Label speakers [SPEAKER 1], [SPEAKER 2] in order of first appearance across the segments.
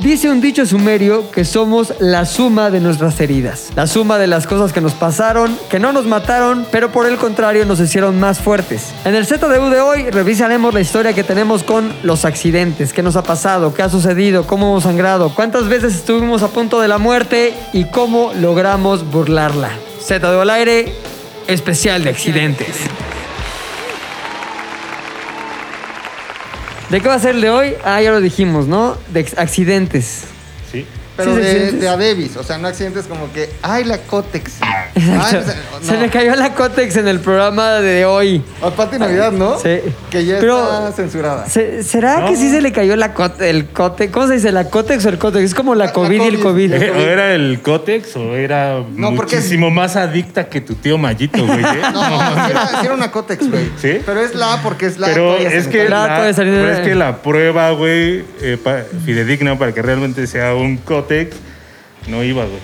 [SPEAKER 1] Dice un dicho sumerio que somos la suma de nuestras heridas, la suma de las cosas que nos pasaron, que no nos mataron, pero por el contrario nos hicieron más fuertes. En el ZDU de hoy revisaremos la historia que tenemos con los accidentes, qué nos ha pasado, qué ha sucedido, cómo hemos sangrado, cuántas veces estuvimos a punto de la muerte y cómo logramos burlarla. ZDU al aire, especial de accidentes. ¿De qué va a ser el de hoy? Ah, ya lo dijimos, ¿no? De ex- accidentes.
[SPEAKER 2] Sí.
[SPEAKER 3] Pero
[SPEAKER 1] Sí, sí,
[SPEAKER 3] de,
[SPEAKER 1] sí.
[SPEAKER 3] de a Davis, o sea, no accidentes como que, ay, la Cotex. Ay,
[SPEAKER 1] Exacto.
[SPEAKER 3] o
[SPEAKER 1] Se
[SPEAKER 3] sea,
[SPEAKER 1] le
[SPEAKER 3] Ah, no.
[SPEAKER 1] cayó la cótex en el programa de hoy.
[SPEAKER 3] Aparte Navidad, ¿no?
[SPEAKER 1] Sí.
[SPEAKER 3] Que ya
[SPEAKER 1] Pero-
[SPEAKER 3] está censurada.
[SPEAKER 1] Se- ¿Será
[SPEAKER 2] No.
[SPEAKER 1] que sí se le cayó la cótex? El cótex? ¿Cómo se dice? ¿La cótex o el cótex? Es como la,
[SPEAKER 3] La-
[SPEAKER 1] COVID
[SPEAKER 3] la
[SPEAKER 1] y el
[SPEAKER 3] COVID.
[SPEAKER 1] COVID.
[SPEAKER 2] Eh, o era el cótex o era
[SPEAKER 3] No, porque-
[SPEAKER 2] muchísimo más adicta que tu tío Mayito, güey. ¿eh?
[SPEAKER 3] No, sí era, sí era una Cotex, güey.
[SPEAKER 2] ¿Sí?
[SPEAKER 3] Pero es la A porque es la
[SPEAKER 2] Pero
[SPEAKER 3] toalla
[SPEAKER 2] es que,
[SPEAKER 3] sanitaria.
[SPEAKER 1] Claro,
[SPEAKER 2] la,
[SPEAKER 1] puede salir de-
[SPEAKER 2] pero es que la prueba, güey, eh, pa- fidedigna para que realmente sea un cótex, no iba, güey.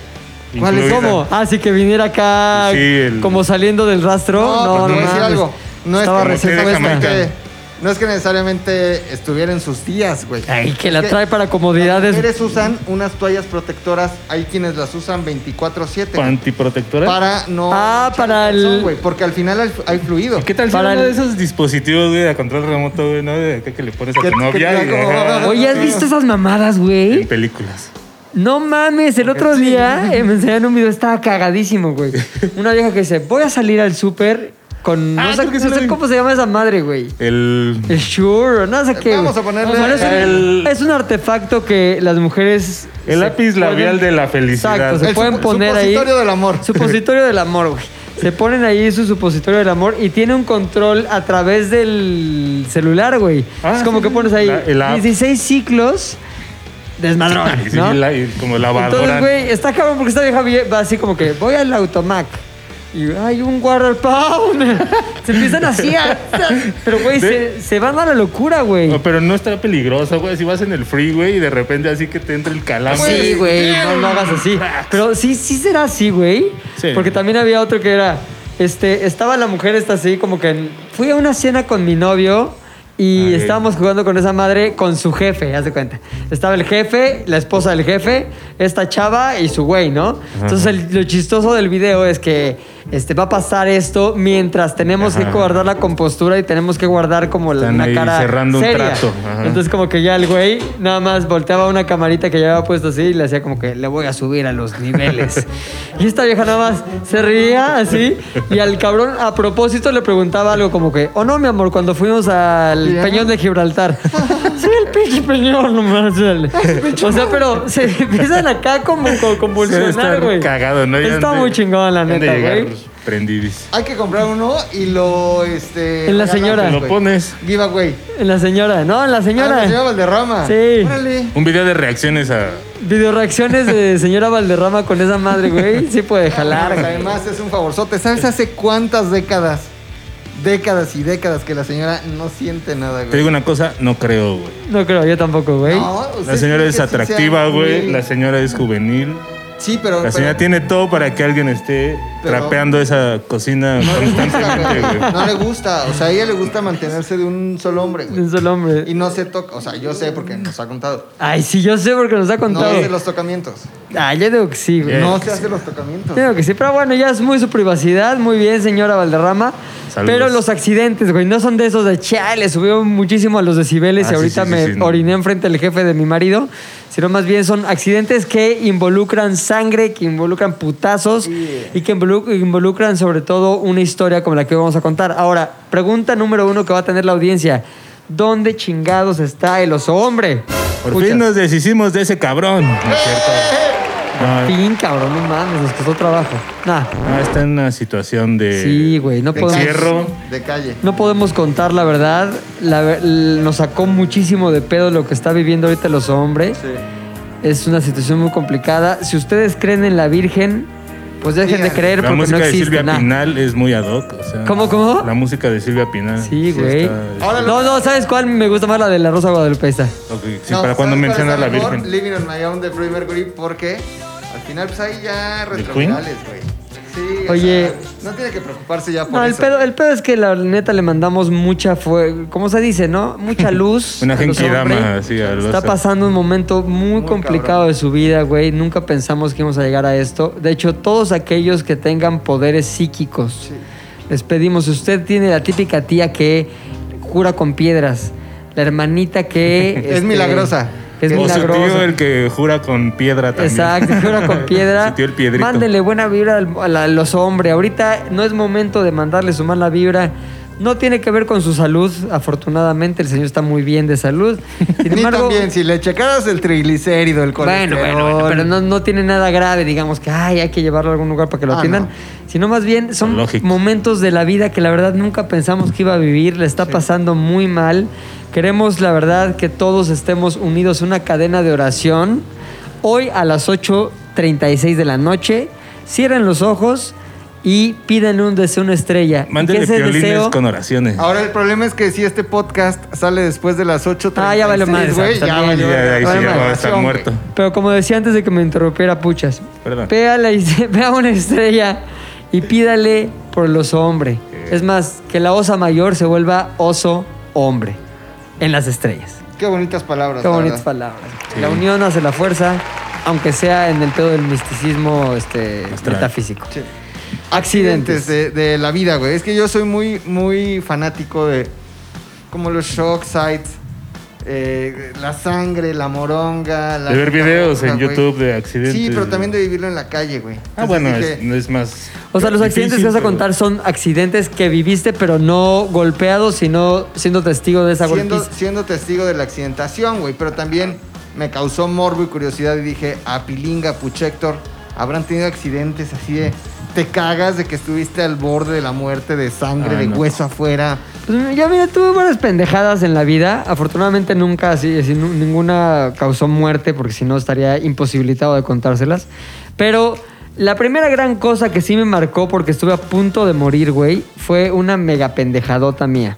[SPEAKER 3] ¿Cuál es?
[SPEAKER 2] Incluida.
[SPEAKER 1] ¿Cómo? Ah, sí, que viniera acá
[SPEAKER 2] Sí, el-
[SPEAKER 1] como saliendo del rastro.
[SPEAKER 3] No,
[SPEAKER 1] No, no,
[SPEAKER 3] porque voy a decir
[SPEAKER 1] mames.
[SPEAKER 3] algo. No
[SPEAKER 1] Estaba
[SPEAKER 3] es que
[SPEAKER 1] recién
[SPEAKER 2] Té de
[SPEAKER 1] puesta.
[SPEAKER 2] Jamaica.
[SPEAKER 3] necesariamente, no es que necesariamente estuviera en sus días, güey.
[SPEAKER 1] Ay, que
[SPEAKER 3] Es
[SPEAKER 1] la trae para comodidades.
[SPEAKER 3] Las mujeres usan unas toallas protectoras, hay quienes las usan 24/7
[SPEAKER 2] ¿Pantiprotectora?
[SPEAKER 3] para no
[SPEAKER 1] Ah, para el-
[SPEAKER 3] Sí, güey, porque al final hay- hay fluido.
[SPEAKER 2] ¿Y ¿Qué tal si
[SPEAKER 1] Para
[SPEAKER 2] uno de
[SPEAKER 1] el-
[SPEAKER 2] esos dispositivos, güey, a control remoto, güey, no? De acá que le pones a
[SPEAKER 3] Que-
[SPEAKER 2] tu
[SPEAKER 3] que
[SPEAKER 2] novia
[SPEAKER 3] te
[SPEAKER 2] y...
[SPEAKER 3] da como-
[SPEAKER 2] ajá,
[SPEAKER 1] Oye, ¿has visto esas mamadas, güey?
[SPEAKER 2] En películas.
[SPEAKER 1] No mames, el otro día eh, me enseñaron un video, estaba cagadísimo, güey. Una vieja que dice, voy a salir al súper con... No
[SPEAKER 2] Ah,
[SPEAKER 1] sé,
[SPEAKER 2] creo que sí
[SPEAKER 1] no
[SPEAKER 2] lo
[SPEAKER 1] sé
[SPEAKER 2] vi.
[SPEAKER 1] cómo se llama esa madre, güey.
[SPEAKER 2] El...
[SPEAKER 1] El sure, no sé qué.
[SPEAKER 3] Vamos
[SPEAKER 1] güey.
[SPEAKER 3] a ponerle
[SPEAKER 1] Pero es, un,
[SPEAKER 2] el-
[SPEAKER 1] es un artefacto que las mujeres...
[SPEAKER 2] El
[SPEAKER 1] se
[SPEAKER 2] lápiz labial de la felicidad.
[SPEAKER 1] Exacto, se
[SPEAKER 3] El
[SPEAKER 1] pueden
[SPEAKER 3] supo-
[SPEAKER 1] poner ahí...
[SPEAKER 3] supositorio del amor.
[SPEAKER 1] Supositorio del amor, güey. Se ponen ahí su supositorio del amor y tiene un control a través del celular, güey.
[SPEAKER 2] Ah,
[SPEAKER 1] es como
[SPEAKER 2] sí,
[SPEAKER 1] que
[SPEAKER 2] sí.
[SPEAKER 1] pones ahí
[SPEAKER 2] La- el app.
[SPEAKER 1] 16 ciclos desmadrón,
[SPEAKER 2] Sí,
[SPEAKER 1] ¿no?
[SPEAKER 2] la- y como lavadora.
[SPEAKER 1] Entonces, güey, está cabrón porque esta vieja vie- va así como que voy al automac. Y hay un water pound. Se empiezan así a. Pero, güey,
[SPEAKER 2] De-
[SPEAKER 1] se, se van a la locura, güey.
[SPEAKER 2] No, pero no está peligroso, güey. Si vas en el freeway y de repente así que te entra el calambre.
[SPEAKER 3] Pues,
[SPEAKER 2] Ah,
[SPEAKER 1] Sí, güey, no lo hagas así. Pero sí, sí será así, güey.
[SPEAKER 2] Sí.
[SPEAKER 1] Porque también había otro que era. Este, estaba la mujer esta así, como que en- fui a una cena con mi novio y
[SPEAKER 2] Ay.
[SPEAKER 1] estábamos jugando con esa madre con su jefe, haz de cuenta. Estaba el jefe, la esposa del jefe, esta chava y su güey, ¿no? Entonces el- lo chistoso del video es que este, va a pasar esto mientras tenemos que
[SPEAKER 2] Ajá.
[SPEAKER 1] guardar la compostura y tenemos que guardar como la,
[SPEAKER 2] Están
[SPEAKER 1] una
[SPEAKER 2] ahí
[SPEAKER 1] cara
[SPEAKER 2] cerrando un
[SPEAKER 1] seria.
[SPEAKER 2] trato, ajá.
[SPEAKER 1] Entonces como que ya el güey nada más volteaba una camarita que llevaba puesto así y le hacía como que le voy a subir a los niveles. y esta vieja nada más se reía así y al cabrón a propósito le preguntaba algo como que, oh no, mi amor, cuando fuimos al
[SPEAKER 3] Ya.
[SPEAKER 1] peñón de Gibraltar. sí, el pinche peñón, no manches. O sea, pero se empiezan acá como co- convulsionar,
[SPEAKER 2] Está
[SPEAKER 1] güey.
[SPEAKER 2] cagado, ¿no? Ya
[SPEAKER 1] Está
[SPEAKER 2] han de-
[SPEAKER 1] muy chingón, la
[SPEAKER 2] han de
[SPEAKER 1] neta,
[SPEAKER 2] llegar
[SPEAKER 1] güey.
[SPEAKER 2] Prendidis.
[SPEAKER 3] Hay que comprar uno y lo este
[SPEAKER 1] En la
[SPEAKER 3] regalamos,
[SPEAKER 1] señora.
[SPEAKER 2] Te lo
[SPEAKER 3] güey.
[SPEAKER 2] pones.
[SPEAKER 3] Giveaway.
[SPEAKER 1] La señora, ¿no? La
[SPEAKER 3] Ah,
[SPEAKER 1] señora.
[SPEAKER 3] la señora Valderrama.
[SPEAKER 1] Sí.
[SPEAKER 3] Órale.
[SPEAKER 2] Un video de reacciones a.
[SPEAKER 1] Video reacciones de señora Valderrama con esa madre, güey. Sí puede jalar,
[SPEAKER 3] Pues,
[SPEAKER 1] güey.
[SPEAKER 3] Además es un favorzote. ¿Sabes hace cuántas décadas? Décadas y décadas que la señora no siente nada,
[SPEAKER 2] Te
[SPEAKER 3] güey.
[SPEAKER 2] digo una cosa, no creo, güey.
[SPEAKER 1] No creo, yo tampoco, güey.
[SPEAKER 3] No,
[SPEAKER 2] La
[SPEAKER 3] ustedes
[SPEAKER 2] señora
[SPEAKER 3] creen
[SPEAKER 2] es
[SPEAKER 3] que sí sea
[SPEAKER 2] atractiva, güey.
[SPEAKER 3] muy-
[SPEAKER 2] La señora es juvenil.
[SPEAKER 3] Sí, pero.
[SPEAKER 2] La señora
[SPEAKER 3] pero-
[SPEAKER 2] tiene todo para que alguien esté
[SPEAKER 3] Pero-
[SPEAKER 2] trapeando esa cocina
[SPEAKER 3] No le,
[SPEAKER 2] constantemente,
[SPEAKER 3] gusta, güey.
[SPEAKER 2] güey.
[SPEAKER 3] no le gusta, o sea, a ella le gusta mantenerse de un solo hombre,
[SPEAKER 1] De un
[SPEAKER 3] güey.
[SPEAKER 1] solo hombre.
[SPEAKER 3] Y no se toca, o sea, yo sé porque nos ha contado.
[SPEAKER 1] Ay, sí, yo sé porque nos ha
[SPEAKER 3] No
[SPEAKER 1] contado.
[SPEAKER 3] hace los tocamientos.
[SPEAKER 1] Ay, yo digo que sí, güey.
[SPEAKER 2] Eh.
[SPEAKER 3] No se hace los tocamientos.
[SPEAKER 1] Yo digo que sí, pero bueno, ya es muy su privacidad. Muy bien, señora Valderrama.
[SPEAKER 2] Saludos.
[SPEAKER 1] Pero los accidentes, güey, no son de esos de chale. Subió muchísimo a los decibeles y
[SPEAKER 2] Ah, sí,
[SPEAKER 1] ahorita
[SPEAKER 2] sí, sí,
[SPEAKER 1] me
[SPEAKER 2] sí, no.
[SPEAKER 1] oriné enfrente del jefe de mi marido. Sino más bien son accidentes que involucran sangre, que involucran putazos y que involu- involucran sobre todo una historia como la que hoy vamos a contar. Ahora, pregunta número uno que va a tener la audiencia. ¿Dónde chingados está el oso hombre?
[SPEAKER 2] Por
[SPEAKER 1] Escucha.
[SPEAKER 2] fin nos deshicimos de ese cabrón. No es cierto. No,
[SPEAKER 1] Fin, cabrón, no mames, nos costó trabajo. Nah.
[SPEAKER 2] no, está en una situación de.
[SPEAKER 1] Sí, güey, no
[SPEAKER 3] De
[SPEAKER 1] podemos.
[SPEAKER 3] calle,
[SPEAKER 2] Encierro.
[SPEAKER 3] De calle.
[SPEAKER 1] No podemos contar la verdad. La ver- l- nos sacó muchísimo de pedo lo que está viviendo ahorita los hombres. Es una situación muy complicada. Si ustedes creen en la Virgen, pues dejen de
[SPEAKER 3] Digan.
[SPEAKER 1] creer
[SPEAKER 2] La
[SPEAKER 1] porque
[SPEAKER 2] música
[SPEAKER 1] no
[SPEAKER 2] de Silvia
[SPEAKER 1] existe nada.
[SPEAKER 2] Pinal es muy ad hoc. o sea,
[SPEAKER 1] ¿Cómo, cómo?
[SPEAKER 2] La música de Silvia Pinal.
[SPEAKER 1] Sí, güey.
[SPEAKER 2] está-
[SPEAKER 3] Ahora lo-
[SPEAKER 1] No, no, ¿sabes cuál? Me gusta más la de la Rosa Guadalupe. esa.
[SPEAKER 2] Ok, sí,
[SPEAKER 3] No,
[SPEAKER 2] para cuando
[SPEAKER 3] ¿sabes cuál
[SPEAKER 2] menciona a
[SPEAKER 3] está
[SPEAKER 2] la
[SPEAKER 3] mejor?
[SPEAKER 2] Virgen.
[SPEAKER 3] Living on my own de Freddie Mercury porque al final pues ahí ya
[SPEAKER 2] Queen?
[SPEAKER 3] retrovirales, güey. Sí, Sí, o
[SPEAKER 1] Oye.
[SPEAKER 3] sea, no tiene que preocuparse ya por
[SPEAKER 1] No, el
[SPEAKER 3] eso.
[SPEAKER 1] pedo, el pedo es que la neta le mandamos mucha fue, ¿cómo se dice, no? Mucha luz.
[SPEAKER 2] Una
[SPEAKER 1] a los
[SPEAKER 2] genkidama,
[SPEAKER 1] hombres.
[SPEAKER 2] sí, al
[SPEAKER 1] Está
[SPEAKER 2] WhatsApp.
[SPEAKER 1] pasando un momento muy,
[SPEAKER 3] Muy
[SPEAKER 1] complicado
[SPEAKER 3] cabrón.
[SPEAKER 1] de su vida, güey. Nunca pensamos que íbamos a llegar a esto. De hecho, todos aquellos que tengan poderes psíquicos, les pedimos, si usted tiene la típica tía que cura con piedras, la hermanita que... este,
[SPEAKER 3] Es milagrosa.
[SPEAKER 1] Es
[SPEAKER 2] o su
[SPEAKER 1] milagrosa.
[SPEAKER 2] tío el que jura con piedra también.
[SPEAKER 1] Exacto, jura con piedra.
[SPEAKER 2] Su tío el piedrito.
[SPEAKER 1] Mándele buena vibra al- a, la- a los hombres. Ahorita no es momento de mandarle su mala vibra. No tiene que ver con su salud. Afortunadamente, el señor está muy bien de salud. Sin
[SPEAKER 3] Ni
[SPEAKER 1] embargo,
[SPEAKER 3] también, si le checaras el triglicérido, el
[SPEAKER 1] bueno,
[SPEAKER 3] colesterol.
[SPEAKER 1] bueno, bueno, pero no, no tiene nada grave, digamos que ay, hay que llevarlo a algún lugar para que lo
[SPEAKER 3] Ah,
[SPEAKER 1] atiendan.
[SPEAKER 3] no.
[SPEAKER 1] Sino más bien son
[SPEAKER 2] Lógico.
[SPEAKER 1] momentos de la vida que la verdad nunca pensamos que iba a vivir, le está pasando muy mal. Queremos, la verdad, que todos estemos unidos en una cadena de oración. Hoy a las 8.36 de la noche, cierren los ojos y pídanle un deseo, a una estrella. Y que
[SPEAKER 2] Mándele
[SPEAKER 1] ese
[SPEAKER 2] piolines
[SPEAKER 1] deseo-
[SPEAKER 2] con oraciones.
[SPEAKER 3] Ahora el problema es que si este podcast sale después de las 8.36,
[SPEAKER 1] Ah, ya valió madre,
[SPEAKER 3] güey, ya
[SPEAKER 1] también.
[SPEAKER 2] ya,
[SPEAKER 3] valió.
[SPEAKER 2] ya, ahí sí,
[SPEAKER 1] Bueno,
[SPEAKER 2] ya va a estar
[SPEAKER 3] oración,
[SPEAKER 2] muerto.
[SPEAKER 3] güey.
[SPEAKER 1] Pero como decía antes de que me interrumpiera Puchas,
[SPEAKER 2] Perdón.
[SPEAKER 1] véala y se- vea una estrella y pídale por los hombres.
[SPEAKER 2] Eh.
[SPEAKER 1] Es más, que la osa mayor se vuelva oso hombre en las estrellas.
[SPEAKER 3] Qué bonitas palabras.
[SPEAKER 1] Qué
[SPEAKER 3] la
[SPEAKER 1] bonitas
[SPEAKER 3] verdad.
[SPEAKER 1] palabras. La unión hace la fuerza, aunque sea en el pedo del misticismo este,
[SPEAKER 2] Astral.
[SPEAKER 1] metafísico.
[SPEAKER 3] Sí.
[SPEAKER 1] Accidentes.
[SPEAKER 3] accidentes de, de la vida, güey. Es que yo soy muy, muy fanático de como los shock sites, eh, la sangre, la moronga. La
[SPEAKER 2] De ver videos en
[SPEAKER 3] güey.
[SPEAKER 2] YouTube de accidentes.
[SPEAKER 3] Sí, pero también de vivirlo en la calle, güey.
[SPEAKER 2] Ah,
[SPEAKER 3] Entonces
[SPEAKER 2] bueno,
[SPEAKER 3] dije,
[SPEAKER 2] es, no es más.
[SPEAKER 1] O sea, los accidentes
[SPEAKER 2] difícil,
[SPEAKER 1] que vas a
[SPEAKER 2] pero-
[SPEAKER 1] contar son accidentes que viviste, pero no golpeado, sino siendo testigo de esa
[SPEAKER 3] siendo,
[SPEAKER 1] golpiza.
[SPEAKER 3] siendo testigo de la accidentación, güey, pero también me causó morbo y curiosidad y dije, a Pilinga, Puchector, habrán tenido accidentes así de... Te cagas de que estuviste al borde de la muerte, de sangre,
[SPEAKER 2] Ah,
[SPEAKER 3] de
[SPEAKER 2] no.
[SPEAKER 3] hueso afuera.
[SPEAKER 1] Pues ya mira, tuve varias pendejadas en la vida. Afortunadamente nunca, así, así, nu- ninguna causó muerte, porque si no estaría imposibilitado de contárselas. Pero la primera gran cosa que sí me marcó, porque estuve a punto de morir, güey, fue una mega pendejadota mía.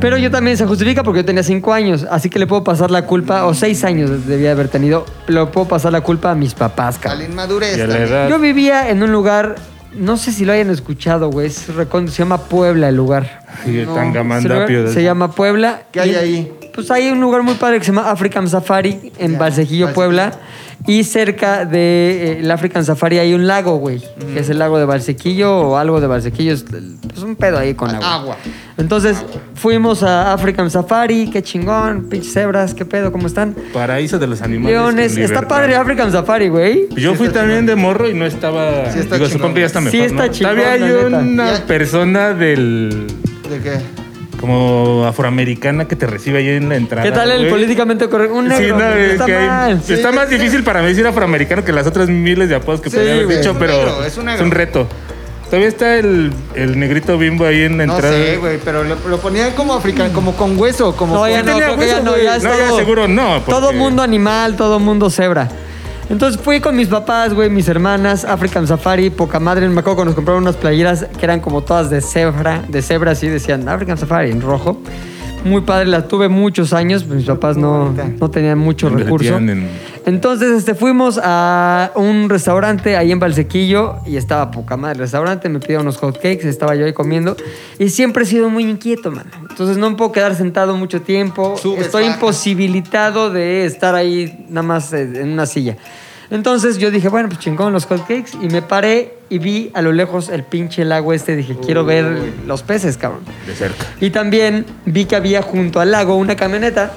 [SPEAKER 1] Pero yo también se justifica porque yo tenía 5 años, así que le puedo pasar la culpa, o 6 años debía haber tenido, le puedo pasar la culpa a mis papás,
[SPEAKER 3] A
[SPEAKER 1] cabrón.
[SPEAKER 3] la inmadurez.
[SPEAKER 2] Y a la
[SPEAKER 3] también.
[SPEAKER 2] edad.
[SPEAKER 1] Yo vivía en un lugar, no sé si lo hayan escuchado, güey, es recon- se llama Puebla el lugar.
[SPEAKER 2] Sí, de
[SPEAKER 3] No,
[SPEAKER 2] Tangamandapio.
[SPEAKER 1] Se,
[SPEAKER 2] de-
[SPEAKER 1] se llama Puebla.
[SPEAKER 3] ¿Qué hay
[SPEAKER 1] Y-
[SPEAKER 3] ahí?
[SPEAKER 1] Pues hay un lugar muy padre que se llama African Safari en Valsejillo,
[SPEAKER 3] Ya, Valsejillo.
[SPEAKER 1] Puebla. Y cerca del de, eh, el African Safari hay un lago, güey. Que es el lago de Valsequillo o algo de Valsequillo. Es pues, un pedo ahí
[SPEAKER 3] Ah,
[SPEAKER 1] con agua.
[SPEAKER 3] Agua.
[SPEAKER 1] Entonces fuimos a African Safari. Qué chingón. Pinches cebras. Qué pedo. ¿Cómo están?
[SPEAKER 2] Paraíso de los animales.
[SPEAKER 1] Leones.
[SPEAKER 2] en
[SPEAKER 1] Está
[SPEAKER 2] libertad.
[SPEAKER 1] padre African Safari, güey.
[SPEAKER 2] Yo
[SPEAKER 3] Sí
[SPEAKER 2] fui
[SPEAKER 3] está
[SPEAKER 2] también de morro y no estaba.
[SPEAKER 3] Sí está
[SPEAKER 2] digo,
[SPEAKER 3] chingón.
[SPEAKER 2] supongo que ya está
[SPEAKER 1] Sí
[SPEAKER 2] mejor.
[SPEAKER 1] está
[SPEAKER 2] ¿no?
[SPEAKER 1] chingón,
[SPEAKER 2] Todavía
[SPEAKER 1] la
[SPEAKER 2] hay
[SPEAKER 1] neta.
[SPEAKER 2] una
[SPEAKER 3] Ya-
[SPEAKER 2] persona del.
[SPEAKER 3] ¿De qué?
[SPEAKER 2] como afroamericana que te recibe ahí en la entrada.
[SPEAKER 1] ¿Qué tal el
[SPEAKER 2] güey.
[SPEAKER 1] políticamente correcto? Un negro.
[SPEAKER 2] sí, no,
[SPEAKER 1] güey,
[SPEAKER 2] es
[SPEAKER 1] está
[SPEAKER 2] que hay-
[SPEAKER 1] mal.
[SPEAKER 3] Sí,
[SPEAKER 2] está más
[SPEAKER 3] sí.
[SPEAKER 2] difícil para mí decir afroamericano que las otras miles de apodos que
[SPEAKER 3] Sí,
[SPEAKER 2] podría haber
[SPEAKER 3] güey.
[SPEAKER 2] dicho,
[SPEAKER 3] Es un
[SPEAKER 2] pero
[SPEAKER 3] negro, es un negro.
[SPEAKER 2] reto. Todavía está el, el negrito bimbo ahí en la
[SPEAKER 3] No
[SPEAKER 2] entrada.
[SPEAKER 3] sé, güey, pero lo, lo ponían como africano, como con hueso, como
[SPEAKER 1] No,
[SPEAKER 3] con-
[SPEAKER 1] ya no,
[SPEAKER 2] tenía
[SPEAKER 1] creo que ya
[SPEAKER 2] hueso,
[SPEAKER 1] no,
[SPEAKER 2] güey.
[SPEAKER 1] ya es
[SPEAKER 2] No, ya
[SPEAKER 1] todo-
[SPEAKER 2] seguro no, porque-
[SPEAKER 1] Todo mundo animal, todo mundo cebra. Entonces fui con mis papás, güey, mis hermanas, African Safari, poca madre, me acuerdo cuando nos compraron unas playeras que eran como todas de cebra, de cebra así decían African Safari en rojo. Muy padre, la tuve muchos años, pues mis papás no,
[SPEAKER 3] bonita.
[SPEAKER 1] no tenían mucho recurso.
[SPEAKER 2] Invertían en-
[SPEAKER 1] Entonces este, fuimos a un restaurante ahí en Valsequillo y estaba poca madre el restaurante, me pidieron unos hot cakes, estaba yo ahí comiendo y siempre he sido muy inquieto, mano. Entonces no me puedo quedar sentado mucho tiempo,
[SPEAKER 3] Subes,
[SPEAKER 1] estoy
[SPEAKER 3] bajas.
[SPEAKER 1] imposibilitado de estar ahí nada más eh, en una silla. Entonces yo dije, bueno, pues chingón los hot cakes y me paré y vi a lo lejos el pinche lago este, dije, quiero ver los peces, cabrón.
[SPEAKER 2] De cerca.
[SPEAKER 1] Y también vi que había junto al lago una camioneta.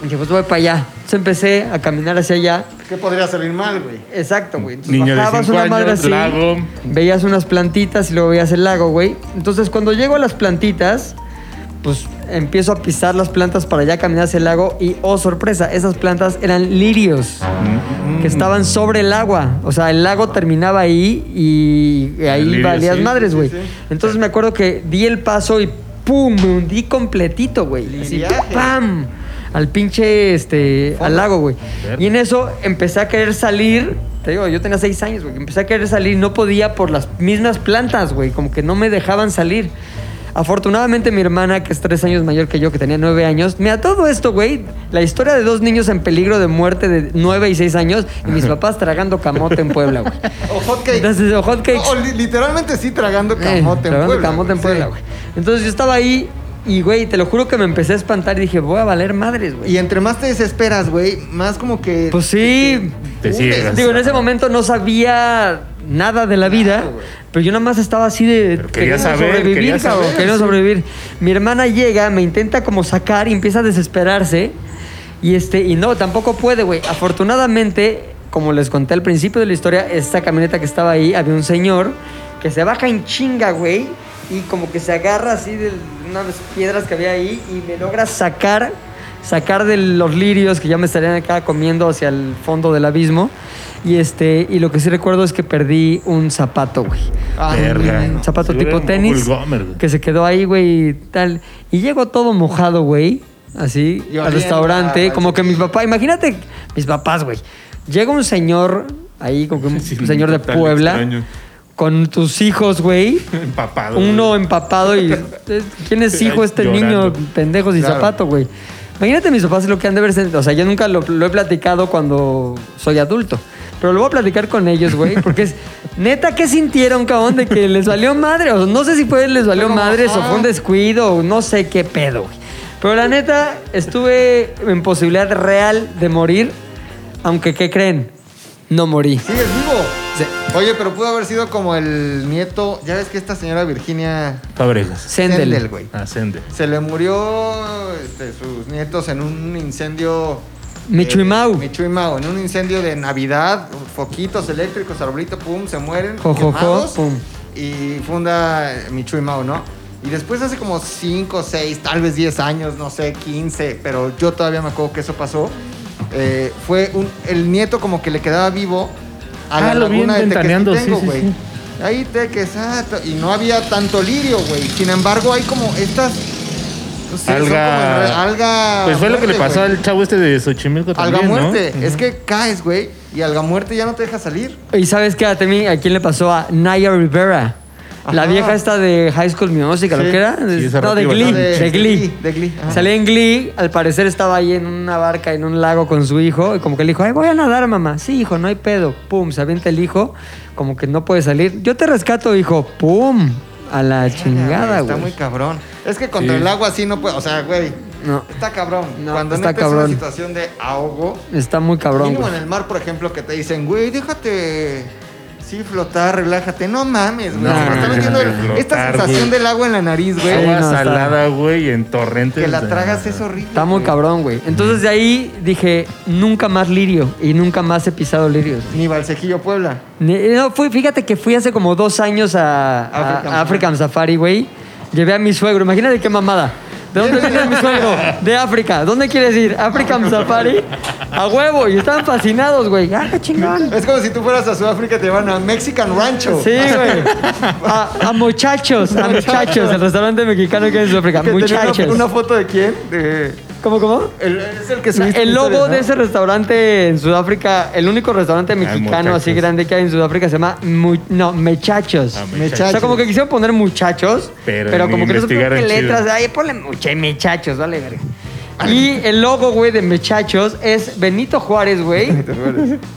[SPEAKER 1] Y dije, pues voy para allá. Entonces empecé a caminar hacia allá.
[SPEAKER 3] ¿Qué podría salir mal, güey?
[SPEAKER 1] Exacto, güey. Entonces
[SPEAKER 2] Niño de
[SPEAKER 1] bajabas
[SPEAKER 2] cinco
[SPEAKER 1] una madre
[SPEAKER 2] años,
[SPEAKER 1] así,
[SPEAKER 2] lago.
[SPEAKER 1] veías unas plantitas y luego veías el lago, güey. Entonces cuando llego a las plantitas, pues empiezo a pisar las plantas para allá caminar hacia el lago y, oh sorpresa, esas plantas eran lirios que
[SPEAKER 2] Mm.
[SPEAKER 1] estaban sobre el agua. O sea, el lago terminaba ahí y ahí
[SPEAKER 2] El lirio,
[SPEAKER 1] valías
[SPEAKER 2] sí,
[SPEAKER 1] madres,
[SPEAKER 2] sí,
[SPEAKER 1] güey.
[SPEAKER 3] sí.
[SPEAKER 1] Entonces me acuerdo que di el paso y ¡pum! Me hundí completito, güey. Así,
[SPEAKER 3] Liriaje.
[SPEAKER 1] ¡pam! Al pinche, este, al lago, güey.
[SPEAKER 2] Verga.
[SPEAKER 1] Y en eso empecé a querer salir. Te digo, yo tenía seis años, güey. Empecé a querer salir, no podía por las mismas plantas, güey. Como que no me dejaban salir. Afortunadamente mi hermana, que es tres años mayor que yo, que tenía nueve años, me a todo esto, güey, la historia de dos niños en peligro de muerte de nueve y seis años y mis papás tragando camote en Puebla, güey.
[SPEAKER 3] O hotcakes.
[SPEAKER 1] Entonces, o hotcakes.
[SPEAKER 3] O li- literalmente sí tragando
[SPEAKER 1] Eh,
[SPEAKER 3] camote en
[SPEAKER 1] tragando
[SPEAKER 3] Puebla.
[SPEAKER 1] camote en
[SPEAKER 3] sí.
[SPEAKER 1] Puebla, güey. Entonces yo estaba ahí y, güey, te lo juro que me empecé a espantar y dije, voy a valer madres, güey.
[SPEAKER 3] Y entre más te desesperas, güey, más como que...
[SPEAKER 1] Pues sí.
[SPEAKER 2] Te
[SPEAKER 3] Uy,
[SPEAKER 2] ciegas.
[SPEAKER 1] Digo, en ese momento no sabía nada de la vida, pero yo nada más estaba así de...
[SPEAKER 2] Pero quería
[SPEAKER 1] queriendo
[SPEAKER 2] saber,
[SPEAKER 1] sobrevivir,
[SPEAKER 2] quería
[SPEAKER 1] cabrón,
[SPEAKER 2] saber,
[SPEAKER 1] queriendo
[SPEAKER 2] sí.
[SPEAKER 1] sobrevivir. Mi hermana llega, me intenta como sacar y empieza a desesperarse. Y, este, y no, tampoco puede, güey. Afortunadamente, como les conté al principio de la historia, esta camioneta que estaba ahí, había un señor que se baja en chinga, güey. Y como que se agarra así de unas piedras que había ahí y me logra sacar, sacar de los lirios que ya me estarían acá comiendo hacia el fondo del abismo. Y, este, y lo que sí recuerdo es que perdí un zapato, güey.
[SPEAKER 3] Ay,
[SPEAKER 2] Verga.
[SPEAKER 3] bueno.
[SPEAKER 1] Un zapato
[SPEAKER 2] Seguro
[SPEAKER 1] tipo
[SPEAKER 2] era un
[SPEAKER 1] tenis
[SPEAKER 2] Woolgomer, güey.
[SPEAKER 1] que se quedó ahí, güey, y tal. Y llegó todo mojado, güey, así,
[SPEAKER 3] Y
[SPEAKER 1] al
[SPEAKER 3] oliendo
[SPEAKER 1] restaurante.
[SPEAKER 3] a-
[SPEAKER 1] Como que mi papá, imagínate, mis papás, güey. Llega un señor ahí, como que un
[SPEAKER 2] Sí,
[SPEAKER 1] señor de
[SPEAKER 2] total
[SPEAKER 1] Puebla,
[SPEAKER 2] extraño.
[SPEAKER 1] con tus hijos, güey.
[SPEAKER 2] Empapado.
[SPEAKER 1] Uno
[SPEAKER 2] güey.
[SPEAKER 1] empapado y... eh, ¿Quién es hijo este
[SPEAKER 2] Llorando.
[SPEAKER 1] niño? Pendejo sin
[SPEAKER 3] Claro.
[SPEAKER 1] zapato, güey. Imagínate mis papás lo que han de ver... O sea, yo nunca lo, lo he platicado cuando soy adulto. Pero lo voy a platicar con ellos, güey. Porque es... Neta, ¿qué sintieron, cabrón? De que les valió madre. O no sé si fue les valió
[SPEAKER 3] Bueno,
[SPEAKER 1] madres o
[SPEAKER 3] ajá.
[SPEAKER 1] fue un descuido o no sé qué pedo, güey. Pero la neta, estuve en posibilidad real de morir. Aunque, ¿qué creen? No morí.
[SPEAKER 3] Sigues vivo.
[SPEAKER 1] Sí.
[SPEAKER 3] Oye, pero pudo haber sido como el nieto... Ya ves que esta señora Virginia...
[SPEAKER 2] Fabregas.
[SPEAKER 1] Sendel.
[SPEAKER 3] Sendel, güey.
[SPEAKER 2] Ascende.
[SPEAKER 3] Se le murió este, sus nietos en un incendio...
[SPEAKER 1] Michuimau.
[SPEAKER 3] eh, Michuimau, en un incendio de Navidad, foquitos eléctricos, arbolito, pum, se mueren.
[SPEAKER 1] Jo, jo, jo,
[SPEAKER 3] quemados,
[SPEAKER 1] pum.
[SPEAKER 3] Y funda Michuimau, ¿no? Y después hace como 5, 6, tal vez 10 años, no sé, 15, pero yo todavía me acuerdo que eso pasó. Eh, fue un, el nieto como que le quedaba vivo a la
[SPEAKER 2] Ah, lo vi
[SPEAKER 3] laguna de
[SPEAKER 2] ventaneando, sí,
[SPEAKER 3] Tequesquitengo,
[SPEAKER 2] sí,
[SPEAKER 3] güey.
[SPEAKER 2] sí.
[SPEAKER 3] Ahí te que exacto. Y no había tanto lirio, güey. Sin embargo, hay como estas. no sé, Pues son como enre-
[SPEAKER 2] Alga.
[SPEAKER 3] alga.
[SPEAKER 2] Pues fue lo que le
[SPEAKER 3] muerte,
[SPEAKER 2] pasó
[SPEAKER 3] güey.
[SPEAKER 2] al chavo este de Xochimilco
[SPEAKER 3] Alga
[SPEAKER 2] también, ¿no?
[SPEAKER 3] muerte. Es que caes, güey. Y alga muerte ya no te deja salir.
[SPEAKER 1] ¿Y sabes qué? A, mí, ¿A quién le pasó? A Naya Rivera. La
[SPEAKER 3] Ajá.
[SPEAKER 1] vieja esta de High School Music, ¿lo
[SPEAKER 3] Sí.
[SPEAKER 1] que era?
[SPEAKER 2] Sí, esa
[SPEAKER 1] no, de
[SPEAKER 2] rápido,
[SPEAKER 1] Glee,
[SPEAKER 2] ¿no?
[SPEAKER 1] de,
[SPEAKER 3] De-
[SPEAKER 1] Glee.
[SPEAKER 3] de Glee, ajá.
[SPEAKER 1] Salía en Glee, al parecer estaba ahí en una barca, en un lago con su hijo, y como que le dijo, ay, voy a nadar, mamá. Sí, hijo, no hay pedo. Pum, se avienta el hijo, como que no puede salir. Yo te rescato, hijo. Pum, a la chingada,
[SPEAKER 3] Está
[SPEAKER 1] güey.
[SPEAKER 3] muy cabrón. Es que contra
[SPEAKER 2] Sí.
[SPEAKER 3] el agua así no puede. O sea, güey.
[SPEAKER 1] No,
[SPEAKER 3] Está cabrón.
[SPEAKER 1] No,
[SPEAKER 3] Cuando
[SPEAKER 1] está
[SPEAKER 3] neta es
[SPEAKER 1] cabrón.
[SPEAKER 3] una situación de ahogo.
[SPEAKER 1] está muy cabrón,
[SPEAKER 3] mínimo
[SPEAKER 1] güey.
[SPEAKER 3] en el mar, por ejemplo, que te dicen, güey, déjate. Sí, flotar, relájate. No mames, güey.
[SPEAKER 1] No,
[SPEAKER 3] Se me está
[SPEAKER 1] no,
[SPEAKER 3] metiendo
[SPEAKER 2] no,
[SPEAKER 3] el-
[SPEAKER 2] no,
[SPEAKER 3] esta
[SPEAKER 2] flotar,
[SPEAKER 3] sensación
[SPEAKER 2] güey.
[SPEAKER 3] del agua en la nariz, güey.
[SPEAKER 1] Sí, no,
[SPEAKER 2] Agua
[SPEAKER 1] está-
[SPEAKER 2] salada, güey, en torrentes.
[SPEAKER 3] Que la
[SPEAKER 2] de-
[SPEAKER 3] tragas es horrible.
[SPEAKER 1] Está muy
[SPEAKER 3] güey.
[SPEAKER 1] cabrón, güey. Entonces de ahí dije, nunca más lirio, y nunca más he pisado lirios.
[SPEAKER 3] Ni Valsequillo, Puebla.
[SPEAKER 1] Ni- No, fui, fíjate que fui hace como dos años a, a-
[SPEAKER 3] African
[SPEAKER 1] a African Safari, güey. Llevé a mi suegro. Imagínate qué mamada. ¿De dónde viene mi suegro? De África. ¿Dónde quieres ir? African Safari. A huevo. Y estaban fascinados, güey. Ah, qué chingón.
[SPEAKER 3] Es como si tú fueras a Sudáfrica y te van a Mexican Rancho.
[SPEAKER 1] Sí, güey. A, a muchachos, a muchachos. El restaurante mexicano que hay en Sudáfrica.
[SPEAKER 3] Que tenía una-
[SPEAKER 1] Muchachos.
[SPEAKER 3] Una, foto de quién? De-
[SPEAKER 1] ¿Cómo, cómo?
[SPEAKER 3] el, es el que
[SPEAKER 1] O sea,
[SPEAKER 3] subiste.
[SPEAKER 1] el
[SPEAKER 3] en
[SPEAKER 1] logo
[SPEAKER 3] historia,
[SPEAKER 1] de
[SPEAKER 3] ¿no?
[SPEAKER 1] ese restaurante en Sudáfrica, el único restaurante mexicano así
[SPEAKER 2] Ah, muchachos.
[SPEAKER 1] grande que hay en Sudáfrica se llama Mu- no, Mechachos.
[SPEAKER 2] Ah,
[SPEAKER 3] Me
[SPEAKER 2] muchacho.
[SPEAKER 1] O sea, como que quisieron poner muchachos, pero,
[SPEAKER 2] Pero ni
[SPEAKER 1] como que no supieron qué
[SPEAKER 2] investigaron chido.
[SPEAKER 1] letras. Ahí ponle mucha- muchachos, vale, verga. Y el logo, güey, de muchachos es Benito Juárez, güey,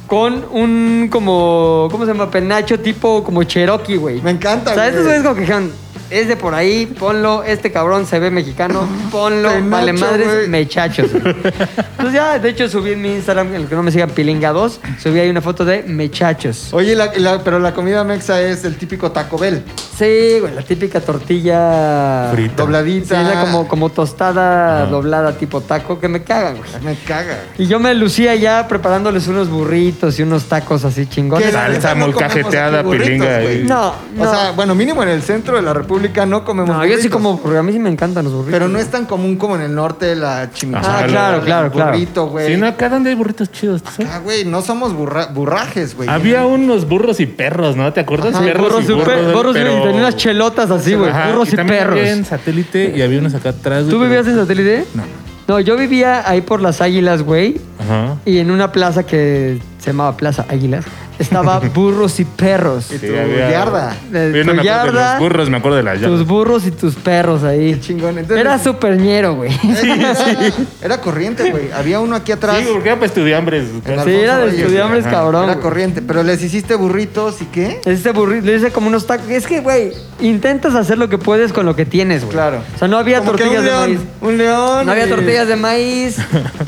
[SPEAKER 1] con un como, ¿cómo se llama? Penacho tipo como Cherokee, güey.
[SPEAKER 3] Me encanta,
[SPEAKER 1] O sea,
[SPEAKER 3] güey.
[SPEAKER 1] estos güeyes como que dijeron, es de por ahí, ponlo, este cabrón se ve mexicano, ponlo,
[SPEAKER 3] Penacho,
[SPEAKER 1] vale madres,
[SPEAKER 3] güey.
[SPEAKER 1] mechachos. güey. Entonces Pues ya, de hecho, subí en mi Instagram, el que no me siga, Pilinga2, subí ahí una foto de mechachos.
[SPEAKER 3] Oye, la- la- pero la comida mexa es el típico Taco Bell.
[SPEAKER 1] Sí, güey, la típica tortilla
[SPEAKER 2] Frita.
[SPEAKER 1] Sí,
[SPEAKER 3] Dobladita.
[SPEAKER 1] era como, como tostada
[SPEAKER 2] Ajá.
[SPEAKER 1] doblada tipo taco, que me cagan, güey.
[SPEAKER 3] Me caga.
[SPEAKER 1] Y yo me lucía ya preparándoles unos burritos y unos tacos así
[SPEAKER 3] Que
[SPEAKER 1] chingones.
[SPEAKER 3] la neta
[SPEAKER 2] Salsa
[SPEAKER 3] no
[SPEAKER 2] muy
[SPEAKER 3] comemos
[SPEAKER 2] cajeteada,
[SPEAKER 3] aquí burritos,
[SPEAKER 2] pilinga, eh.
[SPEAKER 3] güey.
[SPEAKER 2] y-
[SPEAKER 1] No, no.
[SPEAKER 3] O sea, bueno, mínimo en el centro de la República no comemos
[SPEAKER 1] No, yo sí
[SPEAKER 3] burritos.
[SPEAKER 1] como, burritos, a mí sí me encantan los burritos.
[SPEAKER 3] Pero no es tan común como en el norte la chimichanga.
[SPEAKER 2] Ah, claro,
[SPEAKER 3] el
[SPEAKER 1] claro, claro.
[SPEAKER 3] burrito, güey.
[SPEAKER 2] Sí, no, acá donde hay burritos chidos, ¿tú sabes?
[SPEAKER 3] Ah, güey, no somos burra- burrajes, güey.
[SPEAKER 2] Había unos burros y perros, ¿no? ¿Te acuerdas?
[SPEAKER 1] Ajá,
[SPEAKER 2] Ah, perros,
[SPEAKER 1] burros
[SPEAKER 2] y burros,
[SPEAKER 1] pe- burros y-
[SPEAKER 2] pero-
[SPEAKER 1] y tenía unas chelotas así, güey.
[SPEAKER 2] Ajá,
[SPEAKER 1] Burros y,
[SPEAKER 2] también
[SPEAKER 1] perros.
[SPEAKER 2] Había en satélite y había unos acá atrás. güey,
[SPEAKER 1] ¿Tú
[SPEAKER 2] pero-
[SPEAKER 1] vivías en satélite?
[SPEAKER 2] No.
[SPEAKER 1] No, yo vivía ahí por las Águilas, güey.
[SPEAKER 2] Ajá.
[SPEAKER 1] Y en una plaza que se llamaba Plaza Águilas, estaba burros y perros.
[SPEAKER 3] Y tu yarda.
[SPEAKER 1] De
[SPEAKER 2] Yo no
[SPEAKER 1] tu
[SPEAKER 2] me acuerdo de
[SPEAKER 1] yarda,
[SPEAKER 2] los burros, me acuerdo de las
[SPEAKER 1] Tus
[SPEAKER 2] yardas.
[SPEAKER 1] burros y tus perros ahí.
[SPEAKER 3] Qué chingón. Entonces-
[SPEAKER 1] Era súper ñero, güey.
[SPEAKER 3] era, era corriente, güey. Había uno aquí atrás.
[SPEAKER 2] Sí, porque era para estudiambres.
[SPEAKER 3] Alfonso
[SPEAKER 1] Sí, era de
[SPEAKER 3] Reyes,
[SPEAKER 1] estudiambres,
[SPEAKER 2] ajá.
[SPEAKER 1] cabrón.
[SPEAKER 3] era
[SPEAKER 1] güey.
[SPEAKER 3] corriente. Pero les hiciste burritos y qué?
[SPEAKER 1] Este burrito, le hice como unos tacos. Es que, güey, intentas hacer lo que puedes con lo que tienes, güey.
[SPEAKER 3] Claro.
[SPEAKER 1] O sea, no había
[SPEAKER 3] Como que
[SPEAKER 1] tortillas
[SPEAKER 3] un
[SPEAKER 1] de
[SPEAKER 3] león,
[SPEAKER 1] maíz.
[SPEAKER 3] Un león.
[SPEAKER 1] No había
[SPEAKER 3] y-
[SPEAKER 1] tortillas de maíz,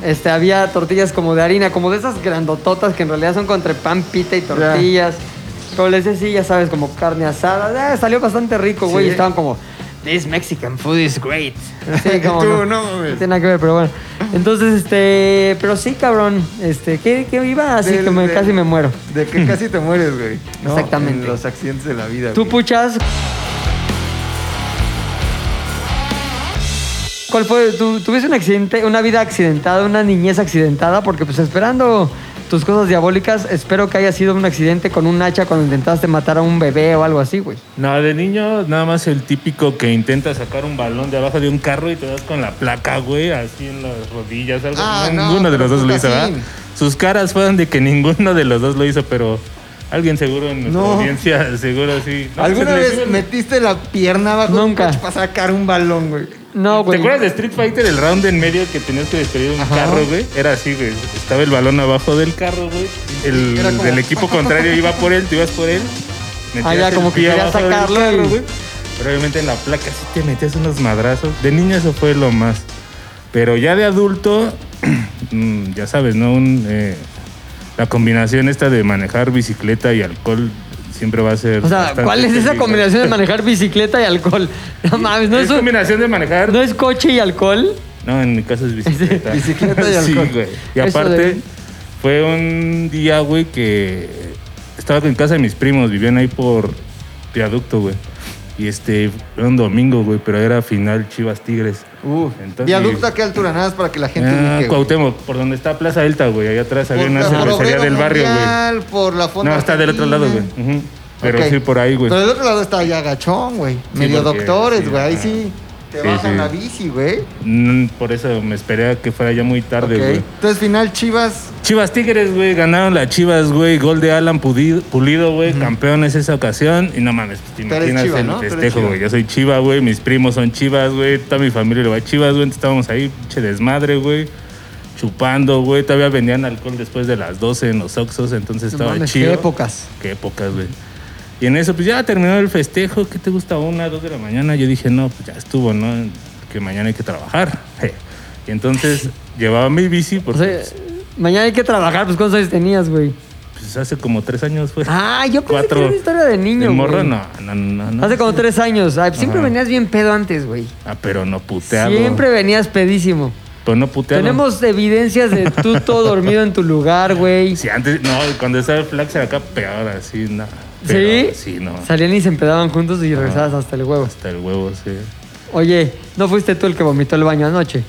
[SPEAKER 1] este, había tortillas como de harina, como de esas grandototas que en realidad son contra pan, pita y tortillas. Pero les decía, ya sabes, como carne asada. Ah, salió bastante rico, güey.
[SPEAKER 3] Sí.
[SPEAKER 1] y Estaban como, this Mexican food is great. Sí,
[SPEAKER 3] Y
[SPEAKER 1] como,
[SPEAKER 3] tú, no mames.
[SPEAKER 1] tiene nada que ver, pero bueno. Entonces, este, pero sí, cabrón, este, que, que iba así
[SPEAKER 3] de-
[SPEAKER 1] que me-
[SPEAKER 3] de-
[SPEAKER 1] casi me muero.
[SPEAKER 3] De que casi te mueres, güey. ¿no?
[SPEAKER 1] Exactamente.
[SPEAKER 3] En los accidentes de la vida.
[SPEAKER 1] Tú
[SPEAKER 3] güey.
[SPEAKER 1] puchas. ¿Cuál fue? ¿Tú, ¿Tuviste un accidente, una vida accidentada, una niñez accidentada? Porque pues esperando tus cosas diabólicas, espero que haya sido un accidente con un hacha cuando intentaste matar a un bebé o algo así, güey.
[SPEAKER 2] No, de niño, nada más el típico que intenta sacar un balón de abajo de un carro y te das con la placa, güey, así en las rodillas, algo.
[SPEAKER 3] Ah, no,
[SPEAKER 2] ninguno de los dos lo
[SPEAKER 3] puta,
[SPEAKER 2] hizo, ¿verdad?
[SPEAKER 3] sí.
[SPEAKER 2] Sus caras fueron de que ninguno de los dos lo hizo, pero alguien seguro en nuestra
[SPEAKER 3] No.
[SPEAKER 2] audiencia, seguro sí. No,
[SPEAKER 3] ¿Alguna
[SPEAKER 2] se les
[SPEAKER 3] vez
[SPEAKER 2] iba-
[SPEAKER 3] metiste la pierna bajo un
[SPEAKER 1] Nunca.
[SPEAKER 3] coche para sacar un balón, güey?
[SPEAKER 1] No,
[SPEAKER 2] ¿Te
[SPEAKER 1] güey.
[SPEAKER 2] acuerdas de Street Fighter, el round en medio que tenías que despedir un
[SPEAKER 3] Ajá.
[SPEAKER 2] carro, güey? Era así, güey. Estaba el balón abajo del carro, güey. El
[SPEAKER 3] Era como-
[SPEAKER 2] del equipo contrario iba por él, tú ibas por él. metías
[SPEAKER 1] Ah, ya,
[SPEAKER 2] el
[SPEAKER 1] como que
[SPEAKER 2] pie
[SPEAKER 1] querías
[SPEAKER 2] abajo del
[SPEAKER 1] sacarlo y-
[SPEAKER 2] Pero obviamente en la placa sí te metías unos madrazos. De niño eso fue lo más. Pero ya de adulto, mm, ya sabes, ¿no? Un, eh, la combinación esta de manejar bicicleta y alcohol siempre va a ser.
[SPEAKER 1] O sea,
[SPEAKER 2] bastante
[SPEAKER 1] ¿cuál es esa
[SPEAKER 2] peligrosa.
[SPEAKER 1] combinación de manejar bicicleta y alcohol? No mames, no
[SPEAKER 2] es
[SPEAKER 1] es, un-
[SPEAKER 2] combinación de manejar
[SPEAKER 1] no es coche y alcohol.
[SPEAKER 2] no, en mi caso es bicicleta.
[SPEAKER 3] Bicicleta y
[SPEAKER 2] Sí,
[SPEAKER 3] alcohol.
[SPEAKER 2] güey. Y
[SPEAKER 1] Eso
[SPEAKER 2] aparte,
[SPEAKER 1] de-
[SPEAKER 2] fue un día, güey, que estaba en casa de mis primos, vivían ahí por viaducto, güey. Y este, era un domingo, güey, pero era final Chivas Tigres.
[SPEAKER 3] Uh,
[SPEAKER 2] Entonces-
[SPEAKER 3] viaducto a qué altura, nada más para que la gente
[SPEAKER 2] Ah,
[SPEAKER 3] ubique, güey.
[SPEAKER 2] Cuauhtémoc, por donde está Plaza Delta, güey. Allá atrás había
[SPEAKER 3] Por
[SPEAKER 2] una
[SPEAKER 3] la- por
[SPEAKER 2] cervecería
[SPEAKER 3] Obrero
[SPEAKER 2] del barrio, güey.
[SPEAKER 3] Mundial, Por la fonda
[SPEAKER 2] No, está del otro lado, güey.
[SPEAKER 3] Argentina.
[SPEAKER 2] Ujú. Pero
[SPEAKER 3] Ok.
[SPEAKER 2] sí, por ahí, güey.
[SPEAKER 3] Pero del otro lado está ya gachón, güey. Medio
[SPEAKER 2] porque-
[SPEAKER 3] doctores,
[SPEAKER 2] sí,
[SPEAKER 3] güey. Ahí
[SPEAKER 2] ajá.
[SPEAKER 3] sí te
[SPEAKER 2] Sí,
[SPEAKER 3] bajan
[SPEAKER 2] sí.
[SPEAKER 3] la bici, güey.
[SPEAKER 2] Mm, Por eso me esperé a que fuera ya muy tarde,
[SPEAKER 3] Ok.
[SPEAKER 2] güey.
[SPEAKER 3] Entonces, final, Chivas.
[SPEAKER 2] Chivas Tigres, güey, ganaron las Chivas, güey, gol de Alan Pudi- Pulido, güey, campeones esa ocasión. Y no mames, te
[SPEAKER 3] Tú eres
[SPEAKER 2] imaginas
[SPEAKER 3] chiva,
[SPEAKER 2] el
[SPEAKER 3] ¿no? Tú eres
[SPEAKER 2] festejo,
[SPEAKER 3] chiva.
[SPEAKER 2] güey. Yo soy Chiva, güey, mis primos son Chivas, güey, toda mi familia le va a Chivas, güey. Entonces estábamos ahí, pinche desmadre, güey, chupando, güey. Todavía vendían alcohol después de las 12 en los Oxxos, entonces
[SPEAKER 1] No
[SPEAKER 2] estaba
[SPEAKER 1] mames,
[SPEAKER 2] chido.
[SPEAKER 1] qué épocas.
[SPEAKER 2] Qué épocas, güey. Y en eso, pues ya terminó el festejo. ¿Qué te gusta? Una, dos de la mañana. Yo dije, no, pues ya estuvo, ¿no? Que mañana hay que trabajar. Y entonces llevaba mi bici
[SPEAKER 1] O
[SPEAKER 2] porque
[SPEAKER 1] sea,
[SPEAKER 2] pues,
[SPEAKER 1] mañana hay que trabajar, pues ¿cuántos años tenías, güey?
[SPEAKER 2] pues, hace como tres años fue.
[SPEAKER 1] Ah, yo pensé
[SPEAKER 2] Cuatro.
[SPEAKER 1] que era una historia de niño,
[SPEAKER 2] De morro,
[SPEAKER 1] güey.
[SPEAKER 2] no, no, no, no.
[SPEAKER 1] Hace como tres años. Ay, pues siempre
[SPEAKER 2] Ajá.
[SPEAKER 1] venías bien pedo antes, güey.
[SPEAKER 2] Ah, pero no puteado.
[SPEAKER 1] Siempre venías pedísimo.
[SPEAKER 2] Pero no puteado.
[SPEAKER 1] Tenemos evidencias de tú todo dormido en tu lugar, güey.
[SPEAKER 2] Sí, antes, no, cuando estaba el flax era acá peor, así, no.
[SPEAKER 1] ¿Sí?
[SPEAKER 2] Pero, Sí, no.
[SPEAKER 1] Salían y se empedaban juntos y regresabas hasta el huevo.
[SPEAKER 2] Hasta el huevo, sí.
[SPEAKER 1] Oye, ¿no fuiste tú el que vomitó el baño anoche?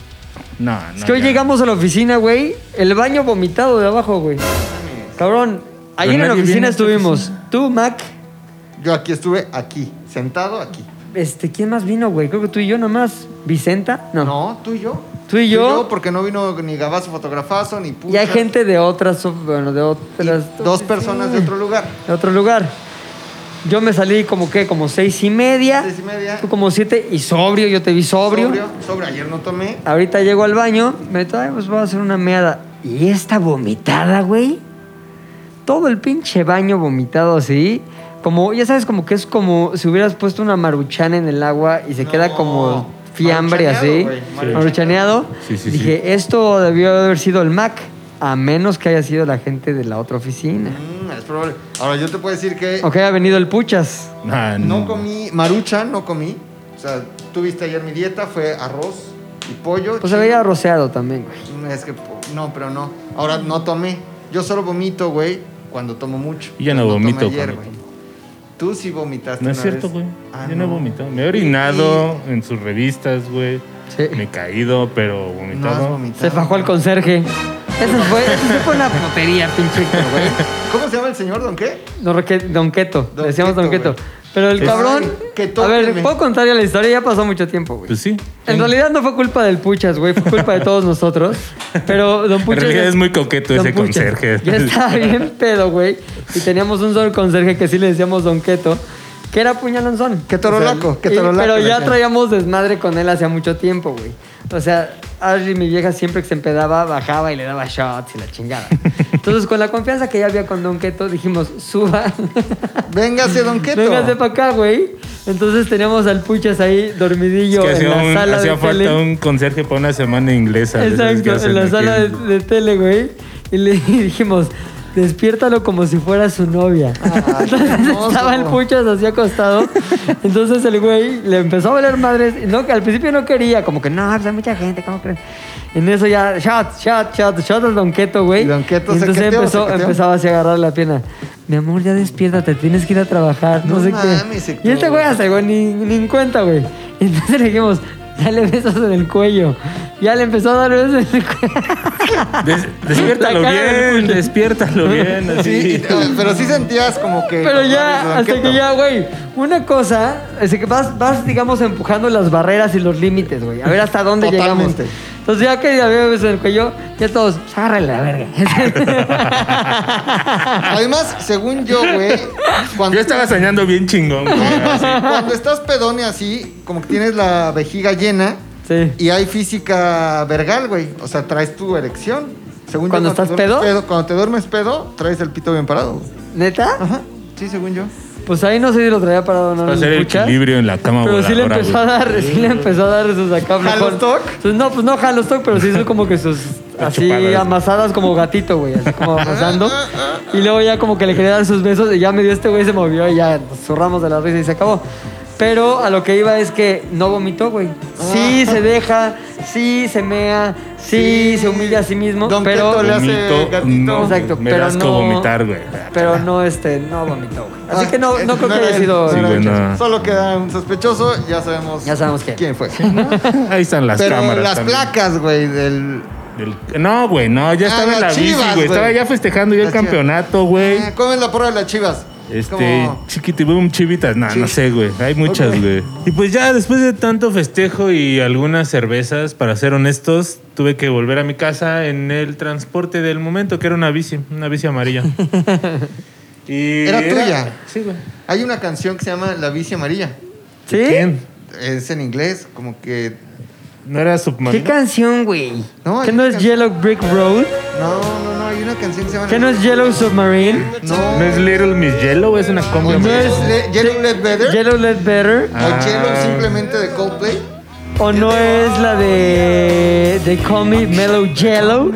[SPEAKER 2] No, no.
[SPEAKER 1] es que hoy
[SPEAKER 2] ya.
[SPEAKER 1] llegamos a la oficina, güey. El baño vomitado de abajo, güey. Cabrón, ayer en la
[SPEAKER 2] nadie viene
[SPEAKER 1] oficina
[SPEAKER 2] a esta
[SPEAKER 1] estuvimos. Tú, Mac.
[SPEAKER 3] Yo aquí estuve, aquí. Sentado, aquí.
[SPEAKER 1] Este, ¿quién más vino, güey? Creo que tú y yo nomás. ¿Vicenta? No.
[SPEAKER 3] No, tú y yo.
[SPEAKER 1] ¿Tú y yo?
[SPEAKER 3] porque no vino ni Gabazo Fotografazo, ni
[SPEAKER 1] y
[SPEAKER 3] Puchas,
[SPEAKER 1] hay gente de otras, bueno, de
[SPEAKER 3] y
[SPEAKER 1] otras.
[SPEAKER 3] Dos personas de otro lugar.
[SPEAKER 1] de otro lugar. Yo me salí como que, como seis y media.
[SPEAKER 3] Seis y media.
[SPEAKER 1] Tú como siete y sobrio, yo te vi sobrio.
[SPEAKER 3] Sobre, ayer no tomé.
[SPEAKER 1] Ahorita llego al baño, me meto, "Ay, pues voy a hacer una meada. Y esta vomitada, güey. Todo el pinche baño vomitado así. Como, ya sabes, como que es como si hubieras puesto una maruchana en el agua y se
[SPEAKER 3] No.
[SPEAKER 1] queda como fiambre
[SPEAKER 3] Maruchaneado,
[SPEAKER 1] así.
[SPEAKER 3] güey, maruchaneado.
[SPEAKER 1] Maruchaneado.
[SPEAKER 2] Sí, sí, sí.
[SPEAKER 1] Dije, esto debió haber sido el Mac, a menos que haya sido la gente de la otra oficina.
[SPEAKER 3] Mm, es probable. Ahora, yo te puedo decir que
[SPEAKER 1] O que haya venido el Puchas.
[SPEAKER 2] Ah, no.
[SPEAKER 3] no comí marucha, no comí. O sea, tuviste ayer mi dieta, fue arroz y pollo.
[SPEAKER 1] Pues se
[SPEAKER 3] chile.
[SPEAKER 1] veía roceado también, güey.
[SPEAKER 3] Mm, Es que, po- no, pero no. Ahora no tomé. Yo solo vomito, güey, cuando tomo mucho.
[SPEAKER 2] Y yo no
[SPEAKER 3] Pues tomé
[SPEAKER 2] vomito
[SPEAKER 3] ayer,
[SPEAKER 2] cuando
[SPEAKER 3] güey. Tú sí vomitaste.
[SPEAKER 2] No es
[SPEAKER 3] una
[SPEAKER 2] cierto,
[SPEAKER 3] vez.
[SPEAKER 2] güey.
[SPEAKER 3] Ah,
[SPEAKER 2] Yo no he vomitado. Me he orinado en sus revistas, güey.
[SPEAKER 1] Sí.
[SPEAKER 2] Me he caído, pero
[SPEAKER 3] Y No has
[SPEAKER 2] vomitado.
[SPEAKER 3] vomitado.
[SPEAKER 1] Se fajó al conserje. Eso fue, eso fue una putería, pinche Héctor, güey.
[SPEAKER 3] ¿Cómo se llama el señor, don qué?
[SPEAKER 1] Don Roque- Don Keto,
[SPEAKER 3] Don
[SPEAKER 1] le decíamos Don
[SPEAKER 3] Keto,
[SPEAKER 1] Keto. Pero el
[SPEAKER 2] Es-
[SPEAKER 1] cabrón.
[SPEAKER 3] Que
[SPEAKER 1] a ver,
[SPEAKER 3] tóquenme.
[SPEAKER 1] puedo contar ya la historia, ya pasó mucho tiempo, güey.
[SPEAKER 2] Pues sí.
[SPEAKER 1] En realidad no fue culpa del Puchas, güey, fue culpa de todos nosotros. Pero Don Puchas.
[SPEAKER 2] realidad es muy coqueto
[SPEAKER 1] Don
[SPEAKER 2] ese conserje.
[SPEAKER 1] Ya estaba bien pedo, güey. Y teníamos un solo conserje que sí le decíamos Don Keto, que era puñalonzón.
[SPEAKER 3] Qué torolaco, qué
[SPEAKER 1] Y-
[SPEAKER 3] torolaco,
[SPEAKER 1] Pero
[SPEAKER 3] le
[SPEAKER 1] ya
[SPEAKER 3] decían.
[SPEAKER 1] traíamos desmadre con él hacía mucho tiempo, güey. O sea, Ashley, mi vieja, siempre que se empedaba, bajaba y le daba shots y la chingada. Entonces, con la confianza que ya había con Don Keto, dijimos, suba.
[SPEAKER 3] Véngase, Don Keto.
[SPEAKER 1] Véngase para acá, güey. Entonces teníamos al Puchas ahí
[SPEAKER 2] Es
[SPEAKER 1] dormidillo
[SPEAKER 2] que
[SPEAKER 1] en
[SPEAKER 2] hacía,
[SPEAKER 1] la
[SPEAKER 2] un-
[SPEAKER 1] sala
[SPEAKER 2] hacía
[SPEAKER 1] de
[SPEAKER 2] falta
[SPEAKER 1] tele.
[SPEAKER 2] un conserje para una semana inglesa. de esas que
[SPEAKER 1] Exacto,
[SPEAKER 2] hacen
[SPEAKER 1] en la
[SPEAKER 2] aquí
[SPEAKER 1] sala de,
[SPEAKER 2] en-
[SPEAKER 1] de tele, güey. Y le dijimos, despiértalo como si fuera su novia.
[SPEAKER 3] Ay, Ah, qué
[SPEAKER 1] Entonces
[SPEAKER 3] hermoso.
[SPEAKER 1] estaba el puchas así acostado. Entonces el güey le empezó a valer madres. y No, que al principio no quería, como que no, pues hay mucha gente, ¿cómo crees? En eso ya, shot, shot, shot, shot al donqueto, güey.
[SPEAKER 3] ¿Y Don Keto
[SPEAKER 1] Y entonces
[SPEAKER 3] sequeteó,
[SPEAKER 1] empezó,
[SPEAKER 3] sequeteó?
[SPEAKER 1] empezaba así a agarrar la pierna. Mi amor, ya despiértate, tienes que ir a trabajar, no,
[SPEAKER 3] No
[SPEAKER 1] sé
[SPEAKER 3] mames,
[SPEAKER 1] qué. Y
[SPEAKER 3] Héctor.
[SPEAKER 1] este güey hasta, güey, ni, ni en cuenta, güey. Y entonces le dijimos, dale besos en el cuello. Ya le empezó a dar besos en el cuello.
[SPEAKER 2] Des- despiértalo
[SPEAKER 1] La cara del
[SPEAKER 2] bien,
[SPEAKER 1] Puchas.
[SPEAKER 2] despiértalo bien.
[SPEAKER 3] Sí,
[SPEAKER 2] Así.
[SPEAKER 3] y- pero sí sentías como que.
[SPEAKER 1] Pero
[SPEAKER 3] Don
[SPEAKER 1] ya, hasta
[SPEAKER 3] Keto.
[SPEAKER 1] que ya, güey. Una cosa, es que vas, vas, digamos, empujando las barreras y los límites, güey. A ver hasta dónde
[SPEAKER 3] Totalmente.
[SPEAKER 1] llegamos. Entonces ya que ya había besos en el cuello, ya todos, "Pues, agárrale la verga.
[SPEAKER 3] Además, según yo, güey. Cuando,
[SPEAKER 2] Yo estaba soñando bien chingón, güey. así.
[SPEAKER 3] cuando estás pedón y así, como que tienes la vejiga llena.
[SPEAKER 1] sí.
[SPEAKER 3] Y hay física vergal, güey. O sea, traes tu erección. Según yo,
[SPEAKER 1] ¿Cuando
[SPEAKER 3] te
[SPEAKER 1] estás
[SPEAKER 3] duermes
[SPEAKER 1] pedo?
[SPEAKER 3] Cuando te duermes pedo, traes el pito bien parado. güey.
[SPEAKER 1] ¿Neta?
[SPEAKER 3] Ajá. Sí, según yo.
[SPEAKER 1] Pues ahí no sé si lo traía parado o no.
[SPEAKER 2] Va a
[SPEAKER 1] ¿me
[SPEAKER 2] ser el
[SPEAKER 1] escuchas?
[SPEAKER 2] equilibrio en la cama
[SPEAKER 1] Pero sí le
[SPEAKER 2] voladora,
[SPEAKER 1] empezó a
[SPEAKER 2] güey.
[SPEAKER 1] dar, sí le empezó a dar sus acá mejor.
[SPEAKER 3] ¿Halostock?
[SPEAKER 1] Sus- no, pues no halostock, pero sí son como que sus
[SPEAKER 2] Las
[SPEAKER 1] así
[SPEAKER 2] chupadas.
[SPEAKER 1] amasadas como gatito, güey, así como amasando. Y luego ya como que le quería dar sus besos y ya me dio este güey, se movió y ya nos zurramos de la risa y se acabó. Pero a lo que iba es que no vomitó, güey.
[SPEAKER 3] Ah.
[SPEAKER 1] Sí se deja, sí se mea, sí, se humilla a sí mismo,
[SPEAKER 3] Don
[SPEAKER 1] pero
[SPEAKER 3] Keto le hace
[SPEAKER 2] Vomito,
[SPEAKER 3] gatito.
[SPEAKER 2] no,
[SPEAKER 1] Exacto,
[SPEAKER 2] me
[SPEAKER 1] pero
[SPEAKER 2] das
[SPEAKER 1] no-
[SPEAKER 2] como vomitar, güey.
[SPEAKER 1] pero no este, no vomitó, güey. Así
[SPEAKER 3] Ah,
[SPEAKER 1] que no,
[SPEAKER 3] es-
[SPEAKER 1] no creo que
[SPEAKER 3] era
[SPEAKER 1] haya
[SPEAKER 3] él.
[SPEAKER 1] sido
[SPEAKER 2] Sí,
[SPEAKER 3] No era
[SPEAKER 2] güey,
[SPEAKER 3] él.
[SPEAKER 2] no.
[SPEAKER 3] Solo queda un sospechoso, ya sabemos.
[SPEAKER 1] Ya sabemos quién.
[SPEAKER 3] fue.
[SPEAKER 2] Ahí están las
[SPEAKER 3] Pero
[SPEAKER 2] cámaras.
[SPEAKER 3] las
[SPEAKER 2] también.
[SPEAKER 3] placas, güey, del.
[SPEAKER 2] Del- No, güey, no, ya
[SPEAKER 3] Ah,
[SPEAKER 2] estaba en la
[SPEAKER 3] las
[SPEAKER 2] bici,
[SPEAKER 3] Chivas,
[SPEAKER 2] güey. Estaba
[SPEAKER 3] güey.
[SPEAKER 2] ya festejando ya el
[SPEAKER 3] Las Chivas.
[SPEAKER 2] campeonato, güey.
[SPEAKER 3] Ah, ¿Cómo es la porra de las chivas? Es
[SPEAKER 2] Este,
[SPEAKER 3] como-
[SPEAKER 2] chiquitibum, chivitas, no, no
[SPEAKER 3] Sí.
[SPEAKER 2] sé, güey. Hay muchas,
[SPEAKER 3] Ok.
[SPEAKER 2] güey. Y pues ya después de tanto festejo y algunas cervezas, para ser honestos, tuve que volver a mi casa en el transporte del momento, que era una bici, una bici amarilla. Y
[SPEAKER 3] ¿Era tuya?
[SPEAKER 2] Sí, güey.
[SPEAKER 3] Hay una canción que se llama La bici amarilla.
[SPEAKER 1] ¿Sí?
[SPEAKER 2] ¿Quién?
[SPEAKER 3] Es en inglés, como que.
[SPEAKER 2] ¿No era
[SPEAKER 1] ¿Qué
[SPEAKER 2] Submarina?
[SPEAKER 1] canción, güey?
[SPEAKER 3] No,
[SPEAKER 1] ¿Que no es
[SPEAKER 3] canción.
[SPEAKER 1] Yellow Brick Road?
[SPEAKER 3] No, no, no, hay una canción que se llama.
[SPEAKER 1] ¿Que no es Yellow Submarine?
[SPEAKER 3] No.
[SPEAKER 2] ¿No es Little Miss Yellow? Es una combi.
[SPEAKER 3] ¿O no
[SPEAKER 2] amarilla.
[SPEAKER 3] es Le- Yellow Let Better?
[SPEAKER 1] Yellow Let Better.
[SPEAKER 2] Ah.
[SPEAKER 3] ¿O Yellow simplemente de Coldplay?
[SPEAKER 1] ¿O no es la de They Call Me Mellow Yellow?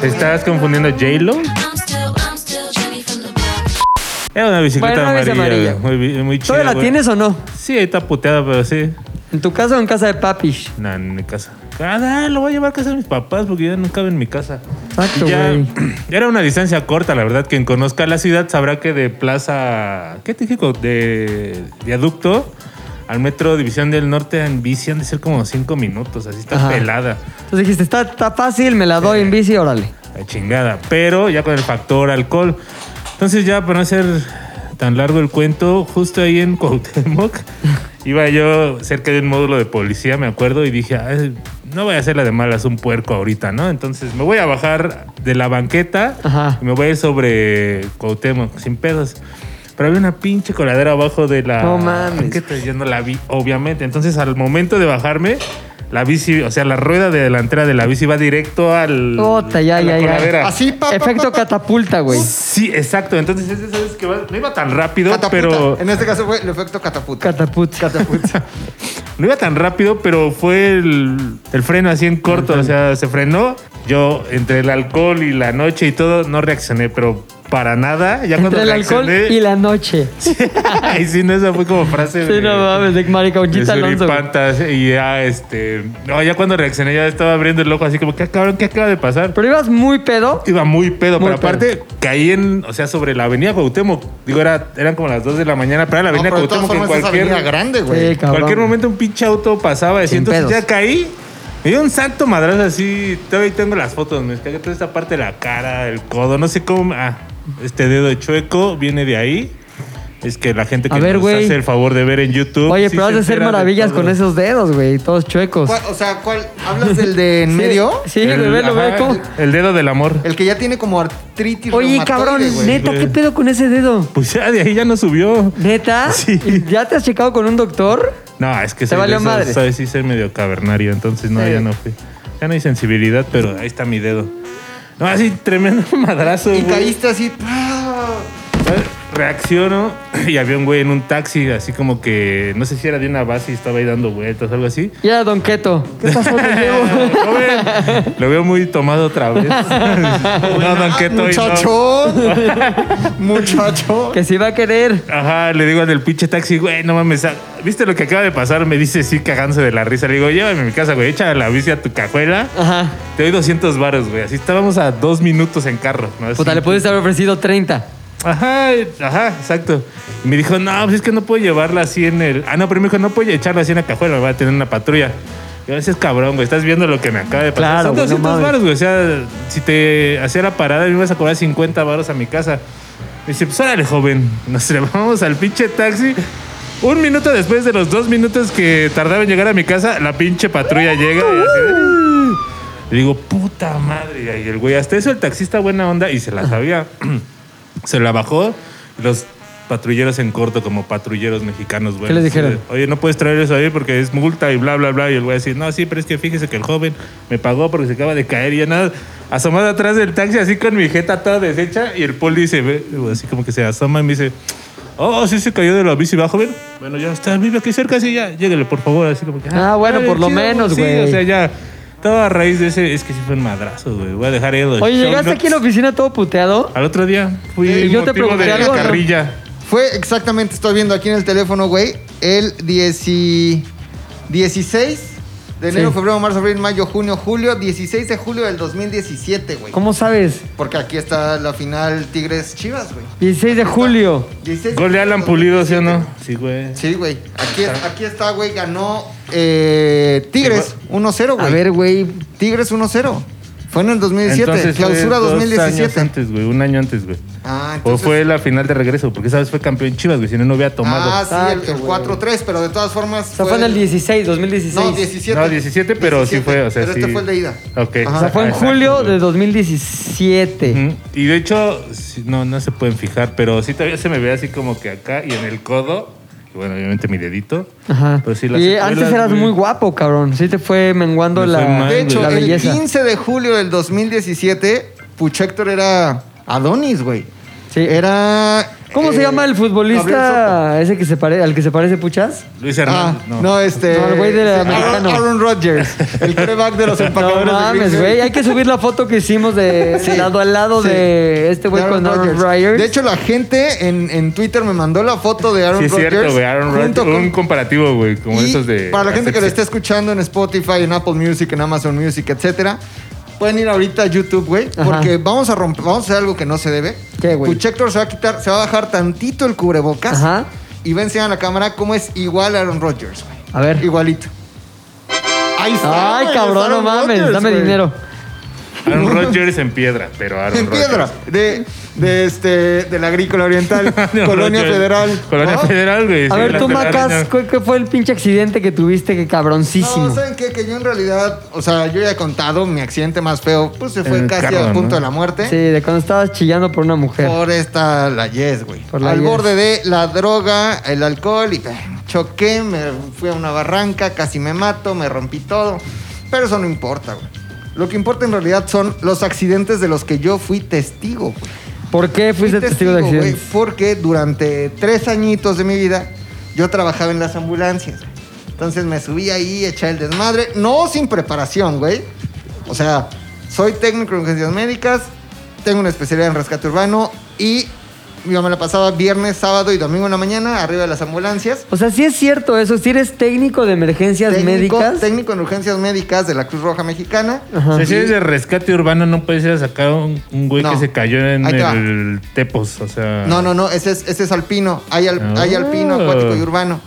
[SPEAKER 2] ¿Te ¿Estás confundiendo J-Lo?
[SPEAKER 4] I'm still, I'm still Jenny from the block.
[SPEAKER 2] Era una bicicleta
[SPEAKER 1] Bueno, una bici
[SPEAKER 2] amarilla,
[SPEAKER 1] amarilla.
[SPEAKER 2] güey. Muy, bi- muy chida.
[SPEAKER 1] ¿Todavía la
[SPEAKER 2] güey.
[SPEAKER 1] tienes o no?
[SPEAKER 2] Sí, ahí está puteada, pero sí.
[SPEAKER 1] ¿En tu casa o en casa de papi?
[SPEAKER 2] Nah, en mi casa. Ah, nah, lo voy a llevar a casa de mis papás porque ya no cabe en mi casa.
[SPEAKER 1] Exacto,
[SPEAKER 2] Y ya-
[SPEAKER 1] güey.
[SPEAKER 2] Era una distancia corta, la verdad. Quien conozca la ciudad sabrá que de plaza. ¿Qué te dije? De viaducto al metro División del Norte en bici han de ser como cinco minutos. Así está
[SPEAKER 1] Ajá.
[SPEAKER 2] pelada.
[SPEAKER 1] Entonces dijiste, está, está fácil, me la doy en bici, órale.
[SPEAKER 2] La chingada. Pero ya con el factor alcohol. Entonces ya para no hacer tan largo el cuento, justo ahí en Cuauhtémoc iba yo cerca de un módulo de policía, me acuerdo, y dije, "Ay, no voy a hacer la de malas un puerco ahorita, ¿no? Entonces me voy a bajar de la banqueta
[SPEAKER 1] Ajá.
[SPEAKER 2] y me voy a ir sobre Cuauhtémoc sin pedos. Pero había una pinche coladera abajo de la
[SPEAKER 1] No mames.
[SPEAKER 2] banqueta y yo no la vi, obviamente. Entonces al momento de bajarme, la bici, o sea, la rueda de delantera de la bici va directo al
[SPEAKER 1] Ota, ya,
[SPEAKER 2] a la
[SPEAKER 1] ya, ya.
[SPEAKER 2] coladera.
[SPEAKER 3] Así, pa, pa,
[SPEAKER 1] Efecto
[SPEAKER 3] pa, pa.
[SPEAKER 1] catapulta, güey.
[SPEAKER 2] Sí, exacto. Entonces, es de esas que va- no iba tan rápido,
[SPEAKER 3] Cataputa.
[SPEAKER 2] pero.
[SPEAKER 3] En este caso fue el efecto cataputa.
[SPEAKER 1] Catapulta.
[SPEAKER 3] Catapulta.
[SPEAKER 2] No iba tan rápido, pero fue el, el freno así en corto. O sea, se frenó. Yo, entre el alcohol y la noche y todo, no reaccioné, pero para nada. Ya cuando
[SPEAKER 1] Entre el alcohol
[SPEAKER 2] reaccioné.
[SPEAKER 1] y la noche.
[SPEAKER 2] Ay, sí, no, esa fue como frase
[SPEAKER 1] Sí,
[SPEAKER 2] de-
[SPEAKER 1] no mames, de
[SPEAKER 2] de
[SPEAKER 1] Mariconchita Alonso. güey.
[SPEAKER 2] Suripantas. Y ya, este. No, ya cuando reaccioné, ya estaba abriendo el ojo así como, ¿qué cabrón? ¿Qué acaba de pasar?
[SPEAKER 1] Pero ibas muy pedo.
[SPEAKER 2] Iba muy pedo,
[SPEAKER 1] Muy
[SPEAKER 2] pero aparte caí en, o sea, sobre la avenida Cuauhtémoc. Digo, era, eran como las 2 de la mañana, pero era la
[SPEAKER 3] No,
[SPEAKER 2] avenida
[SPEAKER 3] pero de todas
[SPEAKER 2] Cuauhtémoc en
[SPEAKER 3] formas es
[SPEAKER 2] cualquier,
[SPEAKER 3] avenida grande, güey.
[SPEAKER 1] Sí, cabrón.
[SPEAKER 2] cualquier momento un pinche auto pasaba. Y
[SPEAKER 1] Sin
[SPEAKER 2] entonces
[SPEAKER 1] pedos.
[SPEAKER 2] ya caí, me dio un santo madrazo así. Todavía tengo las fotos, me cagué toda esta parte de la cara, el codo, no sé cómo. Ah, este dedo chueco viene de ahí. Es que la gente que
[SPEAKER 1] A ver,
[SPEAKER 2] nos
[SPEAKER 1] güey.
[SPEAKER 2] hace el favor de ver en YouTube.
[SPEAKER 1] Oye,
[SPEAKER 2] sí
[SPEAKER 1] pero has
[SPEAKER 2] se
[SPEAKER 1] de hacer
[SPEAKER 2] entera de
[SPEAKER 1] maravillas
[SPEAKER 2] todo.
[SPEAKER 1] con esos dedos, güey, todos chuecos.
[SPEAKER 3] ¿Cuál- o sea, ¿cuál? ¿Hablas del de en
[SPEAKER 1] Sí,
[SPEAKER 3] medio?
[SPEAKER 1] Sí, güey,
[SPEAKER 2] El-
[SPEAKER 1] velo, güey,
[SPEAKER 2] ajá,
[SPEAKER 1] cómo-
[SPEAKER 2] El dedo del amor.
[SPEAKER 3] El que ya tiene como artritis
[SPEAKER 1] Oye,
[SPEAKER 3] reumatoide,
[SPEAKER 1] cabrón,
[SPEAKER 3] güey.
[SPEAKER 1] neta, ¿qué
[SPEAKER 2] güey.
[SPEAKER 1] pedo con ese dedo?
[SPEAKER 2] Pues ya de ahí ya no subió.
[SPEAKER 1] ¿Neta?
[SPEAKER 2] Sí.
[SPEAKER 1] ¿Y ¿Ya te has checado con un doctor?
[SPEAKER 2] No, es que
[SPEAKER 1] Te
[SPEAKER 2] soy de
[SPEAKER 1] valió
[SPEAKER 2] esos,
[SPEAKER 1] madre.
[SPEAKER 2] ¿sabes? Sí, soy medio cavernario, entonces no,
[SPEAKER 1] Sí.
[SPEAKER 2] ya no fui. Ya no hay sensibilidad, pero ahí está mi dedo. No, así tremendo madrazo,
[SPEAKER 3] Y
[SPEAKER 2] güey.
[SPEAKER 3] caíste así. ¡ah! ¡pah!
[SPEAKER 2] ¿Sabes? Reacciono y había un güey en un taxi, así como que no sé si era de una base y estaba ahí dando vueltas o algo así.
[SPEAKER 1] Y era Don Keto. ¿Qué pasó, Don Diego?
[SPEAKER 2] Joven, lo veo muy tomado otra vez. no, don Keto, hoy no.
[SPEAKER 3] ¡Ah, Muchacho. Muchacho.
[SPEAKER 1] que si va a querer.
[SPEAKER 2] Ajá, le digo al del pinche taxi, güey, no mames. ah, ¿Viste lo que acaba de pasar? Me dice sí, cagándose de la risa. Le digo, llévame a mi casa, güey, echa la bici a tu cajuela.
[SPEAKER 1] Ajá.
[SPEAKER 2] Te doy 200 varos, güey. Así estábamos a dos minutos en carro. ¿no? Así.
[SPEAKER 1] Puta, le pudiste haber ofrecido 30.
[SPEAKER 2] Ajá, ajá, exacto. Y me dijo, no, pues es que no puedo llevarla así en el... Ah, no, pero me dijo, no puedo echarla así en la cajuela, me va a tener una patrulla. Y a veces, cabrón, güey, estás viendo lo que me acaba de pasar.
[SPEAKER 1] Claro,
[SPEAKER 2] Son
[SPEAKER 1] güey, no
[SPEAKER 2] 200
[SPEAKER 1] mames.
[SPEAKER 2] varos, güey. O sea, si te hacía la parada, me ibas a cobrar 50 varos a mi casa. Me dice, pues órale, joven. Nos llevamos al pinche taxi. Un minuto después de los dos minutos que tardaba en llegar a mi casa, la pinche patrulla llega y así... Le digo, puta madre. Y el güey, hasta eso el taxista buena onda y se la sabía. se la bajó. Los patrulleros en corto, como patrulleros mexicanos, güey.
[SPEAKER 1] ¿Qué les dijeron?
[SPEAKER 2] Oye, no puedes traer eso ahí porque es multa y bla, bla, bla. Y el güey así, no, sí, pero es que fíjese que el joven me pagó porque se acaba de caer y ya nada. Asomado atrás del taxi, así con mi jeta toda deshecha. Y el poli se ve, así como que se asoma y me dice, oh, sí se cayó de la bici, va, joven. Bueno, ya está, vive aquí cerca, sí, ya, lléguele, por favor. Así como que,
[SPEAKER 1] Ah, bueno, por lo menos,
[SPEAKER 2] sí,
[SPEAKER 1] güey.
[SPEAKER 2] o sea, ya. Todo a raíz de ese. Es que sí fue un madrazo, güey. Voy a dejar ahí los
[SPEAKER 1] Oye,
[SPEAKER 2] show
[SPEAKER 1] llegaste
[SPEAKER 2] notes.
[SPEAKER 1] aquí a la oficina todo puteado.
[SPEAKER 2] Al otro día fui
[SPEAKER 1] Eh, yo te
[SPEAKER 2] motivo
[SPEAKER 1] pregunté
[SPEAKER 2] de
[SPEAKER 1] algo, ¿no?
[SPEAKER 2] carrilla.
[SPEAKER 3] Fue exactamente, estoy viendo aquí en el teléfono, güey, el 10 16 de enero,
[SPEAKER 1] Sí.
[SPEAKER 3] febrero, marzo, abril, mayo, junio, julio, 16 de julio del 2017, güey.
[SPEAKER 1] ¿Cómo sabes?
[SPEAKER 3] Porque aquí está la final Tigres Chivas, güey.
[SPEAKER 1] 16 de julio.
[SPEAKER 3] 16
[SPEAKER 2] Gol de Alan Pulido, ¿sí o no? Sí, güey.
[SPEAKER 3] Sí, güey. Aquí, aquí está, güey, ganó eh, Tigres 1-0, güey.
[SPEAKER 1] A ver, güey.
[SPEAKER 3] Tigres 1-0. Fue en el 2017,
[SPEAKER 2] Entonces, fue
[SPEAKER 3] clausura
[SPEAKER 2] dos
[SPEAKER 3] 2017.
[SPEAKER 2] años antes, güey. Un año antes, güey.
[SPEAKER 3] Ah,
[SPEAKER 2] O
[SPEAKER 3] entonces-
[SPEAKER 2] fue la final de regreso, porque sabes, fue campeón Chivas, güey. Si no, no hubiera tomado.
[SPEAKER 3] Ah, sí, el-
[SPEAKER 1] Exacto,
[SPEAKER 3] el,
[SPEAKER 1] güey.
[SPEAKER 3] 4-3, pero de todas formas.
[SPEAKER 1] O sea, fue en el 16, 2016.
[SPEAKER 3] No, 17.
[SPEAKER 2] No, 17, pero sí fue, o sea,
[SPEAKER 3] Pero
[SPEAKER 2] sí.
[SPEAKER 3] este fue el de ida.
[SPEAKER 2] Ok.
[SPEAKER 1] O sea, fue en
[SPEAKER 2] Exacto,
[SPEAKER 1] julio
[SPEAKER 2] güey.
[SPEAKER 1] de 2017.
[SPEAKER 2] Ujú. Y de hecho, sí, no, no se pueden fijar, pero sí todavía se me ve así como que acá y en el codo. Y bueno, obviamente mi dedito.
[SPEAKER 1] Ajá.
[SPEAKER 2] Pero Pues sí, las
[SPEAKER 1] y
[SPEAKER 2] secuelas,
[SPEAKER 1] antes eras
[SPEAKER 2] güey.
[SPEAKER 1] muy guapo, cabrón. Sí te fue menguando
[SPEAKER 2] Me
[SPEAKER 1] la,
[SPEAKER 2] fue mal,
[SPEAKER 3] De hecho,
[SPEAKER 1] la
[SPEAKER 3] el
[SPEAKER 1] belleza.
[SPEAKER 3] 15 de julio del 2017, Puchector era Adonis, güey.
[SPEAKER 1] Sí.
[SPEAKER 3] Era.
[SPEAKER 1] ¿Cómo se
[SPEAKER 3] eh,
[SPEAKER 1] llama el
[SPEAKER 3] Gabriel
[SPEAKER 1] futbolista ese que se pare, al que se parece Puchas?
[SPEAKER 2] Luis
[SPEAKER 3] Soto. Ah,
[SPEAKER 2] Hernández.
[SPEAKER 3] no,
[SPEAKER 2] no.
[SPEAKER 3] este.
[SPEAKER 1] No, el güey del
[SPEAKER 3] sí, Aaron,
[SPEAKER 1] americano.
[SPEAKER 3] Aaron Rodgers, el coreback de los
[SPEAKER 1] No
[SPEAKER 3] empacadores. de
[SPEAKER 1] mames,
[SPEAKER 3] Green
[SPEAKER 1] güey.
[SPEAKER 3] Bay.
[SPEAKER 1] Hay que subir la foto que hicimos de
[SPEAKER 3] Sí,
[SPEAKER 1] lado al lado
[SPEAKER 3] sí.
[SPEAKER 1] de este güey
[SPEAKER 3] De
[SPEAKER 1] con Aaron Rodgers.
[SPEAKER 3] De hecho, la gente en, en Twitter me mandó la foto de Aaron
[SPEAKER 2] Sí, es
[SPEAKER 3] Rodgers.
[SPEAKER 2] cierto, güey. Aaron
[SPEAKER 3] junto
[SPEAKER 2] Rodgers.
[SPEAKER 3] con-
[SPEAKER 2] Un comparativo, güey, como
[SPEAKER 3] Y
[SPEAKER 2] esos de.
[SPEAKER 3] Para la gente que lo
[SPEAKER 2] le
[SPEAKER 3] esté escuchando en Spotify, en Apple Music, en Amazon Music, etcétera, pueden ir ahorita a YouTube, güey,
[SPEAKER 1] Ajá.
[SPEAKER 3] porque vamos a romper, vamos a hacer algo que no se debe.
[SPEAKER 1] ¿Qué, güey?
[SPEAKER 3] Puchector se va a quitar, se va a bajar tantito el cubrebocas
[SPEAKER 1] Ajá.
[SPEAKER 3] y va a enseñar a la cámara cómo es igual Aaron Rodgers, güey.
[SPEAKER 1] A ver.
[SPEAKER 3] Igualito. Ahí está.
[SPEAKER 1] Ay,
[SPEAKER 3] güey, es
[SPEAKER 1] cabrón, no
[SPEAKER 3] Aaron
[SPEAKER 1] mames.
[SPEAKER 3] Rodgers,
[SPEAKER 1] dame
[SPEAKER 3] güey.
[SPEAKER 1] dinero.
[SPEAKER 2] Aaron Rodgers en piedra, pero Aaron
[SPEAKER 3] En
[SPEAKER 2] Rodgers.
[SPEAKER 3] piedra, de, de este, de la agrícola oriental,
[SPEAKER 2] Aaron
[SPEAKER 3] Colonia
[SPEAKER 2] Rodgers.
[SPEAKER 3] Federal.
[SPEAKER 2] Colonia
[SPEAKER 3] ¿no?
[SPEAKER 2] Federal, güey.
[SPEAKER 1] A
[SPEAKER 2] sí,
[SPEAKER 1] ver,
[SPEAKER 2] la
[SPEAKER 1] tú,
[SPEAKER 2] Federal,
[SPEAKER 1] Macas,
[SPEAKER 2] no.
[SPEAKER 1] ¿cu- ¿qué fue el pinche accidente que tuviste? Que cabroncísimo.
[SPEAKER 3] No, ¿saben qué? Que yo en realidad, o sea, yo ya he contado mi accidente más feo, pues se fue
[SPEAKER 2] el
[SPEAKER 3] casi
[SPEAKER 2] carro,
[SPEAKER 3] al
[SPEAKER 2] ¿no?
[SPEAKER 3] punto de la muerte.
[SPEAKER 1] Sí, de cuando estabas chillando por una mujer.
[SPEAKER 3] ¿eh? Por esta, la Yes, güey.
[SPEAKER 1] Por la
[SPEAKER 3] Al
[SPEAKER 1] yes.
[SPEAKER 3] borde de la droga, el alcohol y eh, choqué, me fui a una barranca, casi me mato, me rompí todo. Pero eso no importa, güey. Lo que importa en realidad son los accidentes de los que yo fui testigo, güey.
[SPEAKER 1] ¿Por qué fuiste testigo, de
[SPEAKER 3] güey,
[SPEAKER 1] accidentes?
[SPEAKER 3] porque durante tres añitos de mi vida yo trabajaba en las ambulancias. güey. Entonces me subí ahí, echaba el desmadre, no sin preparación, güey. O sea, soy técnico en urgencias médicas, tengo una especialidad en rescate urbano y yo me la pasaba viernes, sábado y domingo en la mañana arriba de las ambulancias.
[SPEAKER 1] O sea, sí es cierto eso. Si eres técnico de emergencias
[SPEAKER 3] Técnico,
[SPEAKER 1] médicas.
[SPEAKER 3] técnico en urgencias médicas de la Cruz Roja Mexicana.
[SPEAKER 1] Ajá.
[SPEAKER 2] O sea, si
[SPEAKER 3] Y-
[SPEAKER 2] eres de rescate urbano, no puedes ir a sacar un, un güey
[SPEAKER 3] No.
[SPEAKER 2] que se cayó en
[SPEAKER 3] Ahí te va.
[SPEAKER 2] el Tepos. O sea.
[SPEAKER 3] No, no, no, ese es, ese es alpino. Hay, al-
[SPEAKER 2] Ah.
[SPEAKER 3] hay alpino, acuático y urbano.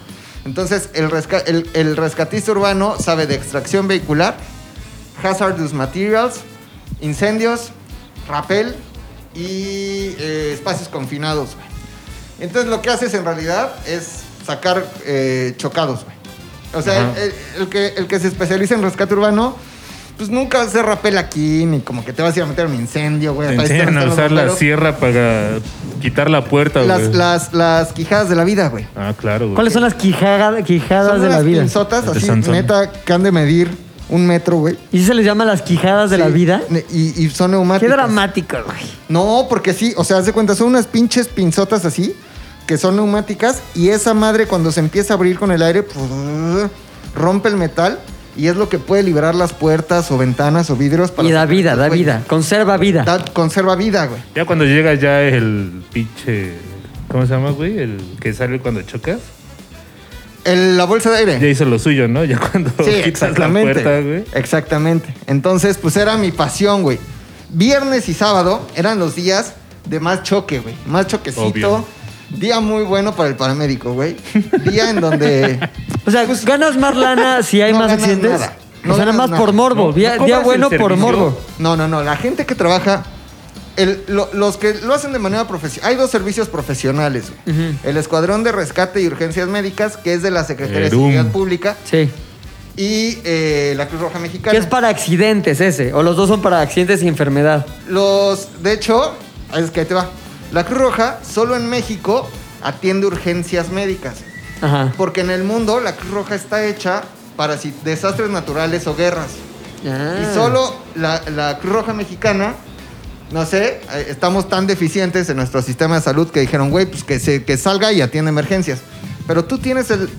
[SPEAKER 3] Entonces, el, resca- el- el rescatista urbano sabe de extracción vehicular, hazardous materials, incendios, rapel y eh, espacios confinados. güey. Entonces lo que haces en realidad es sacar eh, chocados, güey. O sea,
[SPEAKER 2] Ajá.
[SPEAKER 3] el, el que, el que se especializa en rescate urbano, pues nunca va a hacer rapel aquí, ni como que te vas a ir a meter en un incendio, güey.
[SPEAKER 2] Te
[SPEAKER 3] hasta ahí te
[SPEAKER 2] enseñan a
[SPEAKER 3] meten los
[SPEAKER 2] usar la
[SPEAKER 3] bomberos.
[SPEAKER 2] sierra para quitar la puerta, güey.
[SPEAKER 3] las, las, las quijadas de la vida, güey.
[SPEAKER 2] Ah, claro, güey.
[SPEAKER 1] ¿Cuáles son las quijaga- quijadas
[SPEAKER 3] Son
[SPEAKER 1] de la
[SPEAKER 3] unas
[SPEAKER 1] vida?
[SPEAKER 3] pinzotas
[SPEAKER 2] De
[SPEAKER 3] así,
[SPEAKER 2] Sansón.
[SPEAKER 3] neta, que han de medir un metro, güey.
[SPEAKER 1] ¿Y si se les llama las quijadas de
[SPEAKER 3] Sí,
[SPEAKER 1] la vida?
[SPEAKER 3] Y, y son neumáticas.
[SPEAKER 1] Qué dramático, güey.
[SPEAKER 3] No, porque sí, o sea, haz de cuenta, son unas pinches pinzotas así, que son neumáticas, y esa madre cuando se empieza a abrir con el aire, prrr, rompe el metal, y es lo que puede liberar las puertas o ventanas o vidrios para...
[SPEAKER 1] Y da
[SPEAKER 3] sacar
[SPEAKER 1] vida,
[SPEAKER 3] estos
[SPEAKER 1] da
[SPEAKER 3] güeyes.
[SPEAKER 1] vida. Conserva vida.
[SPEAKER 3] Da- conserva vida, güey.
[SPEAKER 2] Ya cuando llega ya el pinche... ¿Cómo se llama, güey? El que sale cuando chocas.
[SPEAKER 3] El- la bolsa de aire.
[SPEAKER 2] Ya hizo lo suyo, ¿no? Ya cuando quitas la puerta, güey.
[SPEAKER 3] Exactamente. Entonces, pues era mi pasión, güey. Viernes y sábado eran los días de más choque, güey. Más choquecito.
[SPEAKER 2] Obvio.
[SPEAKER 3] Día muy bueno para el paramédico, güey. Día en donde.
[SPEAKER 1] O sea,
[SPEAKER 3] pues,
[SPEAKER 1] ganas más lana si hay
[SPEAKER 3] no
[SPEAKER 1] más
[SPEAKER 3] ganas
[SPEAKER 1] accidentes.
[SPEAKER 3] nada. No
[SPEAKER 1] o sea, nada
[SPEAKER 3] ganas
[SPEAKER 1] más
[SPEAKER 3] nada.
[SPEAKER 1] por morbo.
[SPEAKER 2] No,
[SPEAKER 1] día
[SPEAKER 2] no
[SPEAKER 1] día
[SPEAKER 2] cobras el
[SPEAKER 1] bueno por
[SPEAKER 2] servicio.
[SPEAKER 1] morbo.
[SPEAKER 3] Oh, No, no, no. La gente que trabaja. el- lo- los que lo hacen de manera profesional. Hay dos servicios profesionales, güey. El Escuadrón de Rescate y Urgencias Médicas, que es de la Secretaría
[SPEAKER 2] Erum.
[SPEAKER 3] de Seguridad Pública,
[SPEAKER 1] Sí.
[SPEAKER 3] y eh, la Cruz Roja Mexicana.
[SPEAKER 1] Que es para accidentes ese. O los dos son para accidentes y enfermedad.
[SPEAKER 3] Los, de hecho, es que ahí te va. La Cruz Roja solo en México atiende urgencias médicas.
[SPEAKER 1] Ajá.
[SPEAKER 3] Porque en el mundo la Cruz Roja está hecha para si- desastres naturales o guerras.
[SPEAKER 1] Ah.
[SPEAKER 3] Y solo la, la Cruz Roja mexicana, no sé, eh, estamos tan deficientes en nuestro sistema de salud que dijeron, güey, pues que, se, que salga y atiende emergencias. Pero tú tienes el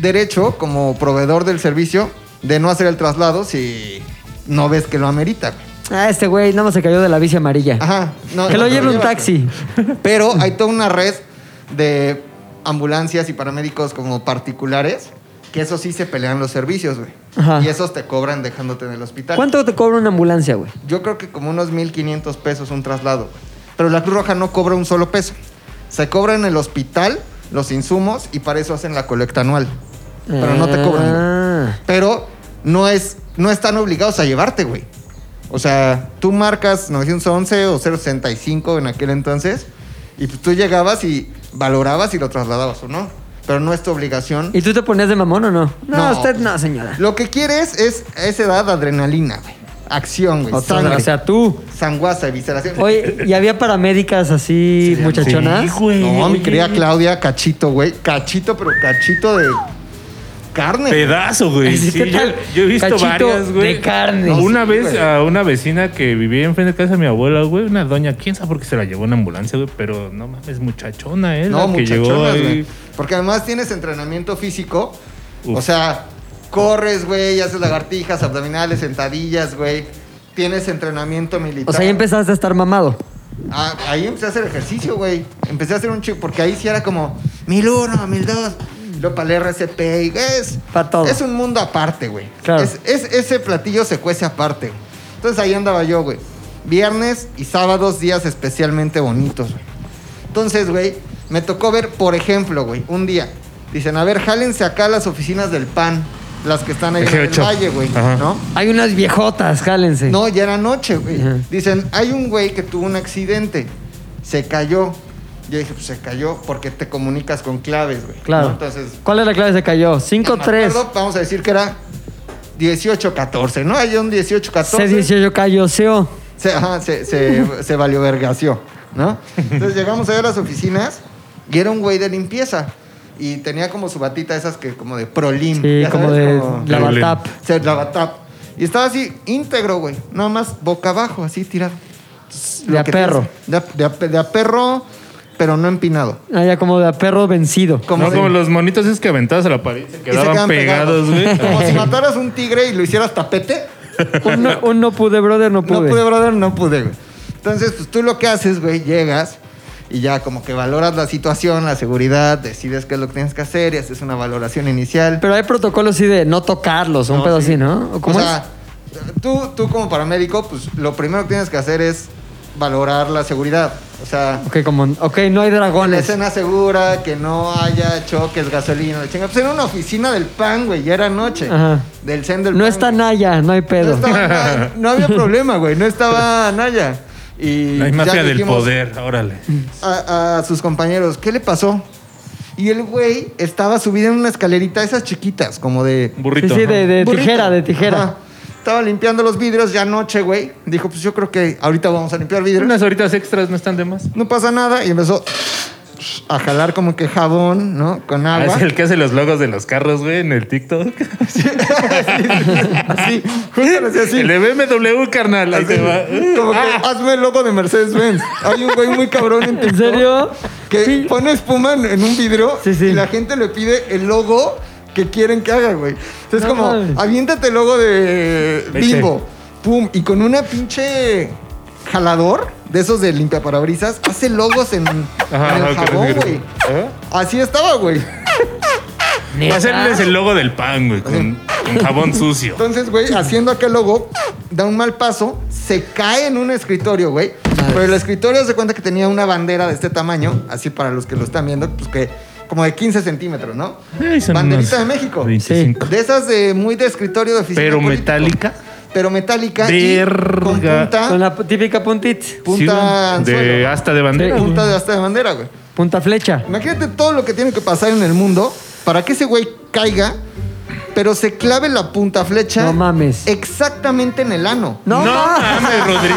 [SPEAKER 3] derecho como proveedor del servicio de no hacer el traslado si no ves que lo amerita. güey.
[SPEAKER 1] Ah, este güey nada más se cayó de la bici amarilla.
[SPEAKER 3] Ajá. no,
[SPEAKER 1] que
[SPEAKER 3] no,
[SPEAKER 1] lo
[SPEAKER 3] pero
[SPEAKER 1] lleve un
[SPEAKER 3] llévatelo.
[SPEAKER 1] taxi.
[SPEAKER 3] Pero hay toda una red de ambulancias y paramédicos como particulares que eso sí se pelean los servicios, güey.
[SPEAKER 1] Ajá.
[SPEAKER 3] Y esos te cobran dejándote en el hospital.
[SPEAKER 1] ¿Cuánto te cobra una ambulancia, güey?
[SPEAKER 3] Yo creo que como unos 1.500 pesos un traslado, güey. Pero la Cruz Roja no cobra un solo peso. Se cobra en el hospital los insumos y para eso hacen la colecta anual. Pero no te cobran. güey
[SPEAKER 1] Ah.
[SPEAKER 3] pero no es no están obligados a llevarte, güey. O sea, tú marcas 911 o 065 en aquel entonces y pues tú llegabas y valorabas si lo trasladabas o no, pero no es tu obligación.
[SPEAKER 1] ¿Y tú te ponías de mamón o no? No,
[SPEAKER 3] No. pues,
[SPEAKER 1] usted no, señora.
[SPEAKER 3] Lo que quieres es a esa edad adrenalina, güey. Acción, güey.
[SPEAKER 1] O sea,
[SPEAKER 3] Sangre,
[SPEAKER 1] o sea, tú.
[SPEAKER 3] sanguaza, visceración.
[SPEAKER 1] Oye, ¿y había paramédicas así, muchachonas?
[SPEAKER 2] Sí, güey.
[SPEAKER 3] no, mi
[SPEAKER 2] oye.
[SPEAKER 3] querida Claudia, cachito, güey. Cachito, pero cachito de carne. güey.
[SPEAKER 2] Pedazo, güey.
[SPEAKER 1] Así
[SPEAKER 2] Sí,
[SPEAKER 1] te
[SPEAKER 2] yo,
[SPEAKER 1] tal-
[SPEAKER 2] yo he visto
[SPEAKER 1] cachito
[SPEAKER 2] varias, güey.
[SPEAKER 1] de carne.
[SPEAKER 2] No, una
[SPEAKER 3] Sí,
[SPEAKER 2] vez
[SPEAKER 3] güey.
[SPEAKER 2] a una vecina que vivía enfrente de casa de mi abuela, güey, una doña, quién sabe por qué se la llevó en ambulancia, güey, pero no mames, muchachona, ¿eh?
[SPEAKER 3] No,
[SPEAKER 2] la que llegó
[SPEAKER 3] muchachonas,
[SPEAKER 2] ahí.
[SPEAKER 3] güey. Porque además tienes entrenamiento físico.
[SPEAKER 2] Uf.
[SPEAKER 3] O sea, corres, güey, haces lagartijas, abdominales, sentadillas, güey. Tienes entrenamiento militar.
[SPEAKER 1] O sea, ya empezaste a estar mamado.
[SPEAKER 3] Ah, ahí empecé a hacer ejercicio, güey. Empecé a hacer un chico, porque ahí sí era como 1001, 1002. Lo para el RCP y es.
[SPEAKER 1] Pa' todo.
[SPEAKER 3] Es un mundo aparte, güey.
[SPEAKER 1] Claro.
[SPEAKER 3] Es, es- ese platillo se cuece aparte. güey. Entonces ahí andaba yo, güey. Viernes y sábados, días especialmente bonitos, güey. Entonces, güey, me tocó ver, por ejemplo, güey, un día. Dicen, a ver, jálense acá a las oficinas del PAN, las que están ahí en
[SPEAKER 2] Eje
[SPEAKER 3] el
[SPEAKER 2] ocho.
[SPEAKER 3] valle, güey,
[SPEAKER 2] Ajá.
[SPEAKER 3] ¿no?
[SPEAKER 1] Hay unas viejotas, jálense.
[SPEAKER 3] No, ya era noche, güey.
[SPEAKER 1] Ajá.
[SPEAKER 3] Dicen, hay un güey que tuvo un accidente. Se cayó. Yo dije, pues se cayó porque te comunicas con claves, güey.
[SPEAKER 1] Claro.
[SPEAKER 3] ¿no? Entonces,
[SPEAKER 1] ¿Cuál es la clave? Se cayó. 5-3.
[SPEAKER 3] acuerdo, vamos a decir que era 18-14, ¿no? Hay un 18-14.
[SPEAKER 1] C18 cayó, CEO.
[SPEAKER 3] Se, ajá, se, se, se valió vergació, ¿no? Entonces llegamos allá a las oficinas y era un güey de limpieza. Y tenía como su batita esas que como de prolim.
[SPEAKER 1] Sí,
[SPEAKER 3] ya
[SPEAKER 1] como
[SPEAKER 3] sabes,
[SPEAKER 1] de
[SPEAKER 3] como-
[SPEAKER 1] lavatap.
[SPEAKER 3] se lava tap. Y estaba así, íntegro, güey. Nada más boca abajo, así tirado.
[SPEAKER 1] De
[SPEAKER 3] Lo
[SPEAKER 1] a
[SPEAKER 3] que
[SPEAKER 1] perro.
[SPEAKER 3] tienes, De a, de a pe- de a perro, pero no empinado.
[SPEAKER 1] Ah, ya como de a perro vencido.
[SPEAKER 2] no
[SPEAKER 3] si-
[SPEAKER 2] como los monitos es que aventabas a la pared y se
[SPEAKER 3] y se
[SPEAKER 2] quedaban
[SPEAKER 3] quedan
[SPEAKER 2] pegados,
[SPEAKER 3] Como si
[SPEAKER 2] güey.
[SPEAKER 3] mataras un tigre y lo hicieras tapete.
[SPEAKER 1] Un no, un no pude, brother, no pude.
[SPEAKER 3] No pude, brother, no pude, güey. Entonces, pues tú lo que haces, güey, llegas y ya como que valoras la situación, la seguridad, decides qué es lo que tienes que hacer y haces una valoración inicial.
[SPEAKER 1] Pero hay protocolos así de no tocarlos, un
[SPEAKER 3] No,
[SPEAKER 1] pedo
[SPEAKER 3] sí.
[SPEAKER 1] así, ¿no? ¿O ¿Cómo
[SPEAKER 3] o sea, tú, tú como paramédico, pues lo primero que tienes que hacer es valorar la seguridad. O sea,
[SPEAKER 1] es? Ok, como, ok, no hay
[SPEAKER 3] la
[SPEAKER 1] dragones.
[SPEAKER 3] escena segura, que no haya choques, gasolina, la chinga. Pues era una oficina del PAN, güey, ya era noche.
[SPEAKER 1] Ajá.
[SPEAKER 3] Del CEN del
[SPEAKER 1] No
[SPEAKER 3] PAN,
[SPEAKER 1] está
[SPEAKER 3] güey.
[SPEAKER 1] Naya, no hay
[SPEAKER 3] No,
[SPEAKER 1] pedo.
[SPEAKER 3] estaba Naya, no había problema, güey, no estaba Naya. Y
[SPEAKER 2] La
[SPEAKER 3] ya
[SPEAKER 2] mafia del
[SPEAKER 3] dijimos
[SPEAKER 2] poder, órale.
[SPEAKER 3] A, a sus compañeros, ¿qué le pasó? Y el güey estaba subido en una escalerita, esas chiquitas, como de...
[SPEAKER 2] Burrito.
[SPEAKER 1] Sí, sí, de, de
[SPEAKER 3] Burrito.
[SPEAKER 1] tijera, de
[SPEAKER 3] Ajá.
[SPEAKER 1] tijera.
[SPEAKER 3] Estaba limpiando los vidrios ya anoche, güey. Dijo, pues yo creo que ahorita vamos a limpiar vidrios.
[SPEAKER 2] Unas horitas extras no están de más.
[SPEAKER 3] No pasa nada. Y empezó a jalar como que jabón, ¿no? Con
[SPEAKER 2] Ah,
[SPEAKER 3] agua.
[SPEAKER 2] es el que hace los logos de los carros, güey, en el TikTok.
[SPEAKER 3] así, justo le hacía así.
[SPEAKER 2] El de BMW, carnal. Ahí te va. Ah.
[SPEAKER 3] Como que hazme el logo de Mercedes Benz. Hay un güey muy cabrón en TikTok
[SPEAKER 1] ¿En serio?
[SPEAKER 3] que
[SPEAKER 1] Sí.
[SPEAKER 3] pone espuma en, en un vidrio
[SPEAKER 1] Sí, sí.
[SPEAKER 3] y la gente le pide el logo que quieren que haga, güey.
[SPEAKER 1] No
[SPEAKER 3] Entonces como,
[SPEAKER 1] mames.
[SPEAKER 3] aviéntate el logo de
[SPEAKER 2] Leche.
[SPEAKER 3] Bimbo. Pum, y con una pinche jalador de esos de limpiaparabrisas hace logos en, en el
[SPEAKER 2] ok,
[SPEAKER 3] jabón,
[SPEAKER 2] ok.
[SPEAKER 3] güey.
[SPEAKER 2] Ajá.
[SPEAKER 3] Así estaba, güey.
[SPEAKER 2] Va a hacerles el logo del pan, güey, con, con jabón sucio.
[SPEAKER 3] Entonces, güey, haciendo aquel logo, da un mal paso, se cae en un escritorio, güey. Pero el escritorio se cuenta que tenía una bandera de este tamaño, así para los que lo están viendo, pues que como de 15 centímetros, ¿no?
[SPEAKER 2] Ay, Eh, son
[SPEAKER 3] Banderita de
[SPEAKER 2] unos
[SPEAKER 3] México.
[SPEAKER 2] 25.
[SPEAKER 3] De esas de muy de escritorio de oficina.
[SPEAKER 2] Pero
[SPEAKER 3] político.
[SPEAKER 2] metálica.
[SPEAKER 3] Pero metálica. y con
[SPEAKER 2] Verga.
[SPEAKER 3] punta,
[SPEAKER 1] Con la típica puntita.
[SPEAKER 3] punta
[SPEAKER 2] Sí, de
[SPEAKER 3] anzuelo.
[SPEAKER 2] hasta de bandera. güey.
[SPEAKER 3] punta de hasta de bandera, güey.
[SPEAKER 1] Punta flecha.
[SPEAKER 3] Imagínate todo lo que tiene que pasar en el mundo para que ese güey caiga, pero se clave la punta flecha.
[SPEAKER 1] No mames.
[SPEAKER 3] Exactamente en el ano.
[SPEAKER 1] No,
[SPEAKER 2] No,
[SPEAKER 1] mames.
[SPEAKER 2] mames, Rodrigo.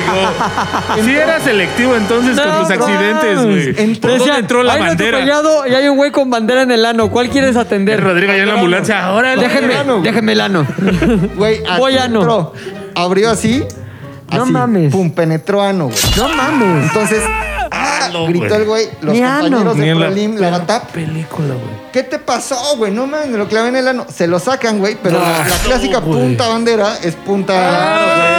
[SPEAKER 2] Si era selectivo entonces
[SPEAKER 1] No
[SPEAKER 2] con tus
[SPEAKER 1] mames.
[SPEAKER 2] accidentes, güey. ¿Por
[SPEAKER 1] Decía,
[SPEAKER 2] dónde entró la
[SPEAKER 1] "Hay un
[SPEAKER 2] bandera?
[SPEAKER 1] atropellado y hay un güey con bandera en el ano. ¿Cuál quieres atender?
[SPEAKER 2] Rodrigo allá en la ambulancia. Ahora
[SPEAKER 1] Déjenme, déjenme el ano.
[SPEAKER 3] Güey, aquí
[SPEAKER 1] Voy ano.
[SPEAKER 3] entró, Abrió así.
[SPEAKER 1] No
[SPEAKER 3] así,
[SPEAKER 1] mames.
[SPEAKER 3] Pum, penetró ano, güey.
[SPEAKER 1] No mames.
[SPEAKER 3] Entonces, ah, gritó el güey, los
[SPEAKER 1] Ni ano.
[SPEAKER 3] compañeros
[SPEAKER 2] Ni
[SPEAKER 3] de
[SPEAKER 2] en la
[SPEAKER 3] Prolim, la, Gatap,
[SPEAKER 2] película, güey.
[SPEAKER 3] ¿Qué te pasó, güey? No mames, me lo clavé en el ano. Se lo sacan, güey, pero la, la clásica punta bandera es
[SPEAKER 1] Ah,
[SPEAKER 3] punta.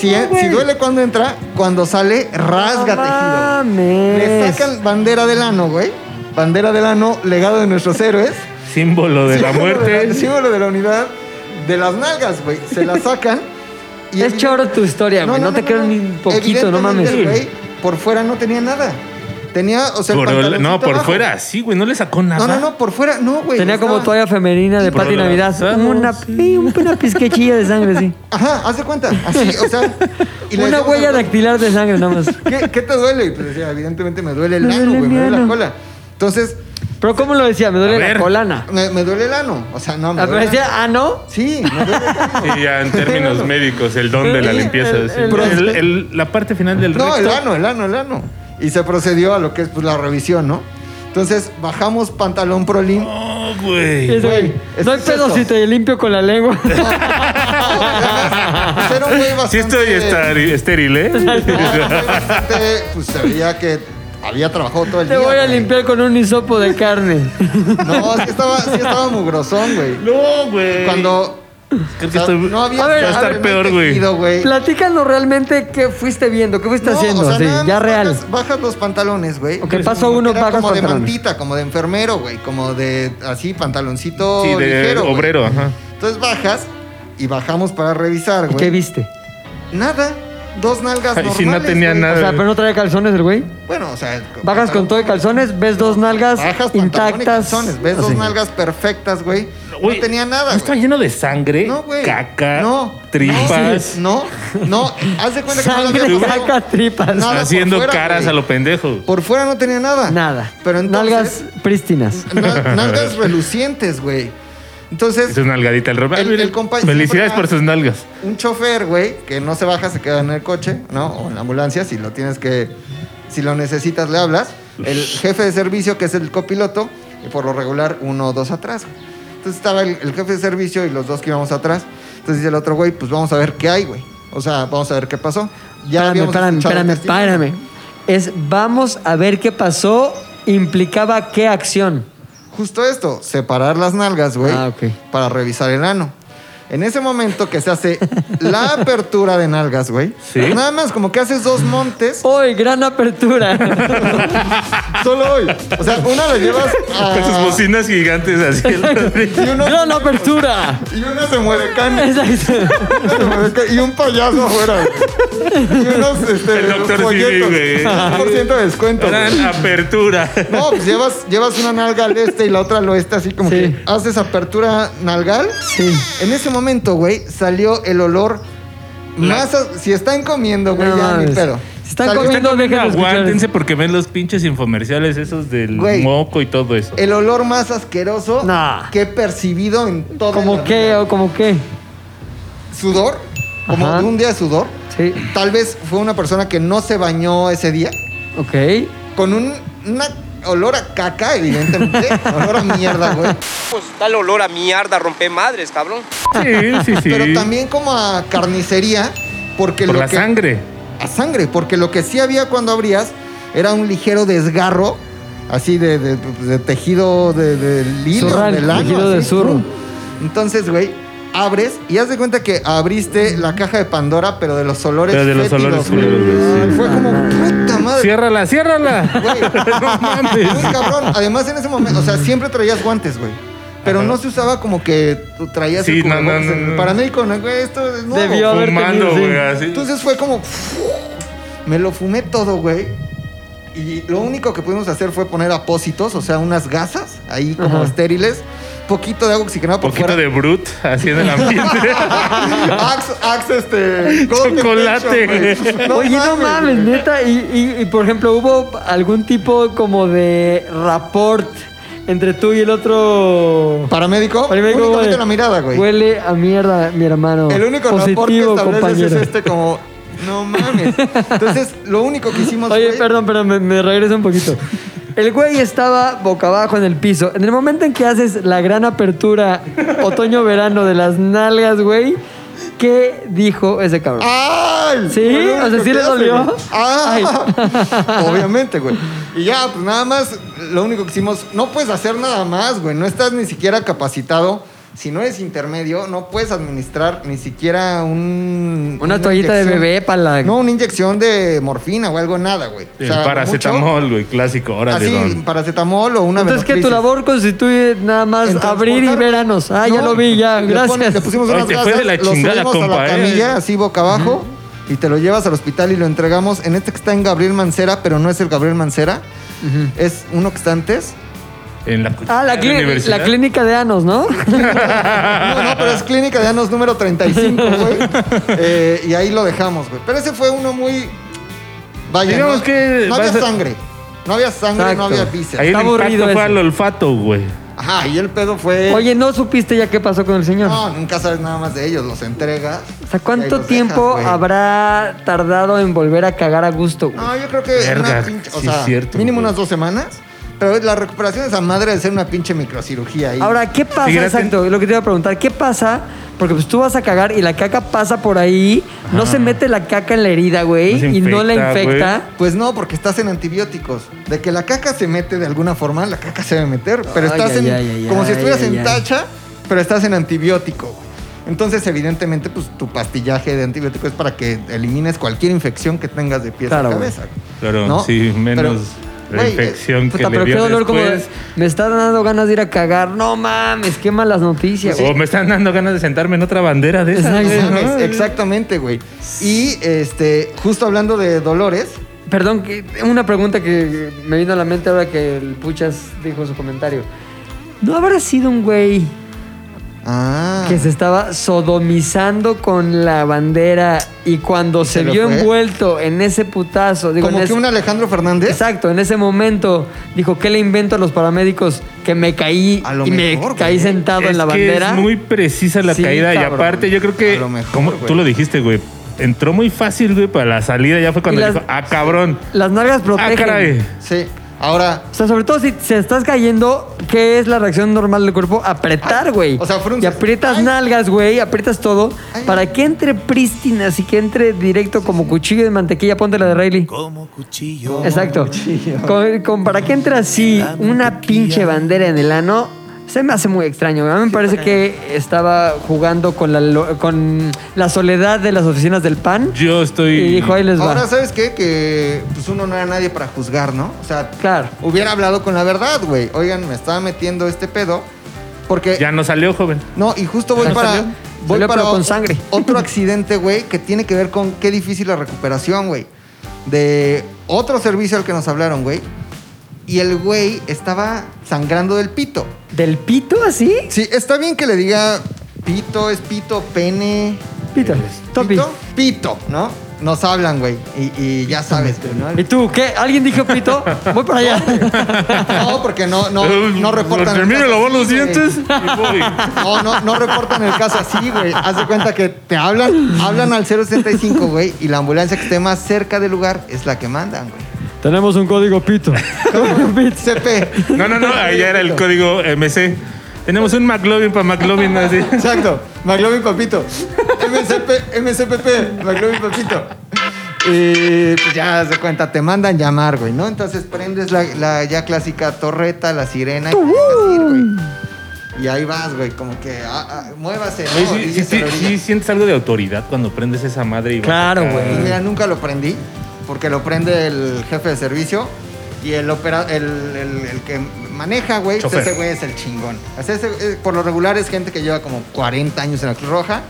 [SPEAKER 3] si, si duele cuando entra, cuando sale, rasga
[SPEAKER 1] No
[SPEAKER 3] tejido. güey. Le
[SPEAKER 1] mames.
[SPEAKER 3] sacan bandera del ano, güey. Bandera del ano, legado de nuestros héroes.
[SPEAKER 2] Símbolo de la
[SPEAKER 3] Símbolo de la-
[SPEAKER 2] muerte.
[SPEAKER 3] Símbolo de la unidad. De las nalgas, güey. Se la sacan. y
[SPEAKER 1] Es
[SPEAKER 3] evidente-
[SPEAKER 1] choro tu historia, güey. No, te creo ni un poquito, no mames.
[SPEAKER 3] Evidentemente el güey, por fuera no tenía nada. Tenía, o sea, el
[SPEAKER 2] Por-
[SPEAKER 3] pantaloncito
[SPEAKER 2] no, por
[SPEAKER 3] abajo.
[SPEAKER 2] fuera, sí, güey. No le sacó nada.
[SPEAKER 3] No, no, no, por fuera, no, güey.
[SPEAKER 1] Tenía como
[SPEAKER 3] estaba-
[SPEAKER 1] toalla femenina de
[SPEAKER 2] Por
[SPEAKER 1] Pati
[SPEAKER 2] lo
[SPEAKER 1] Navidad.
[SPEAKER 2] lanzamos,
[SPEAKER 1] Una,
[SPEAKER 2] sí.
[SPEAKER 1] una pizquechilla de sangre, sí.
[SPEAKER 3] Ajá, haz de cuenta. Así, o sea. y le
[SPEAKER 1] Una
[SPEAKER 3] decíamos
[SPEAKER 1] huella
[SPEAKER 3] al-
[SPEAKER 1] dactilar de sangre, nada más.
[SPEAKER 3] ¿Qué, qué te duele? Y pues decía, evidentemente me duele el
[SPEAKER 1] Me
[SPEAKER 3] ano,
[SPEAKER 1] duele
[SPEAKER 3] güey,
[SPEAKER 1] mi
[SPEAKER 3] me duele la
[SPEAKER 1] ano.
[SPEAKER 3] cola. Entonces,
[SPEAKER 1] Pero ¿cómo lo decía? Me duele
[SPEAKER 2] A
[SPEAKER 1] la
[SPEAKER 2] ver.
[SPEAKER 1] colana.
[SPEAKER 3] me, me duele el ano. O sea, no, me
[SPEAKER 1] Ah, Pero
[SPEAKER 3] duele. el ano.
[SPEAKER 1] decía, ah, no.
[SPEAKER 3] Sí, me duele el ano.
[SPEAKER 2] Y ya en términos médicos, el don de la limpieza.
[SPEAKER 1] El-
[SPEAKER 2] sí.
[SPEAKER 1] el-
[SPEAKER 2] El- el- la parte final del
[SPEAKER 3] No, el
[SPEAKER 2] recto.
[SPEAKER 3] ano, el ano, el ano. Y se procedió a lo que es pues, la revisión, ¿no? Entonces, bajamos pantalón prolim.
[SPEAKER 2] No, güey.
[SPEAKER 1] Es, güey,
[SPEAKER 3] es
[SPEAKER 1] no hay
[SPEAKER 3] que
[SPEAKER 1] pedo
[SPEAKER 3] eso.
[SPEAKER 1] si te limpio con la lengua.
[SPEAKER 3] Pues era un güey
[SPEAKER 2] Sí
[SPEAKER 3] bastante...
[SPEAKER 2] estoy estari- estéril, ¿eh?
[SPEAKER 3] Ah, un güey bastante, Pues se veía que había trabajado todo el
[SPEAKER 1] Te
[SPEAKER 3] día.
[SPEAKER 1] voy a
[SPEAKER 3] güey.
[SPEAKER 1] limpiar con un hisopo de carne.
[SPEAKER 3] No, sí estaba, sí estaba mugrosón, güey.
[SPEAKER 2] No, güey.
[SPEAKER 3] Cuando...
[SPEAKER 2] Creo
[SPEAKER 3] o
[SPEAKER 2] que
[SPEAKER 3] sea,
[SPEAKER 2] estoy-
[SPEAKER 3] no había...
[SPEAKER 1] A ver,
[SPEAKER 2] va a estar
[SPEAKER 3] realmente
[SPEAKER 2] peor, güey.
[SPEAKER 3] tejido, güey.
[SPEAKER 1] Platícanos realmente qué fuiste viendo, qué fuiste
[SPEAKER 3] No,
[SPEAKER 1] haciendo.
[SPEAKER 3] o sea,
[SPEAKER 1] sí,
[SPEAKER 3] nada más
[SPEAKER 1] ya real.
[SPEAKER 3] Bajas, bajas los pantalones, güey.
[SPEAKER 1] Ok, paso uno,
[SPEAKER 3] Era
[SPEAKER 1] bajas
[SPEAKER 3] Como de
[SPEAKER 1] pantalones.
[SPEAKER 3] mantita, como de enfermero, güey. Como de así, pantaloncito
[SPEAKER 2] Sí, de
[SPEAKER 3] ligero, güey.
[SPEAKER 2] obrero, ajá.
[SPEAKER 3] Entonces bajas y bajamos para revisar,
[SPEAKER 1] ¿Y qué
[SPEAKER 3] güey.
[SPEAKER 1] viste?
[SPEAKER 3] Nada. Dos nalgas
[SPEAKER 2] Ay,
[SPEAKER 3] normales,
[SPEAKER 2] sí, no tenía
[SPEAKER 3] güey.
[SPEAKER 1] O
[SPEAKER 2] nada.
[SPEAKER 1] sea, pero no trae calzones el güey.
[SPEAKER 3] Bueno, o sea...
[SPEAKER 1] Bajas con todo y calzones, ves dos nalgas
[SPEAKER 3] Bajas pantalón y
[SPEAKER 1] intactas. Ah,
[SPEAKER 3] calzones, Ves dos
[SPEAKER 1] Así.
[SPEAKER 3] nalgas perfectas, güey. No
[SPEAKER 2] Güey,
[SPEAKER 3] tenía nada,
[SPEAKER 2] ¿no está
[SPEAKER 3] güey.
[SPEAKER 2] lleno de sangre,
[SPEAKER 3] No, güey.
[SPEAKER 2] caca,
[SPEAKER 3] No.
[SPEAKER 2] tripas,
[SPEAKER 3] No, no. Haz de cuenta que no la había
[SPEAKER 1] Sangre,
[SPEAKER 3] tocado.
[SPEAKER 1] caca, tripas.
[SPEAKER 3] No. nada por
[SPEAKER 2] haciendo
[SPEAKER 3] fuera,
[SPEAKER 2] caras
[SPEAKER 3] güey.
[SPEAKER 2] a lo pendejo.
[SPEAKER 3] Por fuera no tenía nada.
[SPEAKER 1] Nada.
[SPEAKER 3] Pero entonces...
[SPEAKER 1] Nalgas prístinas.
[SPEAKER 3] Na- nalgas relucientes, güey. Entonces,
[SPEAKER 2] Es una nalgadita el Roberto.
[SPEAKER 3] Pues, El-
[SPEAKER 2] Ah, mira,
[SPEAKER 3] el compa-
[SPEAKER 2] Felicidades por
[SPEAKER 3] siempre-
[SPEAKER 2] sus nalgas.
[SPEAKER 3] un chofer, güey, que no se baja, se queda en el coche, ¿no? O en la ambulancia, si lo tienes que. Si lo necesitas, le hablas. El jefe de servicio, que es el copiloto, y por lo regular, uno o dos atrás. güey. Entonces estaba el, el jefe de servicio y los dos que íbamos atrás. Entonces dice el otro, güey, pues vamos a ver qué hay, güey. O sea, vamos a ver qué pasó. Ya
[SPEAKER 1] Espérame,
[SPEAKER 3] habíamos
[SPEAKER 1] espérame,
[SPEAKER 3] escuchado
[SPEAKER 1] espérame,
[SPEAKER 3] testigos.
[SPEAKER 1] espérame. Es vamos a ver qué pasó, implicaba qué acción.
[SPEAKER 3] Justo esto, separar las nalgas, güey,
[SPEAKER 1] Ah, ok.
[SPEAKER 3] para revisar el ano. En ese momento que se hace la apertura de nalgas, güey,
[SPEAKER 2] Sí.
[SPEAKER 3] nada más como que haces dos montes,
[SPEAKER 1] Hoy, gran apertura.
[SPEAKER 3] solo hoy. O sea, una la llevas
[SPEAKER 2] Con sus
[SPEAKER 3] a...
[SPEAKER 2] bocinas gigantes así.
[SPEAKER 3] Y una,
[SPEAKER 1] gran apertura.
[SPEAKER 3] y una se mueve can,
[SPEAKER 1] Exacto.
[SPEAKER 3] una se mueve can- y un payaso afuera. güey. Y unos este,
[SPEAKER 2] El Dr. Simi,
[SPEAKER 3] folletos,
[SPEAKER 2] güey.
[SPEAKER 3] 100% de descuento. güey.
[SPEAKER 2] Gran apertura.
[SPEAKER 3] No, pues llevas, llevas una nalga al este y la otra al oeste, así como
[SPEAKER 1] Sí.
[SPEAKER 3] que haces apertura nalgal.
[SPEAKER 1] Sí.
[SPEAKER 3] En ese momento, güey, salió el olor Más a- si están comiendo, güey,
[SPEAKER 1] No
[SPEAKER 3] ya ni
[SPEAKER 1] mames.
[SPEAKER 3] pedo.
[SPEAKER 1] Si están
[SPEAKER 3] Salgo-
[SPEAKER 1] comiendo-
[SPEAKER 2] Ustedes
[SPEAKER 1] dejen de escuchar
[SPEAKER 2] aguántense porque ven los pinches infomerciales esos del
[SPEAKER 3] Güey.
[SPEAKER 2] moco y todo eso.
[SPEAKER 3] El olor más asqueroso
[SPEAKER 1] Nah.
[SPEAKER 3] que he percibido en todo
[SPEAKER 1] ¿Cómo qué? ¿O como qué?
[SPEAKER 3] Sudor, como
[SPEAKER 1] Ajá.
[SPEAKER 3] de un día de sudor.
[SPEAKER 1] Sí.
[SPEAKER 3] Tal vez fue una persona que no se bañó ese día,
[SPEAKER 1] Ok.
[SPEAKER 3] con un una olor a caca, evidentemente. olor a mierda, güey.
[SPEAKER 5] Pues tal olor a mierda, rompe madres, cabrón.
[SPEAKER 2] Sí, sí, sí.
[SPEAKER 3] Eh, Pero también como a carnicería, porque
[SPEAKER 2] Por
[SPEAKER 3] lo
[SPEAKER 2] la
[SPEAKER 3] que-
[SPEAKER 2] sangre.
[SPEAKER 3] a sangre, porque lo que sí había cuando abrías era un ligero desgarro, así de, de- de tejido de, de hilo,
[SPEAKER 1] Zurral,
[SPEAKER 3] del ano,
[SPEAKER 1] tejido de
[SPEAKER 3] así,
[SPEAKER 1] zurro.
[SPEAKER 3] pum. Entonces, güey, abres y haz de cuenta que abriste la caja de Pandora, pero de los olores
[SPEAKER 2] Pero de los
[SPEAKER 3] fétidos,
[SPEAKER 2] olores
[SPEAKER 3] güey.
[SPEAKER 2] culeros, güey, sí.
[SPEAKER 3] Fue como, puta madre.
[SPEAKER 2] Ciérrala, ciérrala.
[SPEAKER 3] Güey,
[SPEAKER 2] no mames.
[SPEAKER 3] muy cabrón. Además, en ese momento, o sea, siempre traías guantes, güey. Pero no se usaba como que tú traías
[SPEAKER 2] Sí,
[SPEAKER 3] el
[SPEAKER 2] no, no,
[SPEAKER 3] cubrebocas,
[SPEAKER 2] no,
[SPEAKER 3] el
[SPEAKER 2] no.
[SPEAKER 3] paramédico, ¿no? güey, esto es nuevo.
[SPEAKER 1] Debió haber
[SPEAKER 2] Fumando,
[SPEAKER 1] tenido, sí.
[SPEAKER 2] güey, así.
[SPEAKER 3] Entonces fue como. Me lo fumé todo, güey. Y lo único que pudimos hacer fue poner apósitos, o sea, unas gasas ahí como
[SPEAKER 1] Ajá.
[SPEAKER 3] estériles. Poquito de agua oxigenada por
[SPEAKER 2] Poquito
[SPEAKER 3] fuera.
[SPEAKER 2] de brut, así en el ambiente.
[SPEAKER 3] Axe, Axe, este. Golden
[SPEAKER 2] Chocolate,
[SPEAKER 3] Pension, güey.
[SPEAKER 1] Oye, no mames,
[SPEAKER 3] güey.
[SPEAKER 1] neta. Y, y- y, por ejemplo, ¿hubo algún tipo como de rapport entre tú y el otro?
[SPEAKER 3] Paramédico.
[SPEAKER 1] Primero,
[SPEAKER 3] únicamente
[SPEAKER 1] güey,
[SPEAKER 3] la mirada, güey.
[SPEAKER 1] Huele a mierda, mi hermano.
[SPEAKER 3] El único rapor que
[SPEAKER 1] Positivo,
[SPEAKER 3] estableces
[SPEAKER 1] compañero.
[SPEAKER 3] es este como. No mames. Entonces, lo único que hicimos
[SPEAKER 1] Oye,
[SPEAKER 3] fue-
[SPEAKER 1] perdón, pero me, me regreso un poquito. El güey estaba boca abajo en el piso. En el momento en que haces la gran apertura otoño-verano de las nalgas, güey, ¿qué dijo ese cabrón?
[SPEAKER 3] Ah, ¡Ay!
[SPEAKER 1] ¿Sí?
[SPEAKER 3] Fue lo
[SPEAKER 1] O sea, ¿sí
[SPEAKER 3] único que
[SPEAKER 1] le
[SPEAKER 3] hace,
[SPEAKER 1] dolió?
[SPEAKER 3] güey. ¡Ay! Obviamente, güey. Y ya, pues nada más, lo único que hicimos, no puedes hacer nada más, güey. No estás ni siquiera capacitado. Si no eres intermedio, no puedes administrar ni siquiera un...
[SPEAKER 1] Una toallita de
[SPEAKER 3] inyección.
[SPEAKER 1] bebé para la-
[SPEAKER 3] No, una inyección de morfina o algo, nada, güey. O
[SPEAKER 2] El
[SPEAKER 3] sea, mucho-
[SPEAKER 2] paracetamol, güey, clásico. Órale,
[SPEAKER 3] Así,
[SPEAKER 2] don.
[SPEAKER 3] paracetamol o una
[SPEAKER 1] Entonces que tu
[SPEAKER 3] venocrisis.
[SPEAKER 1] labor constituye nada más
[SPEAKER 3] En
[SPEAKER 1] abrir y
[SPEAKER 3] transportar-
[SPEAKER 1] ver anos. Ah, ya
[SPEAKER 3] No,
[SPEAKER 1] lo vi, ya.
[SPEAKER 3] le
[SPEAKER 1] Gracias.
[SPEAKER 3] ponen- le pusimos
[SPEAKER 2] Ay,
[SPEAKER 3] unas
[SPEAKER 2] te fue
[SPEAKER 3] gasas,
[SPEAKER 2] de la
[SPEAKER 3] lo
[SPEAKER 2] chingada,
[SPEAKER 3] subimos a
[SPEAKER 2] compa,
[SPEAKER 3] la
[SPEAKER 2] ¿eh?
[SPEAKER 3] camilla, así boca abajo, y te lo llevas al hospital y lo entregamos en este que está en Gabriel Mancera, pero no es el Gabriel Mancera. Es uno que está antes.
[SPEAKER 2] En la,
[SPEAKER 1] Ah, la, cli-
[SPEAKER 2] universidad.
[SPEAKER 1] la clínica de anos, ¿no?
[SPEAKER 2] Ah.
[SPEAKER 3] No, no, pero es Clínica de Anos número 35, güey. Eh, y ahí lo dejamos, güey. Pero ese fue uno muy... Vaya,
[SPEAKER 2] Digamos
[SPEAKER 3] no,
[SPEAKER 2] que
[SPEAKER 3] no había
[SPEAKER 2] vas a-
[SPEAKER 3] sangre. No había sangre,
[SPEAKER 1] Exacto.
[SPEAKER 3] no había vísceras.
[SPEAKER 2] Ahí el
[SPEAKER 1] Está aburrido
[SPEAKER 2] impacto
[SPEAKER 1] eso.
[SPEAKER 2] fue al olfato, güey.
[SPEAKER 3] Ajá, y el pedo fue...
[SPEAKER 1] Oye, ¿no supiste ya qué pasó con el señor?
[SPEAKER 3] No, nunca sabes nada más de ellos, los entregas.
[SPEAKER 1] O sea,
[SPEAKER 3] y ahí
[SPEAKER 1] ¿cuánto
[SPEAKER 3] los
[SPEAKER 1] tiempo
[SPEAKER 3] dejas, güey.
[SPEAKER 1] habrá tardado en volver a cagar a gusto, güey?
[SPEAKER 3] No, yo creo que
[SPEAKER 2] Verga,
[SPEAKER 3] una pinche, o
[SPEAKER 2] sí
[SPEAKER 3] sea,
[SPEAKER 2] es cierto,
[SPEAKER 3] mínimo
[SPEAKER 2] güey.
[SPEAKER 3] unas dos semanas. Pero la recuperación de esa madre de ser una pinche microcirugía ahí.
[SPEAKER 1] Ahora, ¿qué pasa?
[SPEAKER 2] Seguirás en-
[SPEAKER 1] Exacto, lo que te iba a preguntar. ¿Qué pasa? Porque pues tú vas a cagar y la caca pasa por ahí, no se mete la caca en la herida, güey,
[SPEAKER 2] No se
[SPEAKER 1] y no la
[SPEAKER 2] infecta,
[SPEAKER 1] infecta.
[SPEAKER 3] pues no, porque estás en antibióticos. De que la caca se mete de alguna forma, la caca se debe meter. Pero
[SPEAKER 1] Ay,
[SPEAKER 3] estás
[SPEAKER 1] ay,
[SPEAKER 3] en.
[SPEAKER 1] ay, ay,
[SPEAKER 3] como si
[SPEAKER 1] ay,
[SPEAKER 3] estuvieras
[SPEAKER 1] ay,
[SPEAKER 3] en
[SPEAKER 1] ay.
[SPEAKER 3] tacha, pero estás en antibiótico. güey. Entonces, evidentemente, pues tu pastillaje de antibiótico es para que elimines cualquier infección que tengas de pies
[SPEAKER 1] Claro,
[SPEAKER 3] a
[SPEAKER 1] güey.
[SPEAKER 3] cabeza. güey.
[SPEAKER 2] Claro,
[SPEAKER 3] ¿No?
[SPEAKER 2] sí, menos
[SPEAKER 3] Pero,
[SPEAKER 2] la
[SPEAKER 3] güey, eh,
[SPEAKER 2] infección
[SPEAKER 1] Puta,
[SPEAKER 2] que le
[SPEAKER 1] pero
[SPEAKER 2] dio
[SPEAKER 1] qué dolor como de-
[SPEAKER 2] después.
[SPEAKER 1] me está dando ganas de ir a cagar. No mames, qué malas noticias, güey.
[SPEAKER 2] O me están dando ganas de sentarme en otra bandera de esas.
[SPEAKER 1] Exacto.
[SPEAKER 2] güey,
[SPEAKER 3] No
[SPEAKER 2] ¿no?
[SPEAKER 3] mames, Exactamente, güey. Y este, justo hablando de dolores,
[SPEAKER 1] Perdón, que- una pregunta que me vino a la mente ahora que el Puchas dijo su comentario. ¿No habrá sido un güey
[SPEAKER 3] Ah.
[SPEAKER 1] que se estaba sodomizando con la bandera y cuando se,
[SPEAKER 3] se lo
[SPEAKER 1] vio
[SPEAKER 3] fue?
[SPEAKER 1] envuelto en ese putazo, digo,
[SPEAKER 3] Como
[SPEAKER 1] en
[SPEAKER 3] que
[SPEAKER 1] ese-
[SPEAKER 3] un Alejandro Fernández.
[SPEAKER 1] Exacto, en ese momento dijo, ¿qué le invento a los paramédicos? Que me caí
[SPEAKER 3] A lo
[SPEAKER 1] y
[SPEAKER 3] mejor,
[SPEAKER 1] me caí
[SPEAKER 3] güey.
[SPEAKER 1] sentado
[SPEAKER 2] Es
[SPEAKER 1] en la
[SPEAKER 2] que
[SPEAKER 1] bandera.
[SPEAKER 2] es muy precisa la
[SPEAKER 1] Sí,
[SPEAKER 2] caída y
[SPEAKER 1] cabrón.
[SPEAKER 2] aparte yo creo que
[SPEAKER 3] A lo mejor,
[SPEAKER 2] como
[SPEAKER 3] güey.
[SPEAKER 2] tú lo dijiste, güey, entró muy fácil, güey, para la salida ya fue cuando
[SPEAKER 1] Y las-
[SPEAKER 2] dijo, "Ah, cabrón."
[SPEAKER 1] Las nalgas
[SPEAKER 2] Ah,
[SPEAKER 1] protegen.
[SPEAKER 2] caray.
[SPEAKER 3] Sí. Ahora.
[SPEAKER 1] O sea, sobre todo si se estás cayendo, ¿qué es la reacción normal del cuerpo? Apretar,
[SPEAKER 3] Ay,
[SPEAKER 1] güey.
[SPEAKER 3] Ah, o sea, frunces.
[SPEAKER 1] Y aprietas
[SPEAKER 3] Ay.
[SPEAKER 1] nalgas, güey, aprietas todo
[SPEAKER 3] Ay.
[SPEAKER 1] para que entre prístinas y que entre directo como cuchillo de mantequilla. Ponte la de Rayleigh.
[SPEAKER 6] Como cuchillo.
[SPEAKER 1] Exacto. Con, con- para que entre así una pinche bandera en el ano, se me hace muy extraño. güey. A mí me parece que estaba jugando con la, lo- con la soledad de las oficinas del PAN
[SPEAKER 2] Yo
[SPEAKER 1] y
[SPEAKER 2] estoy
[SPEAKER 1] dijo, ahí les
[SPEAKER 3] Ahora,
[SPEAKER 1] va.
[SPEAKER 3] ¿sabes qué? Que pues uno no era nadie para juzgar, ¿no? O sea,
[SPEAKER 1] Claro.
[SPEAKER 3] hubiera hablado con la verdad, güey. Oigan, me estaba metiendo este pedo. Porque.
[SPEAKER 2] ya no salió, joven.
[SPEAKER 3] No, y justo voy
[SPEAKER 1] Ya
[SPEAKER 3] para.
[SPEAKER 1] salió.
[SPEAKER 3] Voy
[SPEAKER 1] Salió,
[SPEAKER 3] para
[SPEAKER 1] pero con
[SPEAKER 3] o-
[SPEAKER 1] sangre.
[SPEAKER 3] Otro accidente, güey, que tiene que ver con qué difícil la recuperación, güey. De otro servicio al que nos hablaron, güey. Y el güey estaba sangrando del pito.
[SPEAKER 1] ¿Del pito así?
[SPEAKER 3] Sí, está bien que le diga pito, es pito, pene,
[SPEAKER 1] Pito. Topi.
[SPEAKER 3] Pito, pito, ¿no? Nos hablan, güey. Y, y ya sabes, güey, ¿no?
[SPEAKER 1] ¿Y tú qué? ¿Alguien dijo pito? Voy para allá.
[SPEAKER 3] No, porque no, no, no reportan. el
[SPEAKER 2] Termino de
[SPEAKER 3] caso
[SPEAKER 2] lavar los
[SPEAKER 3] así, güey.
[SPEAKER 2] dientes y voy.
[SPEAKER 3] No, no, no reportan el caso así, güey. Haz de cuenta que te hablan, hablan al 065, güey, y la ambulancia que esté más cerca del lugar es la que mandan, güey.
[SPEAKER 1] Tenemos un código pito. Código pito.
[SPEAKER 3] CP.
[SPEAKER 2] No, no, no, ahí era el código MC. Tenemos un McLovin para McLovin así.
[SPEAKER 3] Exacto. McLovin Papito. MCP, MCPP. McLovin Papito. Y pues ya haz de cuenta, te mandan llamar, güey, ¿no? Entonces prendes la, la ya clásica torreta, la sirena. Y, te dejas ir, güey. y ahí vas, güey, como que ah, ah, muévase, ¿no?
[SPEAKER 2] Oye, sí, sí,
[SPEAKER 3] Dices,
[SPEAKER 2] sí,
[SPEAKER 3] "Pero
[SPEAKER 2] sí sientes algo de autoridad cuando prendes esa madre y vas
[SPEAKER 1] Claro,
[SPEAKER 2] acá.
[SPEAKER 1] güey.
[SPEAKER 3] Y Pues, mira, nunca lo prendí, porque lo prende el jefe de servicio y el, opera, el, el- el que maneja, güey, pues
[SPEAKER 2] Chofer.
[SPEAKER 3] ese güey es el chingón. O sea, ese- eh, por lo regular es gente que lleva como 40 años en la Cruz Roja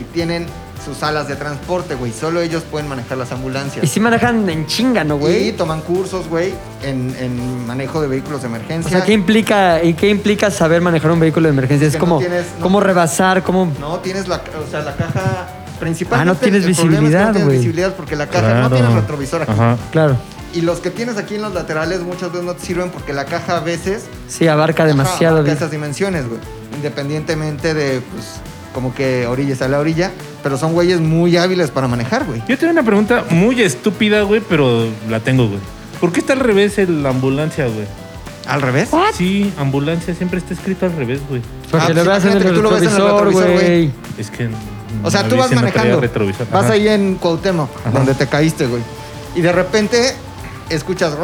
[SPEAKER 3] y tienen sus alas de transporte, güey. Solo ellos pueden manejar las ambulancias.
[SPEAKER 1] Y si manejan en chinga, ¿no,
[SPEAKER 3] Y
[SPEAKER 1] güey?
[SPEAKER 3] toman cursos, güey, en, en manejo de vehículos de
[SPEAKER 1] O
[SPEAKER 3] emergencia.
[SPEAKER 1] sea, ¿qué implica, ¿y qué implica saber manejar un vehículo de emergencia? Es
[SPEAKER 3] Que no
[SPEAKER 1] como
[SPEAKER 3] tienes- no-
[SPEAKER 1] cómo rebasar, cómo...
[SPEAKER 3] No, tienes la, o sea, la caja principal.
[SPEAKER 1] Ah, tienes visibilidad,
[SPEAKER 3] no tienes
[SPEAKER 1] güey.
[SPEAKER 3] visibilidad porque la caja
[SPEAKER 2] Claro.
[SPEAKER 3] no tiene retrovisor aquí.
[SPEAKER 2] Ajá.
[SPEAKER 1] Claro,
[SPEAKER 3] Y los que tienes aquí en los laterales muchas veces no te sirven porque la caja a veces
[SPEAKER 1] sí, abarca
[SPEAKER 3] ajá,
[SPEAKER 1] demasiado.
[SPEAKER 3] abarca
[SPEAKER 1] bien.
[SPEAKER 3] esas dimensiones, güey. Independientemente de, pues, como que orillas a la orilla. Pero son güeyes muy hábiles para manejar, güey.
[SPEAKER 2] Yo tengo una pregunta muy estúpida, güey, pero la tengo, güey. ¿Por qué está al revés el- la ambulancia, güey?
[SPEAKER 3] Al revés.
[SPEAKER 2] Sí, ambulancia siempre está escrito al revés, güey.
[SPEAKER 1] Porque
[SPEAKER 3] Ah,
[SPEAKER 1] lo
[SPEAKER 3] pues
[SPEAKER 1] veas en el
[SPEAKER 3] imagínate que tú lo ves en el
[SPEAKER 1] retrovisor,
[SPEAKER 3] retrovisor,
[SPEAKER 1] güey.
[SPEAKER 3] güey.
[SPEAKER 2] Es que.
[SPEAKER 3] O sea,
[SPEAKER 2] la
[SPEAKER 3] tú vas
[SPEAKER 2] bici no traía
[SPEAKER 3] manejando.
[SPEAKER 2] retrovisor.
[SPEAKER 3] Vas
[SPEAKER 2] Ajá.
[SPEAKER 3] ahí en Cuauhtémoc, donde te caíste, güey. Y de repente escuchas.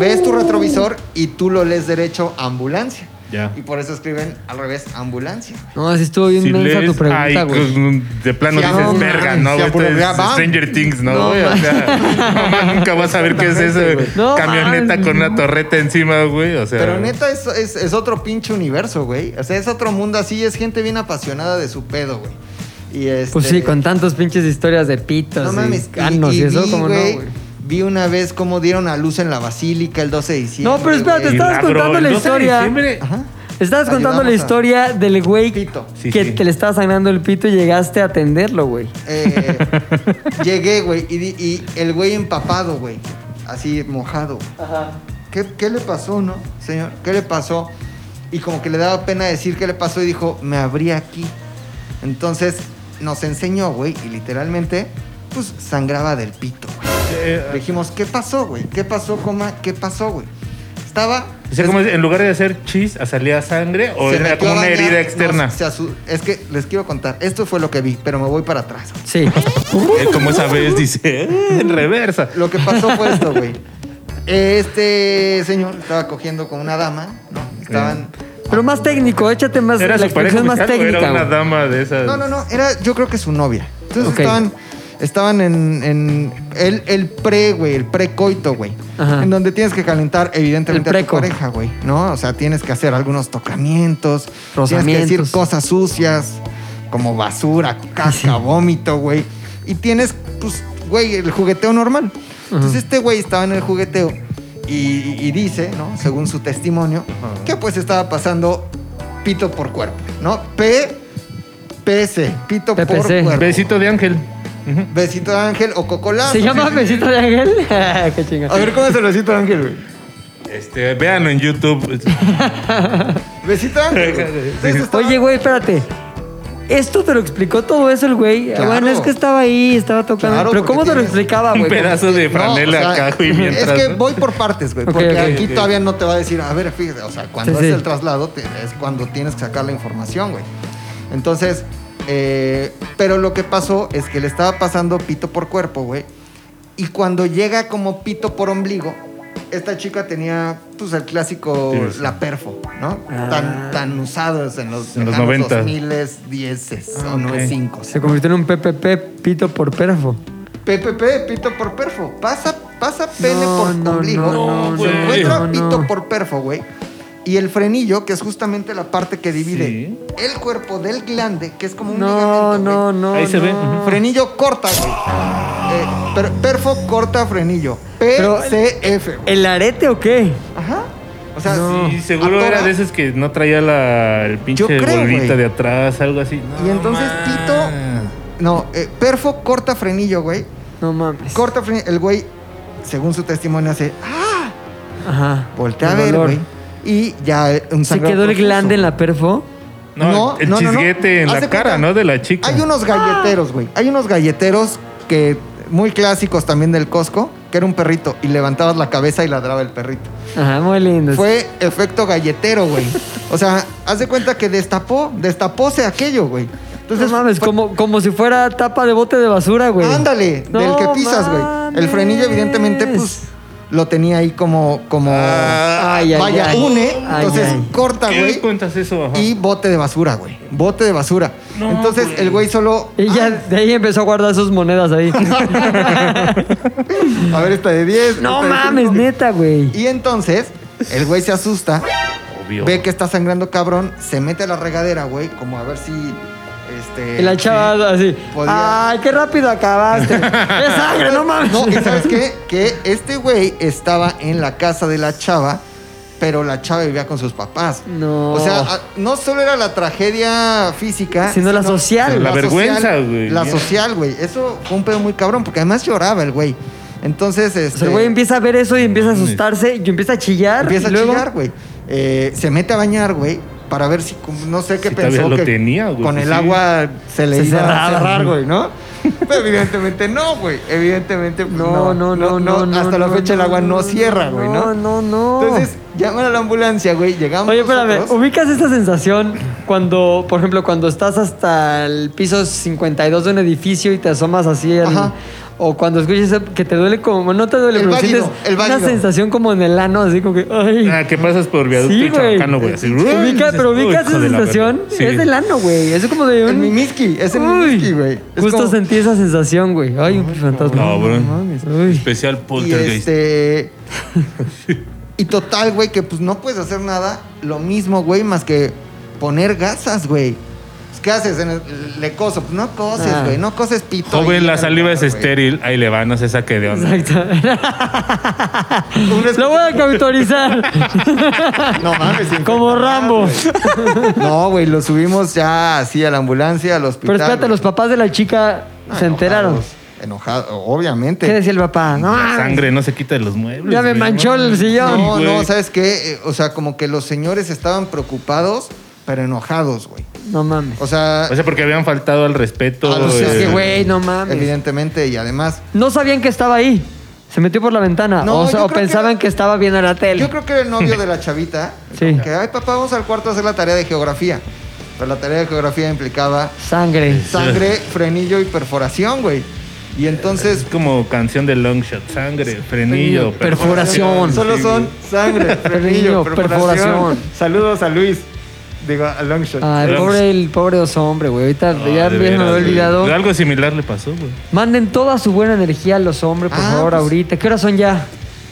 [SPEAKER 3] Ves tu retrovisor y tú lo lees derecho ambulancia.
[SPEAKER 2] Ya.
[SPEAKER 3] Y por eso escriben al revés ambulancia.
[SPEAKER 1] No, sí estuvo bien
[SPEAKER 2] Si
[SPEAKER 1] mensa
[SPEAKER 2] lees,
[SPEAKER 1] tu pregunta,
[SPEAKER 2] ay,
[SPEAKER 1] güey.
[SPEAKER 2] pues, de plano
[SPEAKER 3] Sí,
[SPEAKER 2] dices,
[SPEAKER 3] no,
[SPEAKER 2] verga,
[SPEAKER 3] mames,
[SPEAKER 2] no,
[SPEAKER 3] ya
[SPEAKER 2] güey,
[SPEAKER 3] puro-
[SPEAKER 2] esto
[SPEAKER 3] ya
[SPEAKER 2] es
[SPEAKER 3] va.
[SPEAKER 2] Stranger Things, ¿no,
[SPEAKER 3] No,
[SPEAKER 2] güey? o sea, no, mames, nunca vas a ver qué es eso, güey.
[SPEAKER 1] No,
[SPEAKER 2] Camioneta
[SPEAKER 1] mames.
[SPEAKER 2] con una torreta encima, güey, o sea.
[SPEAKER 3] Pero neta es, es- es otro pinche universo, güey. O sea, es otro mundo así, es gente bien apasionada de su pedo, güey. Y este,
[SPEAKER 1] Pues sí, con tantas pinches historias de pitos
[SPEAKER 3] No mames,
[SPEAKER 1] y
[SPEAKER 3] y-
[SPEAKER 1] canos y,
[SPEAKER 3] y
[SPEAKER 1] eso,
[SPEAKER 3] vi,
[SPEAKER 1] ¿cómo no,
[SPEAKER 3] güey,
[SPEAKER 1] güey?
[SPEAKER 3] Vi una vez cómo dieron a luz en la basílica el 12 de diciembre.
[SPEAKER 1] No, pero espérate,
[SPEAKER 3] güey.
[SPEAKER 2] Y
[SPEAKER 1] estabas
[SPEAKER 2] bro,
[SPEAKER 1] contando
[SPEAKER 2] el
[SPEAKER 1] la
[SPEAKER 2] 12 de
[SPEAKER 1] historia.
[SPEAKER 2] diciembre-
[SPEAKER 3] Ajá.
[SPEAKER 1] Estabas contando
[SPEAKER 3] Ayudamos
[SPEAKER 1] la
[SPEAKER 3] a-
[SPEAKER 1] historia del güey
[SPEAKER 3] Pito.
[SPEAKER 2] Sí,
[SPEAKER 1] que
[SPEAKER 2] sí.
[SPEAKER 1] te le estaba sangrando el pito y llegaste a atenderlo, güey.
[SPEAKER 3] Eh, llegué, güey, y, di- y el güey empapado, güey. Así mojado. ¿Qué, ¿Qué le pasó, no, señor? ¿Qué le pasó? Y como que le daba pena decir qué le pasó y dijo, me abrí aquí. Entonces nos enseñó, güey, y literalmente, pues sangraba del pito, güey.
[SPEAKER 2] Eh,
[SPEAKER 3] Le dijimos, ¿qué pasó, güey? ¿Qué pasó, coma? ¿Qué pasó, güey? Estaba.
[SPEAKER 2] o sea, como es- en lugar de hacer chis, salía sangre o
[SPEAKER 3] se
[SPEAKER 2] era
[SPEAKER 3] metió
[SPEAKER 2] como
[SPEAKER 3] a
[SPEAKER 2] una
[SPEAKER 3] bañar,
[SPEAKER 2] herida
[SPEAKER 3] no,
[SPEAKER 2] externa.
[SPEAKER 3] se asu- es que les quiero contar, esto fue lo que vi, pero me voy para atrás. güey.
[SPEAKER 1] Sí.
[SPEAKER 2] Eh, como esa vez dice, "Eh, en reversa.
[SPEAKER 3] Lo que pasó fue esto, güey. Este señor estaba cogiendo con una dama, ¿no? Estaban.
[SPEAKER 1] Pero más técnico, échate más
[SPEAKER 2] ¿Era
[SPEAKER 1] Pues, la
[SPEAKER 2] su pareja
[SPEAKER 1] explicación más
[SPEAKER 2] oficial o
[SPEAKER 1] técnica.
[SPEAKER 2] era una
[SPEAKER 1] güey.
[SPEAKER 2] dama de esas?
[SPEAKER 3] No, no, no, era yo creo que su novia. Entonces
[SPEAKER 1] Ok.
[SPEAKER 3] estaban. Estaban en, en el, el pre, güey, el precoito, güey.
[SPEAKER 1] Ajá.
[SPEAKER 3] En donde tienes que calentar, evidentemente,
[SPEAKER 1] El
[SPEAKER 3] a tu
[SPEAKER 1] preco.
[SPEAKER 3] pareja, güey, ¿no? O sea, tienes que hacer algunos tocamientos, tienes que
[SPEAKER 1] Rozamientos.
[SPEAKER 3] decir cosas sucias, como basura, caca, vómito, güey. Y tienes, pues, güey, el jugueteo normal. Entonces, este güey estaba en el jugueteo y, y- y dice, ¿no? Según su testimonio,
[SPEAKER 2] Ajá.
[SPEAKER 3] que pues estaba pasando pito por cuerpo, ¿no? P. PC, pito por
[SPEAKER 1] PPC.
[SPEAKER 3] cuerpo.
[SPEAKER 2] Besito de ángel. Ujú.
[SPEAKER 3] Besito de ángel o cocolazo.
[SPEAKER 1] ¿Se llama
[SPEAKER 3] Sí, sí, sí.
[SPEAKER 1] Besito de Ángel? Qué chingada.
[SPEAKER 3] A ver, ¿cómo es el besito de ángel, güey?
[SPEAKER 2] Este, véanlo en YouTube.
[SPEAKER 3] Besito de ángel. güey. Entonces estaba-
[SPEAKER 1] Oye, güey, espérate. Esto te lo explicó todo eso el güey. Ah,
[SPEAKER 3] Claro.
[SPEAKER 1] Bueno, es que estaba ahí, estaba tocando.
[SPEAKER 3] Claro,
[SPEAKER 1] pero ¿cómo
[SPEAKER 3] porque
[SPEAKER 1] te lo
[SPEAKER 3] tienes
[SPEAKER 1] explicaba, güey?
[SPEAKER 2] Un pedazo de franela
[SPEAKER 3] No, o sea,
[SPEAKER 2] acá, güey, mientras.
[SPEAKER 3] Es que voy por partes, güey.
[SPEAKER 1] Ok,
[SPEAKER 3] Porque
[SPEAKER 1] ok,
[SPEAKER 3] aquí
[SPEAKER 2] ok.
[SPEAKER 3] todavía no te va a decir, a ver, fíjate, o sea, cuando
[SPEAKER 1] Sí,
[SPEAKER 3] es
[SPEAKER 1] sí.
[SPEAKER 3] el traslado te- es cuando tienes que sacar la información, güey. Entonces, eh, pero lo que pasó es que le estaba pasando pito por cuerpo, güey. Y cuando llega como pito por ombligo, esta chica tenía, pues, el clásico,
[SPEAKER 2] Sí, sí.
[SPEAKER 3] la perfo, ¿no?
[SPEAKER 1] Ah.
[SPEAKER 3] Tan, tan usados en los,
[SPEAKER 2] En los
[SPEAKER 3] lejanos
[SPEAKER 2] 90.
[SPEAKER 3] 2000s, 10s
[SPEAKER 2] Ah,
[SPEAKER 3] o
[SPEAKER 2] ok.
[SPEAKER 3] 95.
[SPEAKER 1] Se convirtió en un PPP pito por perfo.
[SPEAKER 3] PPP, pito por perfo. Pasa, pasa pene
[SPEAKER 1] No,
[SPEAKER 3] por
[SPEAKER 1] no,
[SPEAKER 3] ombligo.
[SPEAKER 1] no,
[SPEAKER 2] no,
[SPEAKER 3] se
[SPEAKER 2] no,
[SPEAKER 3] encuentra
[SPEAKER 1] no,
[SPEAKER 3] pito
[SPEAKER 1] no.
[SPEAKER 3] por perfo, güey. Y el frenillo, que es justamente la parte que divide
[SPEAKER 2] Sí.
[SPEAKER 3] el cuerpo del glande, que es como un
[SPEAKER 1] No,
[SPEAKER 3] ligamento,
[SPEAKER 1] no,
[SPEAKER 3] güey.
[SPEAKER 1] no.
[SPEAKER 2] Ahí se
[SPEAKER 1] no.
[SPEAKER 2] ve, ujú.
[SPEAKER 3] Frenillo corta, güey. Eh, per- perfo corta frenillo.
[SPEAKER 1] Pero-
[SPEAKER 3] PCF, güey.
[SPEAKER 1] ¿El arete o qué?
[SPEAKER 3] Ajá. O sea,
[SPEAKER 1] No.
[SPEAKER 2] Y seguro
[SPEAKER 3] atora.
[SPEAKER 2] era de esos que no traía la, el pinche
[SPEAKER 3] Yo creo,
[SPEAKER 2] bolita
[SPEAKER 3] güey.
[SPEAKER 2] de atrás, algo así. No
[SPEAKER 3] Y entonces
[SPEAKER 2] mames.
[SPEAKER 3] Tito- No, eh, Perfo corta frenillo, güey.
[SPEAKER 1] No mames.
[SPEAKER 3] Corta frenillo. El güey, según su testimonio, hace. ¡Ah!
[SPEAKER 1] Ajá.
[SPEAKER 3] Voltea a
[SPEAKER 1] El
[SPEAKER 3] ver,
[SPEAKER 1] dolor.
[SPEAKER 3] güey. Y ya eh, un
[SPEAKER 1] ¿Se
[SPEAKER 3] sangrado
[SPEAKER 1] quedó el
[SPEAKER 3] profuso.
[SPEAKER 1] glande en la perfo?
[SPEAKER 2] No, el chisguete en
[SPEAKER 3] Haz
[SPEAKER 2] la
[SPEAKER 3] de
[SPEAKER 2] cara,
[SPEAKER 3] cuenta,
[SPEAKER 2] ¿no? De la chica.
[SPEAKER 3] Hay unos galleteros, güey. Hay unos galleteros que muy clásicos también del Costco, que era un perrito y levantabas la cabeza y ladraba el perrito.
[SPEAKER 1] Ajá, muy lindo.
[SPEAKER 3] Fue efecto galletero, güey. O sea, haz de cuenta que destapó, destapóse aquello, güey.
[SPEAKER 1] Entonces,
[SPEAKER 3] Entonces,
[SPEAKER 1] no mames,
[SPEAKER 3] fue-
[SPEAKER 1] como, como si fuera tapa de bote de basura, güey.
[SPEAKER 3] Ándale, del
[SPEAKER 1] No
[SPEAKER 3] que pisas, güey. El frenillo,
[SPEAKER 1] mames.
[SPEAKER 3] evidentemente, pues lo tenía ahí como, como
[SPEAKER 1] Ah, Ay, ay,
[SPEAKER 3] vaya,
[SPEAKER 1] ay.
[SPEAKER 3] une.
[SPEAKER 1] Ay,
[SPEAKER 3] entonces
[SPEAKER 1] ay.
[SPEAKER 3] corta,
[SPEAKER 2] ¿Qué
[SPEAKER 3] güey.
[SPEAKER 2] cuentas eso? Ajá.
[SPEAKER 3] Y bote de basura, güey. Bote de basura.
[SPEAKER 2] No,
[SPEAKER 3] entonces
[SPEAKER 2] güey.
[SPEAKER 3] el güey solo.
[SPEAKER 1] Y ya de ahí empezó a guardar sus monedas ahí.
[SPEAKER 3] "Ah, a ver, esta de 10.
[SPEAKER 1] no
[SPEAKER 3] esta de
[SPEAKER 1] mames,
[SPEAKER 3] cinco".
[SPEAKER 1] neta, güey.
[SPEAKER 3] Y entonces el güey se asusta.
[SPEAKER 2] Obvio.
[SPEAKER 3] Ve que está sangrando cabrón, se mete a la regadera, güey, como a ver si este
[SPEAKER 1] Y la chava así.
[SPEAKER 3] Podía-
[SPEAKER 1] Ay, qué rápido acabaste. es sangre, no mames.
[SPEAKER 3] No, y sabes qué? Que este güey estaba en la casa de la chava, pero la chava vivía con sus papás.
[SPEAKER 1] No.
[SPEAKER 3] O sea, a- no solo era la tragedia física,
[SPEAKER 1] Sino la social.
[SPEAKER 2] La vergüenza,
[SPEAKER 3] social-
[SPEAKER 2] güey.
[SPEAKER 3] La social, güey. Eso fue un pedo muy cabrón, porque además lloraba el güey. Entonces, este.
[SPEAKER 1] O sea, el güey empieza a ver eso y empieza a asustarse y empieza a chillar.
[SPEAKER 3] Empieza
[SPEAKER 1] y
[SPEAKER 3] a
[SPEAKER 1] luego-
[SPEAKER 3] chillar, güey. Eh, se mete a bañar, güey, para ver si, cum- no sé qué
[SPEAKER 2] Si todavía
[SPEAKER 3] pensó.
[SPEAKER 2] lo
[SPEAKER 3] que
[SPEAKER 2] tenía, güey,
[SPEAKER 3] Con
[SPEAKER 2] pues
[SPEAKER 3] el
[SPEAKER 2] sí.
[SPEAKER 3] agua se le
[SPEAKER 1] Se
[SPEAKER 3] iba a
[SPEAKER 1] cerraba.
[SPEAKER 3] cerrar, güey, ¿no? Pero evidentemente no, güey. Evidentemente pues,
[SPEAKER 1] No, no, no, no, no.
[SPEAKER 3] Hasta la
[SPEAKER 1] no,
[SPEAKER 3] fecha el
[SPEAKER 1] no,
[SPEAKER 3] agua no cierra, güey, ¿no?
[SPEAKER 1] No, no, no.
[SPEAKER 3] Entonces llaman a la ambulancia, güey. Llegamos.
[SPEAKER 1] Oye, espérame,
[SPEAKER 3] nosotros.
[SPEAKER 1] ¿ubicas esa sensación cuando, por ejemplo, cuando estás hasta el piso 52 de un edificio y te asomas así? al-
[SPEAKER 3] Ajá.
[SPEAKER 1] o cuando escuchas que te duele como, no te duele,
[SPEAKER 3] El
[SPEAKER 1] pero
[SPEAKER 3] válido,
[SPEAKER 1] sientes
[SPEAKER 3] el válido.
[SPEAKER 1] una sensación como en el ano, así como que, ay.
[SPEAKER 2] Ah, que pasas por viaducto
[SPEAKER 1] Sí,
[SPEAKER 2] y chabacano,
[SPEAKER 1] güey.
[SPEAKER 2] güey. así.
[SPEAKER 1] Ubica- pero
[SPEAKER 2] Uy,
[SPEAKER 1] ubicas
[SPEAKER 2] hijo
[SPEAKER 1] esa
[SPEAKER 2] de la
[SPEAKER 1] sensación,
[SPEAKER 2] verga. Sí.
[SPEAKER 1] es del ano, güey. Es como de un...
[SPEAKER 3] El mimiski, es el
[SPEAKER 1] Uy,
[SPEAKER 3] mimiski, güey. Es
[SPEAKER 1] Justo
[SPEAKER 3] como-
[SPEAKER 1] sentí esa sensación, güey. Ay, un fantasma.
[SPEAKER 2] No, bro.
[SPEAKER 1] Uy.
[SPEAKER 2] Especial
[SPEAKER 3] Y
[SPEAKER 2] poltergeist.
[SPEAKER 3] este. y total, güey, que pues no puedes hacer nada. Lo mismo, güey, más que poner gasas, güey. Pues, ¿Qué haces? En el- le coso. Pues no coses,
[SPEAKER 1] Ah.
[SPEAKER 3] güey. No coses pito.
[SPEAKER 2] Joven,
[SPEAKER 3] ahí
[SPEAKER 2] la
[SPEAKER 3] en el
[SPEAKER 2] saliva es
[SPEAKER 3] lugar, güey.
[SPEAKER 2] estéril. Ahí le van, no se saque de onda.
[SPEAKER 3] Un es-
[SPEAKER 1] Lo voy a cautorizar
[SPEAKER 3] No mames. sin
[SPEAKER 1] como
[SPEAKER 3] contar,
[SPEAKER 1] Rambo.
[SPEAKER 3] güey. No, güey, lo subimos ya así a la ambulancia, al hospital.
[SPEAKER 1] Pero espérate,
[SPEAKER 3] güey.
[SPEAKER 1] los papás de la chica
[SPEAKER 3] No,
[SPEAKER 1] se enteraron.
[SPEAKER 3] enojados, Enojado, obviamente.
[SPEAKER 1] ¿Qué decía el papá? No,
[SPEAKER 2] La
[SPEAKER 1] mames.
[SPEAKER 2] sangre no se quita de los muebles.
[SPEAKER 1] Ya me
[SPEAKER 2] güey.
[SPEAKER 1] manchó el sillón.
[SPEAKER 3] No,
[SPEAKER 2] güey.
[SPEAKER 3] no, ¿sabes qué? Eh, O sea, como que los señores estaban preocupados, pero enojados, güey.
[SPEAKER 1] No mames.
[SPEAKER 3] O sea,
[SPEAKER 2] O sea, porque habían faltado al respeto.
[SPEAKER 3] A los-
[SPEAKER 2] Pues
[SPEAKER 3] este,
[SPEAKER 2] eh,
[SPEAKER 1] Es que, güey, no mames.
[SPEAKER 3] evidentemente, y además,
[SPEAKER 1] No sabían que estaba ahí. Se metió por la ventana.
[SPEAKER 3] No,
[SPEAKER 1] o sea,
[SPEAKER 3] yo
[SPEAKER 1] o
[SPEAKER 3] creo que
[SPEAKER 1] pensaban
[SPEAKER 3] era-
[SPEAKER 1] que, estaba viendo la tele.
[SPEAKER 3] yo creo que era el novio de la chavita.
[SPEAKER 1] Sí.
[SPEAKER 3] Que, ay, papá, vamos al cuarto a hacer la tarea de geografía. Pero la tarea de geografía implicaba
[SPEAKER 1] Sangre.
[SPEAKER 3] sangre, frenillo y perforación, güey. Y entonces,
[SPEAKER 2] Es como canción de Longshot. Sangre, frenillo,
[SPEAKER 1] Perforación.
[SPEAKER 3] solo son sangre, frenillo,
[SPEAKER 1] Frenillo,
[SPEAKER 3] perforación.
[SPEAKER 1] perforación.
[SPEAKER 3] Saludos a Luis. Digo, a Longshot.
[SPEAKER 1] Ay,
[SPEAKER 2] Pero-
[SPEAKER 1] pobre, el pobre oso hombre, güey. Ahorita
[SPEAKER 2] No,
[SPEAKER 1] ya
[SPEAKER 2] de
[SPEAKER 1] bien me
[SPEAKER 2] veras,
[SPEAKER 1] lo he
[SPEAKER 2] güey.
[SPEAKER 1] olvidado.
[SPEAKER 2] Algo similar le pasó, güey.
[SPEAKER 1] Manden toda su buena energía a los hombres, por
[SPEAKER 3] Ah,
[SPEAKER 1] favor,
[SPEAKER 3] pues-
[SPEAKER 1] ahorita. ¿Qué horas son ya?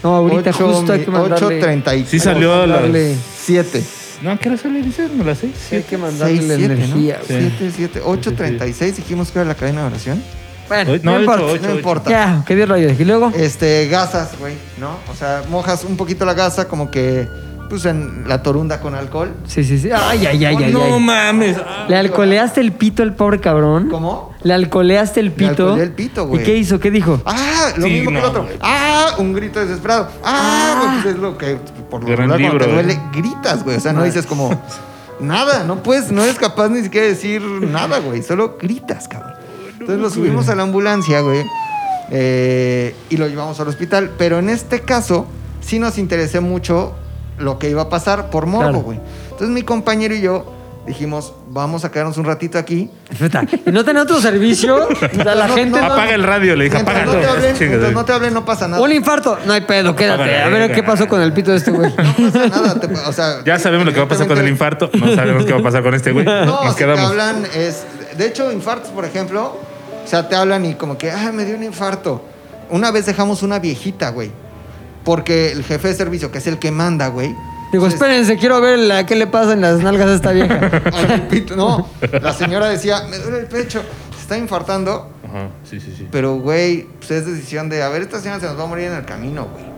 [SPEAKER 1] No, ahorita
[SPEAKER 3] Ocho
[SPEAKER 1] justo hay
[SPEAKER 3] mi-
[SPEAKER 1] que mandarle.
[SPEAKER 3] 8.37.
[SPEAKER 2] Sí salió a las...
[SPEAKER 1] darle-
[SPEAKER 3] 7.
[SPEAKER 2] No, ¿qué hora sale? Dice, ¿no las seis?
[SPEAKER 1] Sí, hay que mandarle
[SPEAKER 3] 6,
[SPEAKER 1] la
[SPEAKER 3] 7,
[SPEAKER 1] energía.
[SPEAKER 3] ¿no?
[SPEAKER 1] güey.
[SPEAKER 3] 7, 7, 8, 36. Dijimos que era la cadena de oración.
[SPEAKER 1] Bueno, no,
[SPEAKER 2] No, ocho,
[SPEAKER 1] importa.
[SPEAKER 2] ocho,
[SPEAKER 3] No
[SPEAKER 2] ocho.
[SPEAKER 3] importa.
[SPEAKER 1] Ya, que Dios lo ayude. Y luego,
[SPEAKER 3] Este, gasas, güey, ¿no? O sea, mojas un poquito la gasa, como que, pues, en la torunda con alcohol.
[SPEAKER 1] sí, sí, sí. Ay, ay, ay, ay.
[SPEAKER 2] No
[SPEAKER 1] ay.
[SPEAKER 2] mames.
[SPEAKER 1] ¿Le alcoleaste el pito al pobre cabrón?
[SPEAKER 3] ¿Cómo?
[SPEAKER 1] Le alcoleaste el pito.
[SPEAKER 3] alcoleé el pito, güey.
[SPEAKER 1] ¿Y qué hizo? ¿Qué dijo?
[SPEAKER 3] ¡Ah! Lo
[SPEAKER 2] Sí,
[SPEAKER 3] mismo que el
[SPEAKER 2] no,
[SPEAKER 3] otro.
[SPEAKER 2] güey.
[SPEAKER 3] ¡Ah! Un grito desesperado. ¡Ah! güey, pues es lo que, por lo
[SPEAKER 2] Gran
[SPEAKER 3] regular, cuando
[SPEAKER 2] libro,
[SPEAKER 3] te duele,
[SPEAKER 2] eh.
[SPEAKER 3] gritas, güey. O sea, no dices como nada. No puedes, no eres capaz ni siquiera de decir nada, güey. Solo gritas, cabrón. Entonces lo subimos a la ambulancia, güey. eh, y lo llevamos al hospital. Pero en este caso, sí nos interesó mucho lo que iba a pasar por morbo,
[SPEAKER 1] Claro.
[SPEAKER 3] güey. Entonces mi compañero y yo dijimos, vamos a quedarnos un ratito aquí.
[SPEAKER 1] Puta, ¿Y no tenía otro servicio? A la
[SPEAKER 3] No,
[SPEAKER 1] gente.
[SPEAKER 3] no,
[SPEAKER 1] no-
[SPEAKER 2] Apaga el radio, le dije,
[SPEAKER 3] Mientras no,
[SPEAKER 2] apágalo.
[SPEAKER 3] te hablen,
[SPEAKER 2] Chinga,
[SPEAKER 3] mientras no te hablen, no pasa nada.
[SPEAKER 1] Un infarto. No hay pedo, quédate.
[SPEAKER 2] Apaga
[SPEAKER 1] A
[SPEAKER 2] la
[SPEAKER 1] ver qué
[SPEAKER 2] verga.
[SPEAKER 1] pasó con el pito de este güey.
[SPEAKER 3] No pasa nada. te- o sea,
[SPEAKER 2] Ya sabemos lo que va a pasar con el infarto. No sabemos qué va a pasar con este güey.
[SPEAKER 3] No,
[SPEAKER 2] Nos
[SPEAKER 3] si te
[SPEAKER 2] quedamos.
[SPEAKER 3] hablan es... De hecho, infartos, por ejemplo, o sea, te hablan y como que, ah, me dio un infarto. Una vez dejamos una viejita, güey. Porque el jefe de servicio, que es el que manda, güey.
[SPEAKER 1] Digo,
[SPEAKER 3] entonces,
[SPEAKER 1] espérense, quiero ver la, qué le pasa en las nalgas a esta vieja.
[SPEAKER 3] al pito- No, la señora decía, me duele el pecho, se está infartando.
[SPEAKER 2] Ajá, sí, sí, sí.
[SPEAKER 3] Pero, güey, pues es decisión de, a ver, esta señora se nos va a morir en el camino, güey.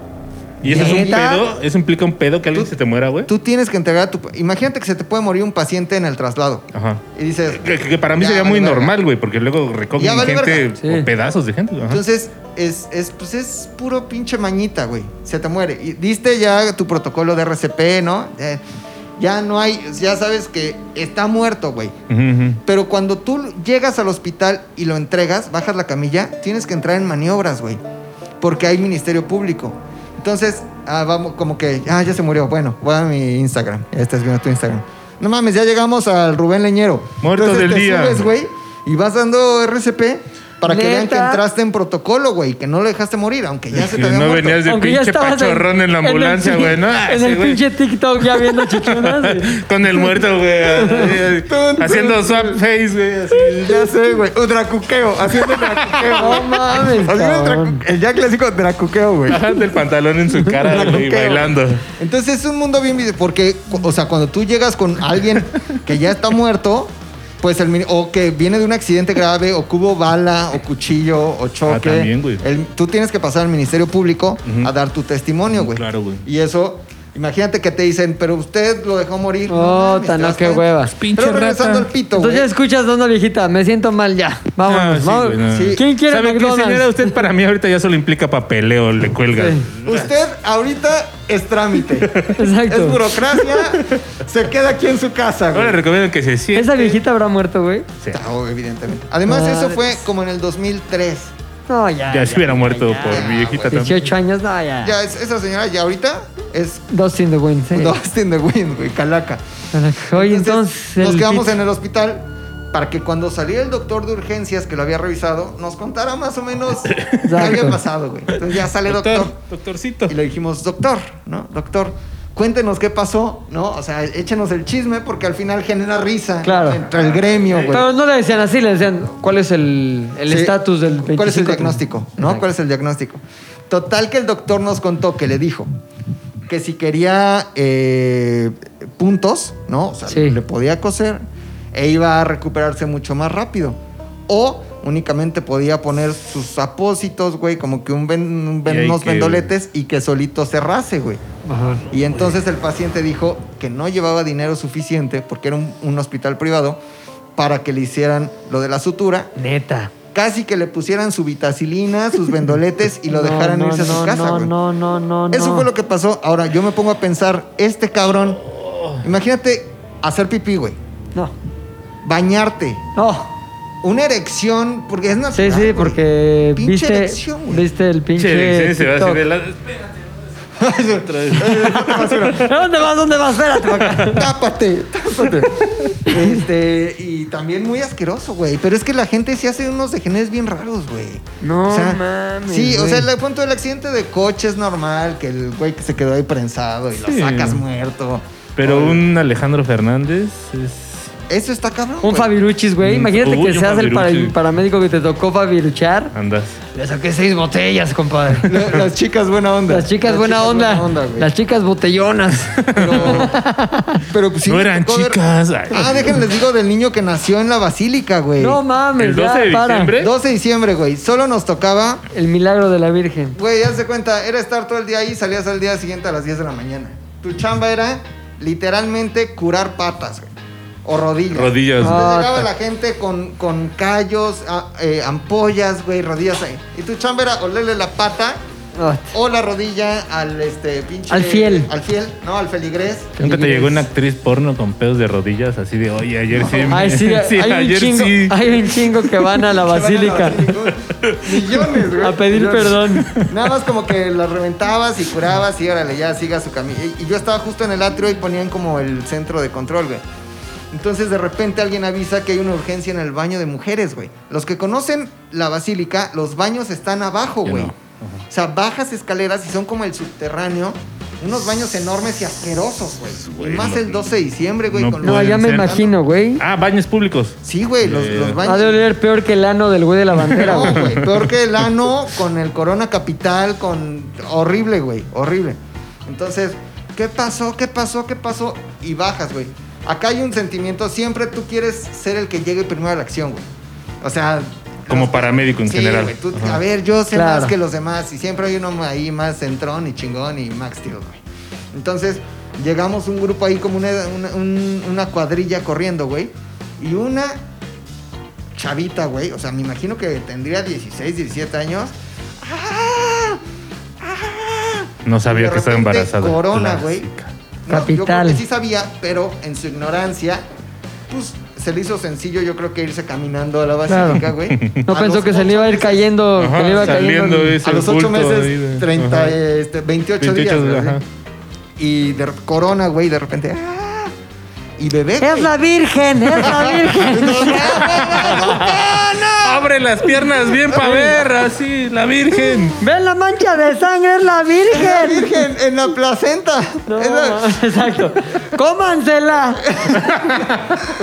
[SPEAKER 2] Y eso es un
[SPEAKER 3] ¿Neta?
[SPEAKER 2] pedo, eso implica un pedo que alguien
[SPEAKER 3] Tú-
[SPEAKER 2] se te muera, güey.
[SPEAKER 3] Tú tienes que entregar tu... Imagínate que se te puede morir un paciente en el traslado.
[SPEAKER 2] Ajá.
[SPEAKER 3] Y dices...
[SPEAKER 2] Que, que- que para mí
[SPEAKER 3] "Ya,
[SPEAKER 2] sería muy
[SPEAKER 3] vale, verga".
[SPEAKER 2] normal, güey, porque luego recogen
[SPEAKER 3] Ya vale
[SPEAKER 2] gente
[SPEAKER 3] verga.
[SPEAKER 1] Sí.
[SPEAKER 2] o pedazos de gente. güey, ajá.
[SPEAKER 3] Entonces, es, es, pues es puro pinche mañita, güey. Se te muere. Y diste ya tu protocolo de RCP, ¿no? Eh, ya no hay... Ya sabes que está muerto, güey.
[SPEAKER 2] Ujú, ujú.
[SPEAKER 3] Pero cuando tú llegas al hospital y lo entregas, bajas la camilla, tienes que entrar en maniobras, güey. Porque hay ministerio público. Entonces, ah, vamos, como que, ah, ya se mmurió. Bueno, voy a mi Instagram. Ya estás viendo tu Instagram. No mames, ya llegamos al Rubén Leñero.
[SPEAKER 2] Muerto
[SPEAKER 3] Entonces,
[SPEAKER 2] del
[SPEAKER 3] te
[SPEAKER 2] día.
[SPEAKER 3] subes, güey, y vas dando RCP para que vean que
[SPEAKER 1] Neta.
[SPEAKER 3] entraste en protocolo, güey, que no lo dejaste morir, aunque ya se te
[SPEAKER 2] Que
[SPEAKER 3] había
[SPEAKER 2] no
[SPEAKER 3] muerto.
[SPEAKER 2] venías de
[SPEAKER 1] Aunque ya
[SPEAKER 2] pinche
[SPEAKER 1] estabas
[SPEAKER 2] pachorrón en, la
[SPEAKER 1] el
[SPEAKER 2] ambulancia,
[SPEAKER 1] pin-
[SPEAKER 2] güey, ¿no? Ah,
[SPEAKER 1] En
[SPEAKER 2] sí,
[SPEAKER 1] el
[SPEAKER 2] güey.
[SPEAKER 1] pinche TikTok ya viendo chichonas. güey.
[SPEAKER 2] Con el muerto, güey. así, Haciendo swap face, güey. así.
[SPEAKER 3] Ya sé, güey. Un dracuqueo, haciendo dracuqueo.
[SPEAKER 1] No mames,
[SPEAKER 3] Haciendo
[SPEAKER 1] cabrón.
[SPEAKER 3] dracu- El ya clásico dracuqueo, güey.
[SPEAKER 2] Bajando el pantalón en su cara, güey,
[SPEAKER 3] Dracuqueo.
[SPEAKER 2] bailando.
[SPEAKER 3] Entonces es un mundo bien vivi- porque cu- o sea, cuando tú llegas con alguien que ya está muerto, pues el mini- o que viene de un accidente grave o que hubo bala o cuchillo o choque,
[SPEAKER 2] Ah, también, güey.
[SPEAKER 3] el- tú tienes que pasar al Ministerio Público a dar tu testimonio, güey.
[SPEAKER 2] Claro, güey.
[SPEAKER 3] Y eso Imagínate que te dicen, pero usted lo dejó morir.
[SPEAKER 1] Oh,
[SPEAKER 3] mames,
[SPEAKER 1] tan
[SPEAKER 3] te
[SPEAKER 1] no,
[SPEAKER 3] vas
[SPEAKER 1] qué
[SPEAKER 3] a-
[SPEAKER 1] huevas.
[SPEAKER 2] Pinche
[SPEAKER 3] Pero regresando
[SPEAKER 2] rata.
[SPEAKER 3] al pito,
[SPEAKER 1] Entonces
[SPEAKER 3] güey.
[SPEAKER 1] ya escuchas dando viejita, me siento mal ya. Vámonos,
[SPEAKER 2] Ah, sí,
[SPEAKER 1] vámonos.
[SPEAKER 2] güey, no.
[SPEAKER 3] Sí.
[SPEAKER 1] ¿Quién quiere
[SPEAKER 2] ¿Sabe qué,
[SPEAKER 1] McDonald's?
[SPEAKER 2] señora? Usted para mí ahorita ya solo implica papeleo, le cuelga.
[SPEAKER 1] Sí.
[SPEAKER 3] Usted ahorita es trámite.
[SPEAKER 1] Exacto.
[SPEAKER 3] Es burocracia. se queda aquí en su casa, güey.
[SPEAKER 2] Ahora le recomiendo que se siente.
[SPEAKER 1] Esa viejita habrá muerto, güey.
[SPEAKER 2] Sí.
[SPEAKER 3] Tao, Ah, oh, evidentemente. Además,
[SPEAKER 1] Madres.
[SPEAKER 3] eso fue como en el 2003.
[SPEAKER 1] No, ya.
[SPEAKER 2] Ya se hubiera muerto por
[SPEAKER 3] ya,
[SPEAKER 2] viejita
[SPEAKER 3] güey.
[SPEAKER 2] también.
[SPEAKER 1] 18 años, no, ya.
[SPEAKER 3] Ya, es- esa señora ya ahorita es
[SPEAKER 1] Dos in the wind, Ah. sí.
[SPEAKER 3] Lost in the Wind, güey, calaca.
[SPEAKER 1] Oye, entonces.
[SPEAKER 3] nos
[SPEAKER 1] el
[SPEAKER 3] quedamos
[SPEAKER 1] pit-
[SPEAKER 3] en el hospital para que cuando saliera el doctor de urgencias que lo había revisado, nos contara más o menos qué había pasado, güey. Entonces ya sale doctor,
[SPEAKER 2] Doctor, doctorcito.
[SPEAKER 3] y le dijimos, doctor, ¿no? Doctor, cuéntenos qué pasó, ¿no? O sea, échenos el chisme porque al final genera risa
[SPEAKER 1] Claro.
[SPEAKER 3] entre el gremio, güey.
[SPEAKER 1] Pero no le decían así, le decían, ¿cuál es el el
[SPEAKER 3] Sí.
[SPEAKER 1] estatus del 25?
[SPEAKER 3] ¿Cuál es el diagnóstico? ¿No?
[SPEAKER 1] Exacto.
[SPEAKER 3] ¿Cuál es el diagnóstico? Total que el doctor nos contó que le dijo que si quería eh, puntos, ¿no? O sea,
[SPEAKER 1] Sí.
[SPEAKER 3] le podía coser e iba a recuperarse mucho más rápido. O únicamente podía poner sus apósitos, güey, como que un ven- un ven-
[SPEAKER 2] Y ahí
[SPEAKER 3] unos
[SPEAKER 2] que-
[SPEAKER 3] vendoletes y que solito cerrase, güey.
[SPEAKER 1] Ajá.
[SPEAKER 3] Y entonces el paciente dijo que no llevaba dinero suficiente porque era un, un hospital privado para que le hicieran lo de la sutura
[SPEAKER 1] Neta.
[SPEAKER 3] casi que le pusieran su vitacilina, sus vendoletes y lo dejaran
[SPEAKER 1] No, no,
[SPEAKER 3] irse a su
[SPEAKER 1] no,
[SPEAKER 3] casa.
[SPEAKER 1] No,
[SPEAKER 3] güey.
[SPEAKER 1] no, no, no.
[SPEAKER 3] Eso
[SPEAKER 1] no.
[SPEAKER 3] fue lo que pasó. Ahora, yo me pongo a pensar, este cabrón,
[SPEAKER 1] Oh.
[SPEAKER 3] imagínate hacer pipí, güey,
[SPEAKER 1] No.
[SPEAKER 3] bañarte,
[SPEAKER 1] No.
[SPEAKER 3] una erección, porque es natural.
[SPEAKER 1] Sí, sí,
[SPEAKER 3] Ah, güey.
[SPEAKER 1] porque
[SPEAKER 3] Pinche
[SPEAKER 1] viste,
[SPEAKER 3] erección, güey.
[SPEAKER 1] viste el pinche.
[SPEAKER 2] Pinche erección se va así
[SPEAKER 1] TikTok.
[SPEAKER 2] de lado.
[SPEAKER 1] ¿Dónde vas? ¿Dónde vas? Espérate para acá.
[SPEAKER 3] Tápate, tápate. Este, y también muy asqueroso, güey. Pero es que la gente sí hace unos degeneres bien raros, güey.
[SPEAKER 1] No mames,
[SPEAKER 3] Sí, o
[SPEAKER 1] güey.
[SPEAKER 3] sea, el punto del accidente de coche es normal, que el güey que se quedó ahí prensado y
[SPEAKER 2] Sí.
[SPEAKER 3] lo sacas muerto.
[SPEAKER 2] Pero un Alejandro Fernández es.
[SPEAKER 3] Eso está cabrón.
[SPEAKER 1] Un
[SPEAKER 3] güey.
[SPEAKER 1] Fabiruchis, güey.
[SPEAKER 2] Mm,
[SPEAKER 1] Imagínate
[SPEAKER 2] uy,
[SPEAKER 1] que
[SPEAKER 2] un
[SPEAKER 1] seas el para-
[SPEAKER 2] Fabiruchis.
[SPEAKER 1] paramédico que te tocó Fabiruchar.
[SPEAKER 2] Andas.
[SPEAKER 1] Le saqué seis botellas, compadre.
[SPEAKER 3] La- Las chicas buena onda.
[SPEAKER 1] Las chicas buena onda.
[SPEAKER 3] güey.
[SPEAKER 1] Las chicas botellonas.
[SPEAKER 3] Pero pues, sí
[SPEAKER 2] No
[SPEAKER 3] me
[SPEAKER 2] eran
[SPEAKER 3] tocó ver-
[SPEAKER 2] chicas. ay.
[SPEAKER 3] Ah, déjenles digo del niño que nació en la basílica, güey.
[SPEAKER 1] No mames,
[SPEAKER 2] ¿El 12
[SPEAKER 1] ya,
[SPEAKER 2] de
[SPEAKER 1] para.
[SPEAKER 2] diciembre?
[SPEAKER 3] 12 de diciembre, güey. Solo nos tocaba,
[SPEAKER 1] El milagro de la Virgen.
[SPEAKER 3] güey, ya se cuenta, era estar todo el día ahí, salías al día siguiente a las 10 de la mañana. Tu chamba era literalmente curar patas, güey. O rodillas.
[SPEAKER 1] Ah.
[SPEAKER 2] Rodillas.
[SPEAKER 3] Entonces Pues llegaba la gente con, con callos, a- eh, ampollas, güey, rodillas ahí. Y tu chamba era olerle la pata
[SPEAKER 1] Ah,
[SPEAKER 3] o la rodilla al este pinche.
[SPEAKER 1] Al fiel.
[SPEAKER 3] Al fiel, no, al feligrés.
[SPEAKER 2] Nunca te
[SPEAKER 1] Yes.
[SPEAKER 2] llegó una actriz porno con pedos de rodillas así de, oye, ayer sí.
[SPEAKER 1] Ay, sí, hay, un
[SPEAKER 2] ayer
[SPEAKER 1] chingo,
[SPEAKER 2] sí.
[SPEAKER 1] hay un chingo que van a la basílica.
[SPEAKER 3] Millones, güey.
[SPEAKER 1] A pedir
[SPEAKER 3] Millones.
[SPEAKER 1] perdón.
[SPEAKER 3] Nada más como que las reventabas y curabas y órale, ya siga su camino. Y yo estaba justo en el atrio y ponían como el centro de control, güey. Entonces de repente alguien avisa que hay una urgencia en el baño de mujeres, güey. Los que conocen la basílica, los baños están abajo,
[SPEAKER 2] Yo
[SPEAKER 3] güey.
[SPEAKER 2] no.
[SPEAKER 3] O sea, bajas escaleras y son como el subterráneo. Unos baños enormes y asquerosos, güey. Y
[SPEAKER 2] Güey,
[SPEAKER 3] más
[SPEAKER 2] no-
[SPEAKER 3] el 12 de diciembre, güey.
[SPEAKER 2] no
[SPEAKER 3] con
[SPEAKER 1] No,
[SPEAKER 3] los-
[SPEAKER 1] ya me
[SPEAKER 2] Pueden ser.
[SPEAKER 1] imagino, güey.
[SPEAKER 2] Ah, baños públicos.
[SPEAKER 3] Sí, güey, los,
[SPEAKER 2] Eh,
[SPEAKER 3] los
[SPEAKER 1] Ha
[SPEAKER 3] baños.
[SPEAKER 1] de oler peor que el ano del güey de la bandera,
[SPEAKER 3] No, güey,
[SPEAKER 1] güey.
[SPEAKER 3] Peor que el ano con el Corona Capital, con. Horrible, güey. Horrible. Entonces, ¿qué pasó? ¿Qué pasó? ¿Qué pasó? Y bajas, güey. Acá hay un sentimiento. Siempre tú quieres ser el que llegue primero a la acción, güey. O sea,
[SPEAKER 2] Como paramédico en
[SPEAKER 3] Sí,
[SPEAKER 2] general.
[SPEAKER 3] güey, tú-
[SPEAKER 2] Ajá.
[SPEAKER 3] a ver, yo sé
[SPEAKER 1] Claro.
[SPEAKER 3] más que los demás y siempre hay uno ahí más centrón y chingón y Max Steel, güey. Entonces, llegamos un grupo ahí como una, una, un- una cuadrilla corriendo, güey. Y una chavita, güey, o sea, me imagino que tendría 16, 17 años. ¡Ah! ¡Ah!
[SPEAKER 2] No sabía
[SPEAKER 3] De
[SPEAKER 2] que estaba
[SPEAKER 3] repente,
[SPEAKER 2] embarazada.
[SPEAKER 3] Corona,
[SPEAKER 2] La
[SPEAKER 3] güey.
[SPEAKER 2] chica.
[SPEAKER 3] No, Yo creo
[SPEAKER 1] Capital.
[SPEAKER 3] que sí sabía, pero en su ignorancia, pues se le hizo sencillo, yo creo que irse caminando a la basílica,
[SPEAKER 1] Claro.
[SPEAKER 3] güey.
[SPEAKER 1] No
[SPEAKER 3] A
[SPEAKER 1] pensó
[SPEAKER 3] los
[SPEAKER 1] que se le iba a ir
[SPEAKER 3] ocho
[SPEAKER 1] cayendo.
[SPEAKER 2] Ajá,
[SPEAKER 1] que le iba
[SPEAKER 2] saliendo
[SPEAKER 1] cayendo. el-
[SPEAKER 2] ese
[SPEAKER 3] a los
[SPEAKER 2] bulto
[SPEAKER 3] ocho meses,
[SPEAKER 2] ahí de-
[SPEAKER 3] 30,
[SPEAKER 2] ajá.
[SPEAKER 3] este, 28,
[SPEAKER 2] 28,
[SPEAKER 3] días. güey.
[SPEAKER 2] ajá.
[SPEAKER 3] Y de corona, güey, de repente. ¡ah! Y bebé.
[SPEAKER 1] Es
[SPEAKER 3] güey.
[SPEAKER 1] la Virgen, es la Virgen.
[SPEAKER 2] Abre las piernas bien para ver, así, la Virgen.
[SPEAKER 1] Ven la mancha de sangre, es la
[SPEAKER 3] La
[SPEAKER 1] Virgen.
[SPEAKER 3] Virgen en la placenta.
[SPEAKER 1] No,
[SPEAKER 3] Es la-
[SPEAKER 1] exacto. ¡Cómansela!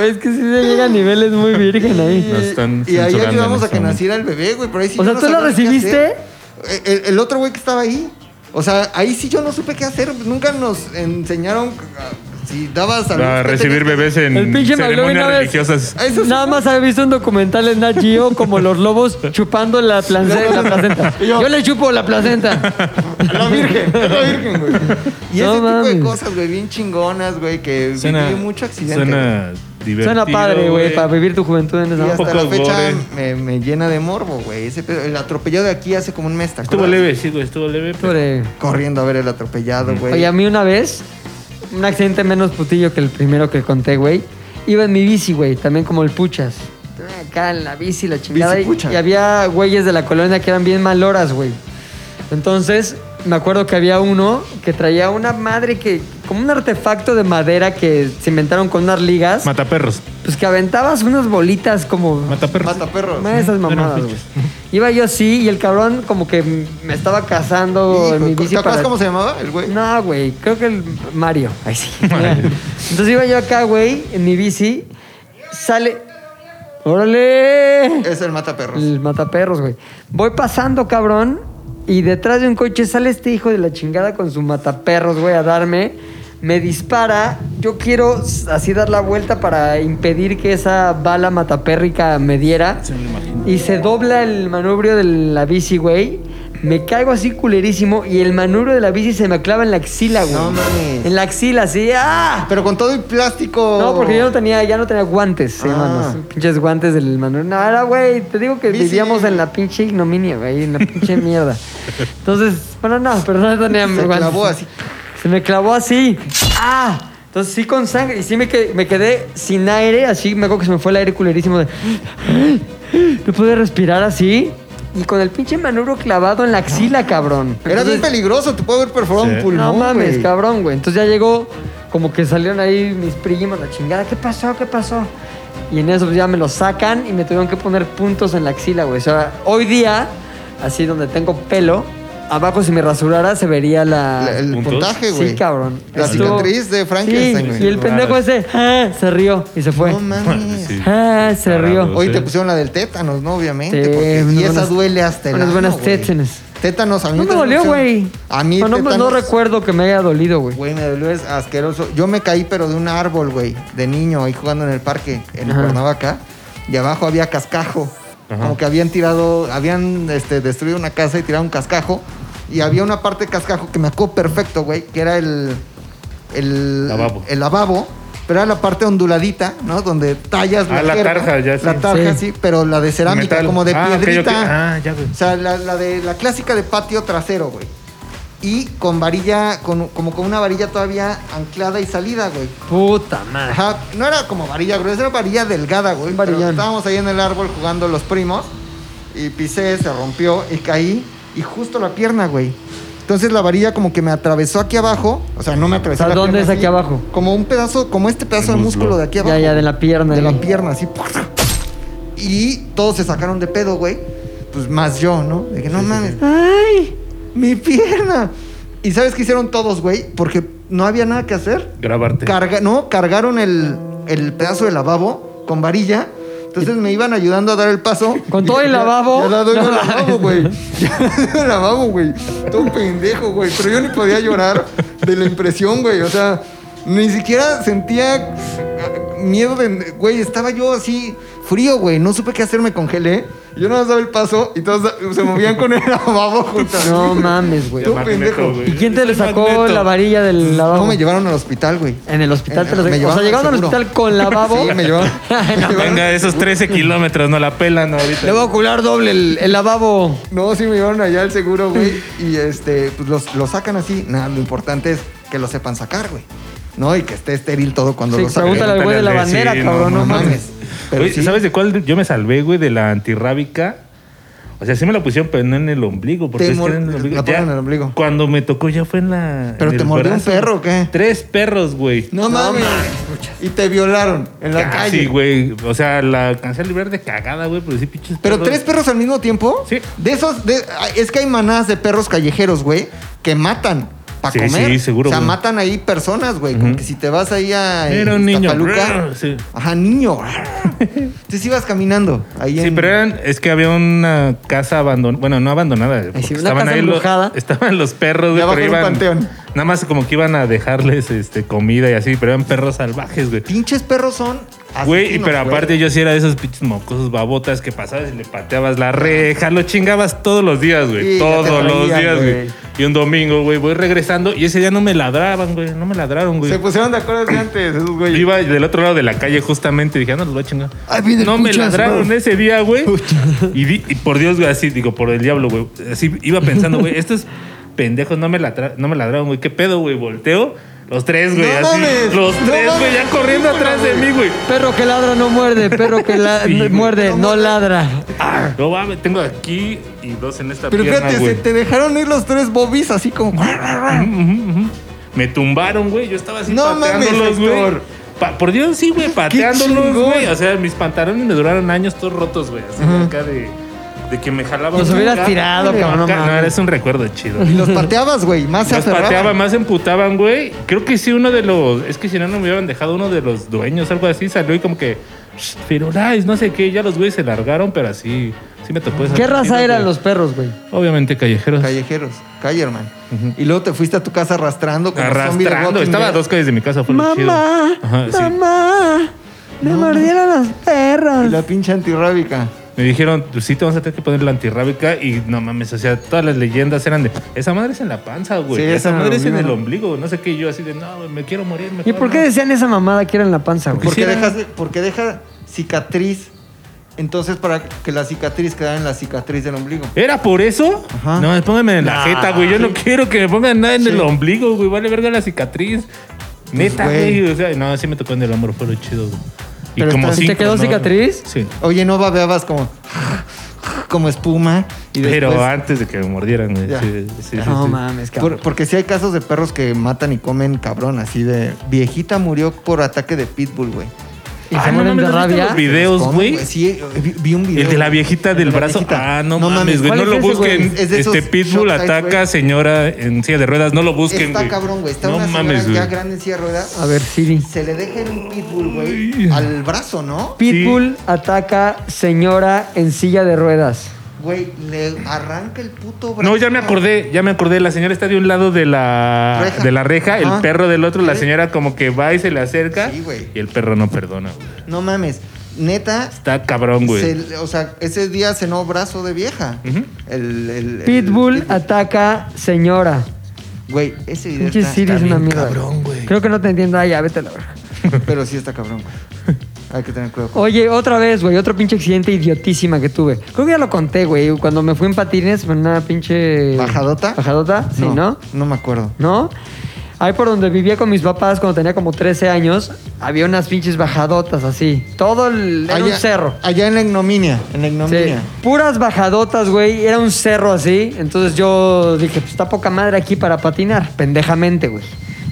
[SPEAKER 1] es que sí se llega a niveles muy virgen ahí.
[SPEAKER 2] Nos están
[SPEAKER 3] y ahí
[SPEAKER 2] censurando en
[SPEAKER 3] ayudamos a
[SPEAKER 2] este
[SPEAKER 3] que
[SPEAKER 2] momento.
[SPEAKER 3] naciera el bebé, güey. Pero ahí sí
[SPEAKER 1] O
[SPEAKER 3] yo
[SPEAKER 1] sea,
[SPEAKER 3] no
[SPEAKER 1] ¿tú la
[SPEAKER 3] sabía qué
[SPEAKER 1] recibiste?
[SPEAKER 3] hacer. El, el otro güey que estaba ahí. O sea, ahí sí yo no supe qué hacer. Nunca nos enseñaron ah, si dabas
[SPEAKER 2] A recibir bebés en
[SPEAKER 1] El pinche McLovin
[SPEAKER 2] ceremonias
[SPEAKER 1] una vez-
[SPEAKER 2] religiosas.
[SPEAKER 3] Ah, eso sí.
[SPEAKER 1] Nada más había visto un documental en Nat Geo como los lobos chupando la, place- la placenta. Yo le chupo la placenta.
[SPEAKER 3] La Virgen, la Virgen, güey. Y
[SPEAKER 1] No
[SPEAKER 3] ese tipo de
[SPEAKER 1] mames.
[SPEAKER 3] cosas, güey, bien chingonas, güey, que viví mucho accidente. güey.
[SPEAKER 2] Suena divertido.
[SPEAKER 1] Suena padre, güey,
[SPEAKER 2] güey.
[SPEAKER 1] para vivir tu juventud en esa.
[SPEAKER 3] Y
[SPEAKER 1] onda.
[SPEAKER 3] hasta la
[SPEAKER 2] Pocos
[SPEAKER 3] fecha
[SPEAKER 2] gore.
[SPEAKER 3] me, me llena de morbo, güey. Ese pedo- el atropellado de aquí hace como un mes, ¿te
[SPEAKER 2] Estuvo
[SPEAKER 3] acuerdas?
[SPEAKER 2] leve, sí, güey, estuvo leve. pero-
[SPEAKER 1] Sobre-
[SPEAKER 3] Corriendo a ver el atropellado, güey.
[SPEAKER 1] Oye, a mí una vez, un accidente menos putillo que el primero que conté, güey. Iba en mi bici, güey, también como el puchas. Acá en la bici, la chingada.
[SPEAKER 3] Bici
[SPEAKER 1] y-
[SPEAKER 3] pucha.
[SPEAKER 1] y, había güeyes de la colonia que eran bien maloras, güey. Entonces, me acuerdo que había uno que traía una madre que, como un artefacto de madera que se inventaron con unas ligas,
[SPEAKER 2] Mataperros.
[SPEAKER 1] pues que aventabas unas bolitas como.
[SPEAKER 2] Mataperros.
[SPEAKER 3] Mata perros.
[SPEAKER 1] Una de esas mamadas,
[SPEAKER 2] Eran
[SPEAKER 1] güey. Iba yo así y el cabrón como que me estaba cazando en mi
[SPEAKER 3] Hijo,
[SPEAKER 1] bici
[SPEAKER 3] ¿Te acuerdas
[SPEAKER 1] para-
[SPEAKER 3] cómo se llamaba el güey?
[SPEAKER 1] no, güey, creo que el Mario. Ahí sí. Entonces iba yo acá, güey, en mi bici. Sale. ¡Órale!
[SPEAKER 3] Es el mataperros.
[SPEAKER 1] El mataperros, güey. Voy pasando, cabrón. Y detrás de un coche sale este hijo de la chingada con su mataperros, güey, a darme. Me dispara. Yo quiero así dar la vuelta para impedir que esa bala matapérrica me diera. y se dobla el manubrio de la bici, güey. Me caigo así culerísimo y el manubrio de la bici se me clava en la axila, güey.
[SPEAKER 3] No mames.
[SPEAKER 1] En la axila, así. ¡Ah!
[SPEAKER 3] Pero con todo y plástico.
[SPEAKER 1] No, porque yo no tenía, ya no tenía guantes, se
[SPEAKER 3] Ah.
[SPEAKER 1] llaman los pinches guantes del Manuel. No, era, güey, te digo que
[SPEAKER 3] Bici.
[SPEAKER 1] vivíamos en la pinche ignominia, güey, en la pinche mierda. Entonces, bueno, no, pero no tenía
[SPEAKER 3] Se
[SPEAKER 1] guantes.
[SPEAKER 3] clavó así.
[SPEAKER 1] Se me clavó así. ¡Ah! Entonces sí con sangre, y sí me, que- me quedé sin aire, así me acuerdo que se me fue el aire culerísimo de... No pude respirar así. Y con el pinche manubrio clavado en la axila, cabrón.
[SPEAKER 3] Era bien
[SPEAKER 1] Entonces-
[SPEAKER 3] peligroso, te puede haber perforado
[SPEAKER 2] Sí.
[SPEAKER 3] un pulmón.
[SPEAKER 1] no mames,
[SPEAKER 3] güey.
[SPEAKER 1] cabrón, güey. Entonces ya llegó, como que salieron ahí mis primos, la chingada. ¿Qué pasó? ¿Qué pasó? Y en eso pues, ya me lo sacan y me tuvieron que poner puntos en la axila, güey. O sea, hoy día, así donde tengo pelo, abajo si me rasurara se vería la...
[SPEAKER 3] La- el
[SPEAKER 2] ¿Puntos?
[SPEAKER 3] puntaje, güey.
[SPEAKER 1] Sí, cabrón.
[SPEAKER 3] La
[SPEAKER 1] Estuvo-
[SPEAKER 3] cicatriz de Frankenstein,
[SPEAKER 1] Sí,
[SPEAKER 3] güey.
[SPEAKER 1] y el pendejo ese ah, se rió y se fue.
[SPEAKER 3] No mames.
[SPEAKER 2] Sí.
[SPEAKER 1] Ah, se rió.
[SPEAKER 3] Hoy
[SPEAKER 2] Sí.
[SPEAKER 3] te pusieron la del tétanos, ¿no? Obviamente.
[SPEAKER 1] Sí,
[SPEAKER 3] porque,
[SPEAKER 1] unas
[SPEAKER 3] y esa
[SPEAKER 1] buenas-
[SPEAKER 3] duele hasta el
[SPEAKER 1] unas
[SPEAKER 3] ano,
[SPEAKER 1] buenas
[SPEAKER 3] güey.
[SPEAKER 1] tétanos.
[SPEAKER 3] Tétanos a mí
[SPEAKER 1] No me
[SPEAKER 3] también
[SPEAKER 1] dolió,
[SPEAKER 3] pusieron-
[SPEAKER 1] güey.
[SPEAKER 3] A mí
[SPEAKER 1] No, no,
[SPEAKER 3] tétanos,
[SPEAKER 1] no recuerdo que me haya dolido, güey.
[SPEAKER 3] Güey, me dolió, es asqueroso. Yo me caí, pero de un árbol, güey. De niño, ahí jugando en el parque, en
[SPEAKER 1] Ajá.
[SPEAKER 3] Cuernavaca. Y abajo había cascajo. Como que habían tirado, habían este, destruido una casa y tirado un cascajo. Y había una parte de cascajo que me acuerdo perfecto, güey, que era el. El
[SPEAKER 2] Lavabo.
[SPEAKER 3] El lavabo. Pero era la parte onduladita, ¿no? Donde tallas
[SPEAKER 2] Ah, la
[SPEAKER 3] jerga.
[SPEAKER 2] tarja, ya sí.
[SPEAKER 3] La tarja,
[SPEAKER 1] Sí.
[SPEAKER 3] sí, pero la de cerámica,
[SPEAKER 2] Metal.
[SPEAKER 3] como de
[SPEAKER 2] Ah, ok, ok.
[SPEAKER 3] piedrita.
[SPEAKER 2] Ah, ya, güey.
[SPEAKER 3] O sea, la, la de la clásica de patio trasero, güey. Y con varilla, con, como con una varilla todavía anclada y salida, güey.
[SPEAKER 1] Puta madre.
[SPEAKER 3] Ajá, no era como varilla gruesa, era varilla delgada, güey.
[SPEAKER 1] Un
[SPEAKER 3] Pero
[SPEAKER 1] varillón.
[SPEAKER 3] estábamos ahí en el árbol jugando los primos y pisé, se rompió y caí y justo la pierna, güey. Entonces la varilla como que me atravesó aquí abajo, o sea, no me atravesó.
[SPEAKER 1] O sea,
[SPEAKER 3] la
[SPEAKER 1] ¿dónde
[SPEAKER 3] pierna
[SPEAKER 1] es aquí
[SPEAKER 3] así,
[SPEAKER 1] abajo?
[SPEAKER 3] Como un pedazo, como este pedazo
[SPEAKER 2] El
[SPEAKER 3] de
[SPEAKER 2] muslo.
[SPEAKER 3] músculo de aquí abajo.
[SPEAKER 1] Ya, ya, de la pierna.
[SPEAKER 3] De la
[SPEAKER 1] güey.
[SPEAKER 3] pierna, así. Y todos se sacaron de pedo, güey. Pues más yo, ¿no? De que no mames.
[SPEAKER 1] Ay.
[SPEAKER 3] ¡Mi pierna! ¿Y sabes qué hicieron todos, güey? Porque no había nada que hacer.
[SPEAKER 2] Grabarte.
[SPEAKER 3] Carga, no, cargaron el, el pedazo de lavabo con varilla. Entonces me iban ayudando a dar el paso.
[SPEAKER 1] ¿Con todo el
[SPEAKER 3] Ya-
[SPEAKER 1] lavabo?
[SPEAKER 3] Ya, la doy
[SPEAKER 1] No
[SPEAKER 3] el
[SPEAKER 1] mames.
[SPEAKER 3] lavabo, güey. Ya la doy el lavabo, güey. Todo un pendejo, güey. Pero yo ni podía llorar de la impresión, güey. O sea, ni siquiera sentía eh, miedo de... Güey, estaba yo así frío, güey. No supe qué hacer, me congelé. Yo no daba el paso y todos se movían con el lavabo juntas.
[SPEAKER 1] No mames, güey.
[SPEAKER 3] Tú, pendejo.
[SPEAKER 1] ¿Y quién te le sacó la varilla del lavabo?
[SPEAKER 3] No, me llevaron al hospital, güey.
[SPEAKER 1] En el hospital
[SPEAKER 3] En-
[SPEAKER 1] te lo
[SPEAKER 3] me
[SPEAKER 1] O sea,
[SPEAKER 3] llevaron
[SPEAKER 1] llegaron al
[SPEAKER 3] al seguro.
[SPEAKER 1] hospital con lavabo.
[SPEAKER 3] Sí, me llevaron.
[SPEAKER 1] Ay, no.
[SPEAKER 3] me llevaron-
[SPEAKER 2] Venga, esos 13 kilómetros no la pelan ahorita.
[SPEAKER 1] Le voy a ocular doble el, el lavabo.
[SPEAKER 3] No, sí me llevaron allá al seguro, güey. Y este, pues los, los sacan así. Nada, lo importante es que lo sepan sacar, güey. ¿No? Y que esté estéril todo cuando
[SPEAKER 1] Sí,
[SPEAKER 3] lo sacan.
[SPEAKER 1] pregúntale al güey de la
[SPEAKER 2] Pregúntale,
[SPEAKER 1] bandera,
[SPEAKER 2] sí,
[SPEAKER 1] cabrón. No
[SPEAKER 3] no
[SPEAKER 1] mames.
[SPEAKER 3] mames. Pero
[SPEAKER 2] Oye,
[SPEAKER 3] sí.
[SPEAKER 2] ¿Sabes de cuál yo me salvé, güey? De la antirrábica. O sea, sí me la pusieron, pero no en el ombligo. Porque
[SPEAKER 3] Te
[SPEAKER 2] es que
[SPEAKER 3] mor-
[SPEAKER 2] era en el ombligo.
[SPEAKER 3] la ponen
[SPEAKER 2] Ya,
[SPEAKER 3] en el ombligo.
[SPEAKER 2] Cuando me tocó ya fue en la.
[SPEAKER 3] ¿Pero
[SPEAKER 2] en
[SPEAKER 3] te
[SPEAKER 2] el
[SPEAKER 3] mordió un
[SPEAKER 2] brazo.
[SPEAKER 3] perro o qué?
[SPEAKER 2] Tres perros, güey.
[SPEAKER 3] No mames. Y te violaron en la
[SPEAKER 2] Casi,
[SPEAKER 3] calle.
[SPEAKER 2] Ah, güey. O sea, la alcancé a librar de cagada, güey. Pero sí, pinches.
[SPEAKER 3] Pero tres perros al mismo tiempo.
[SPEAKER 2] Sí.
[SPEAKER 3] De esos, de- ay, es que hay manadas de perros callejeros, güey, que matan para
[SPEAKER 2] Sí,
[SPEAKER 3] comer.
[SPEAKER 2] sí, seguro,
[SPEAKER 3] O sea,
[SPEAKER 2] güey.
[SPEAKER 3] matan ahí personas, güey. Como que si te vas ahí a
[SPEAKER 2] Era un niño.
[SPEAKER 3] Iztapaluca-
[SPEAKER 2] Sí.
[SPEAKER 3] Ajá, niño. Entonces ibas caminando ahí
[SPEAKER 2] Sí,
[SPEAKER 3] en-
[SPEAKER 2] pero eran, es que había una casa abandonada, bueno, no abandonada, porque
[SPEAKER 1] sí, una
[SPEAKER 2] estaban
[SPEAKER 1] casa
[SPEAKER 2] ahí los,
[SPEAKER 1] embrujada.
[SPEAKER 2] estaban los perros, güey,
[SPEAKER 3] abajo
[SPEAKER 2] pero
[SPEAKER 3] era
[SPEAKER 2] iban,
[SPEAKER 3] un panteón.
[SPEAKER 2] nada más como que iban a dejarles este, comida y así, pero eran perros salvajes, güey.
[SPEAKER 3] Pinches perros son.
[SPEAKER 2] Güey, y
[SPEAKER 3] asesinos,
[SPEAKER 2] pero
[SPEAKER 3] güey.
[SPEAKER 2] aparte yo sí era de esos pinches mocosos babotas que pasabas y le pateabas la reja, lo chingabas todos los días, güey.
[SPEAKER 3] Sí, ya te
[SPEAKER 2] todos los
[SPEAKER 3] traían,
[SPEAKER 2] días,
[SPEAKER 3] güey.
[SPEAKER 2] güey. Y un domingo, güey, voy regresando y ese día no me ladraban, güey. No me ladraron, güey.
[SPEAKER 3] Se pusieron de acuerdo desde antes, esos güey.
[SPEAKER 2] Iba del otro lado de la calle justamente y dije, "Ah, no, los voy a chingar.
[SPEAKER 3] Ahí viene el
[SPEAKER 2] no me
[SPEAKER 3] puchas,
[SPEAKER 2] ladraron
[SPEAKER 3] bro.
[SPEAKER 2] ese día, güey. Y, di- y por Dios, güey, así, digo, por el diablo, güey. Así iba pensando, güey, estos pendejos no me, ladra- no me ladraron, güey. ¿Qué pedo, güey? Volteo. Los tres, güey,
[SPEAKER 3] No
[SPEAKER 2] así.
[SPEAKER 3] mames,
[SPEAKER 2] Los
[SPEAKER 3] no
[SPEAKER 2] tres, güey,
[SPEAKER 3] mames,
[SPEAKER 2] ya corriendo atrás de mí, güey.
[SPEAKER 1] Perro que ladra no muerde. Perro que la-
[SPEAKER 2] Sí, güey.
[SPEAKER 1] muerde no ladra.
[SPEAKER 2] No mames, tengo aquí y dos en esta
[SPEAKER 3] Pero
[SPEAKER 2] pierna,
[SPEAKER 3] fíjate, se
[SPEAKER 2] güey.
[SPEAKER 3] te dejaron ir los tres bobis así como.
[SPEAKER 2] Me tumbaron, güey. Yo estaba así
[SPEAKER 3] No mames,
[SPEAKER 2] pateándolos,
[SPEAKER 1] este.
[SPEAKER 2] güey.
[SPEAKER 3] Héctor.
[SPEAKER 2] Pa- por Dios, sí, güey, pateándolos,
[SPEAKER 3] chingón.
[SPEAKER 2] güey. O sea, mis pantalones me duraron años todos rotos, güey. Así de acá de, de que me jalaba.
[SPEAKER 1] Los
[SPEAKER 2] un
[SPEAKER 1] hubieras
[SPEAKER 2] acá,
[SPEAKER 1] tirado,
[SPEAKER 2] güey,
[SPEAKER 1] cabrón, no
[SPEAKER 2] acá. No,
[SPEAKER 1] mames.
[SPEAKER 2] es un recuerdo chido.
[SPEAKER 3] Y los pateabas, güey. Más se
[SPEAKER 2] Más
[SPEAKER 3] aferraban.
[SPEAKER 2] pateaban, más se emputaban, güey. Creo que sí, uno de los. Es que si no, no me hubieran dejado uno de los dueños, algo así. Salió y como que. "Shh, Firulais, no sé qué. Ya los güeyes se largaron, pero así. Sí me tocó esa
[SPEAKER 1] ¿Qué
[SPEAKER 2] partida,
[SPEAKER 1] raza eran
[SPEAKER 2] güey.
[SPEAKER 1] los perros, güey?
[SPEAKER 2] Obviamente callejeros.
[SPEAKER 3] Callejeros, calle, hermano. Y luego te fuiste a tu casa arrastrando como zombie de
[SPEAKER 2] Arrastrando.
[SPEAKER 3] Walking
[SPEAKER 2] Estaba a
[SPEAKER 3] Dead.
[SPEAKER 2] dos calles de mi casa, fue lo chido.
[SPEAKER 1] Mamá,
[SPEAKER 2] Ajá, sí.
[SPEAKER 1] mamá, me mordieron las
[SPEAKER 3] Y
[SPEAKER 1] perras.
[SPEAKER 3] la pinche antirrábica.
[SPEAKER 2] Me dijeron, pues sí, te vamos a tener que poner la antirrábica. Y no mames, o sea, todas las leyendas eran de, esa madre es en la panza, güey.
[SPEAKER 3] Sí,
[SPEAKER 2] esa
[SPEAKER 3] esa
[SPEAKER 2] madre es en el
[SPEAKER 3] ombligo.
[SPEAKER 2] ombligo. No sé qué, y yo así de, no, güey, me quiero morir.
[SPEAKER 1] ¿Y por qué decían esa mamada que era en la panza, güey?
[SPEAKER 3] Porque,
[SPEAKER 2] Quisiera-
[SPEAKER 3] dejas, porque deja cicatriz. Entonces, para que la cicatriz quedara en la cicatriz del ombligo.
[SPEAKER 2] ¿Era por eso?
[SPEAKER 3] Ajá.
[SPEAKER 2] No, pónganme en la jeta, güey. Yo no quiero que me pongan nada en el ombligo, güey. Vale verga la cicatriz. Neta,
[SPEAKER 3] Pues, güey.
[SPEAKER 2] güey. O sea, no, sí me tocó en el hombro, fue lo chido, güey. Y
[SPEAKER 3] Pero
[SPEAKER 2] como
[SPEAKER 3] está-
[SPEAKER 1] ¿te
[SPEAKER 2] cinco,
[SPEAKER 1] quedó
[SPEAKER 2] ¿no?
[SPEAKER 1] cicatriz?
[SPEAKER 2] Sí.
[SPEAKER 3] Oye, no babeabas como, como espuma. Y
[SPEAKER 2] Pero
[SPEAKER 3] después-
[SPEAKER 2] antes de que me mordieran, güey.
[SPEAKER 3] Ya.
[SPEAKER 2] Sí, sí, sí,
[SPEAKER 1] no
[SPEAKER 2] sí.
[SPEAKER 1] mames,
[SPEAKER 3] Por-
[SPEAKER 1] cabrón.
[SPEAKER 3] porque sí hay casos de perros que matan y comen cabrón, así de viejita murió por ataque de pitbull, güey.
[SPEAKER 1] Y
[SPEAKER 2] Ay,
[SPEAKER 1] se
[SPEAKER 2] no
[SPEAKER 1] mueren
[SPEAKER 2] mames,
[SPEAKER 1] de
[SPEAKER 2] ¿no has visto
[SPEAKER 1] rabia.
[SPEAKER 2] los videos,
[SPEAKER 3] ¿Cómo,
[SPEAKER 2] güey.
[SPEAKER 3] Sí, eh, vi, vi un video.
[SPEAKER 2] El de la
[SPEAKER 3] güey.
[SPEAKER 2] viejita
[SPEAKER 3] El de
[SPEAKER 2] del
[SPEAKER 3] la
[SPEAKER 2] brazo.
[SPEAKER 3] viejita.
[SPEAKER 2] Ah, no, mames, güey.
[SPEAKER 1] ¿Cuál
[SPEAKER 2] No
[SPEAKER 1] es
[SPEAKER 2] lo
[SPEAKER 1] ese,
[SPEAKER 2] busquen.
[SPEAKER 3] güey? Es de esos
[SPEAKER 2] este Pitbull
[SPEAKER 3] shock sites,
[SPEAKER 2] ataca
[SPEAKER 3] güey.
[SPEAKER 2] señora en silla de ruedas. No lo busquen,
[SPEAKER 3] Está
[SPEAKER 2] güey.
[SPEAKER 3] cabrón, güey. Está una señora ya grande en silla de ruedas.
[SPEAKER 1] A ver, Siri.
[SPEAKER 3] Se le deja en un pitbull, güey, al brazo, ¿no?
[SPEAKER 1] Pitbull ataca señora en silla de ruedas.
[SPEAKER 3] Güey, le arranca el puto brazo.
[SPEAKER 2] No, ya me acordé, ya me acordé. La señora está de un lado de la
[SPEAKER 3] Reja.
[SPEAKER 2] de la reja, el
[SPEAKER 3] Ajá.
[SPEAKER 2] perro del otro. La
[SPEAKER 3] Sí.
[SPEAKER 2] señora como que va y se le acerca.
[SPEAKER 3] Sí, güey.
[SPEAKER 2] y el perro no perdona, güey.
[SPEAKER 3] No mames. Neta,
[SPEAKER 2] Está cabrón, güey.
[SPEAKER 3] se- o sea, ese día cenó brazo de vieja.
[SPEAKER 2] Ujú.
[SPEAKER 3] el, el- el-
[SPEAKER 1] Pitbull ataca señora.
[SPEAKER 3] Güey, ese video
[SPEAKER 1] Pinche
[SPEAKER 3] está,
[SPEAKER 1] Siri es
[SPEAKER 3] está
[SPEAKER 1] una
[SPEAKER 3] bien
[SPEAKER 1] mierda.
[SPEAKER 3] cabrón, güey.
[SPEAKER 1] Creo que no te entiendo. Ay, ya, vete a la verga.
[SPEAKER 3] Pero sí está cabrón, güey. Hay que tener cuidado. con-
[SPEAKER 1] Oye, otra vez, güey, otro pinche accidente idiotísima que tuve. Creo que ya lo conté, güey. Cuando me fui en patines, en una pinche.
[SPEAKER 3] ¿Bajadota?
[SPEAKER 1] ¿Bajadota? Sí, ¿no?
[SPEAKER 3] No me acuerdo.
[SPEAKER 1] ¿no? Ahí por donde vivía con mis papás cuando tenía como 13 años, había unas pinches bajadotas así. Todo el, era un cerro.
[SPEAKER 3] Allá en la ignominia. En la
[SPEAKER 1] Sí,
[SPEAKER 3] ignominia.
[SPEAKER 1] puras bajadotas, güey. Era un cerro así. Entonces yo dije, pues está poca madre aquí para patinar, pendejamente, güey.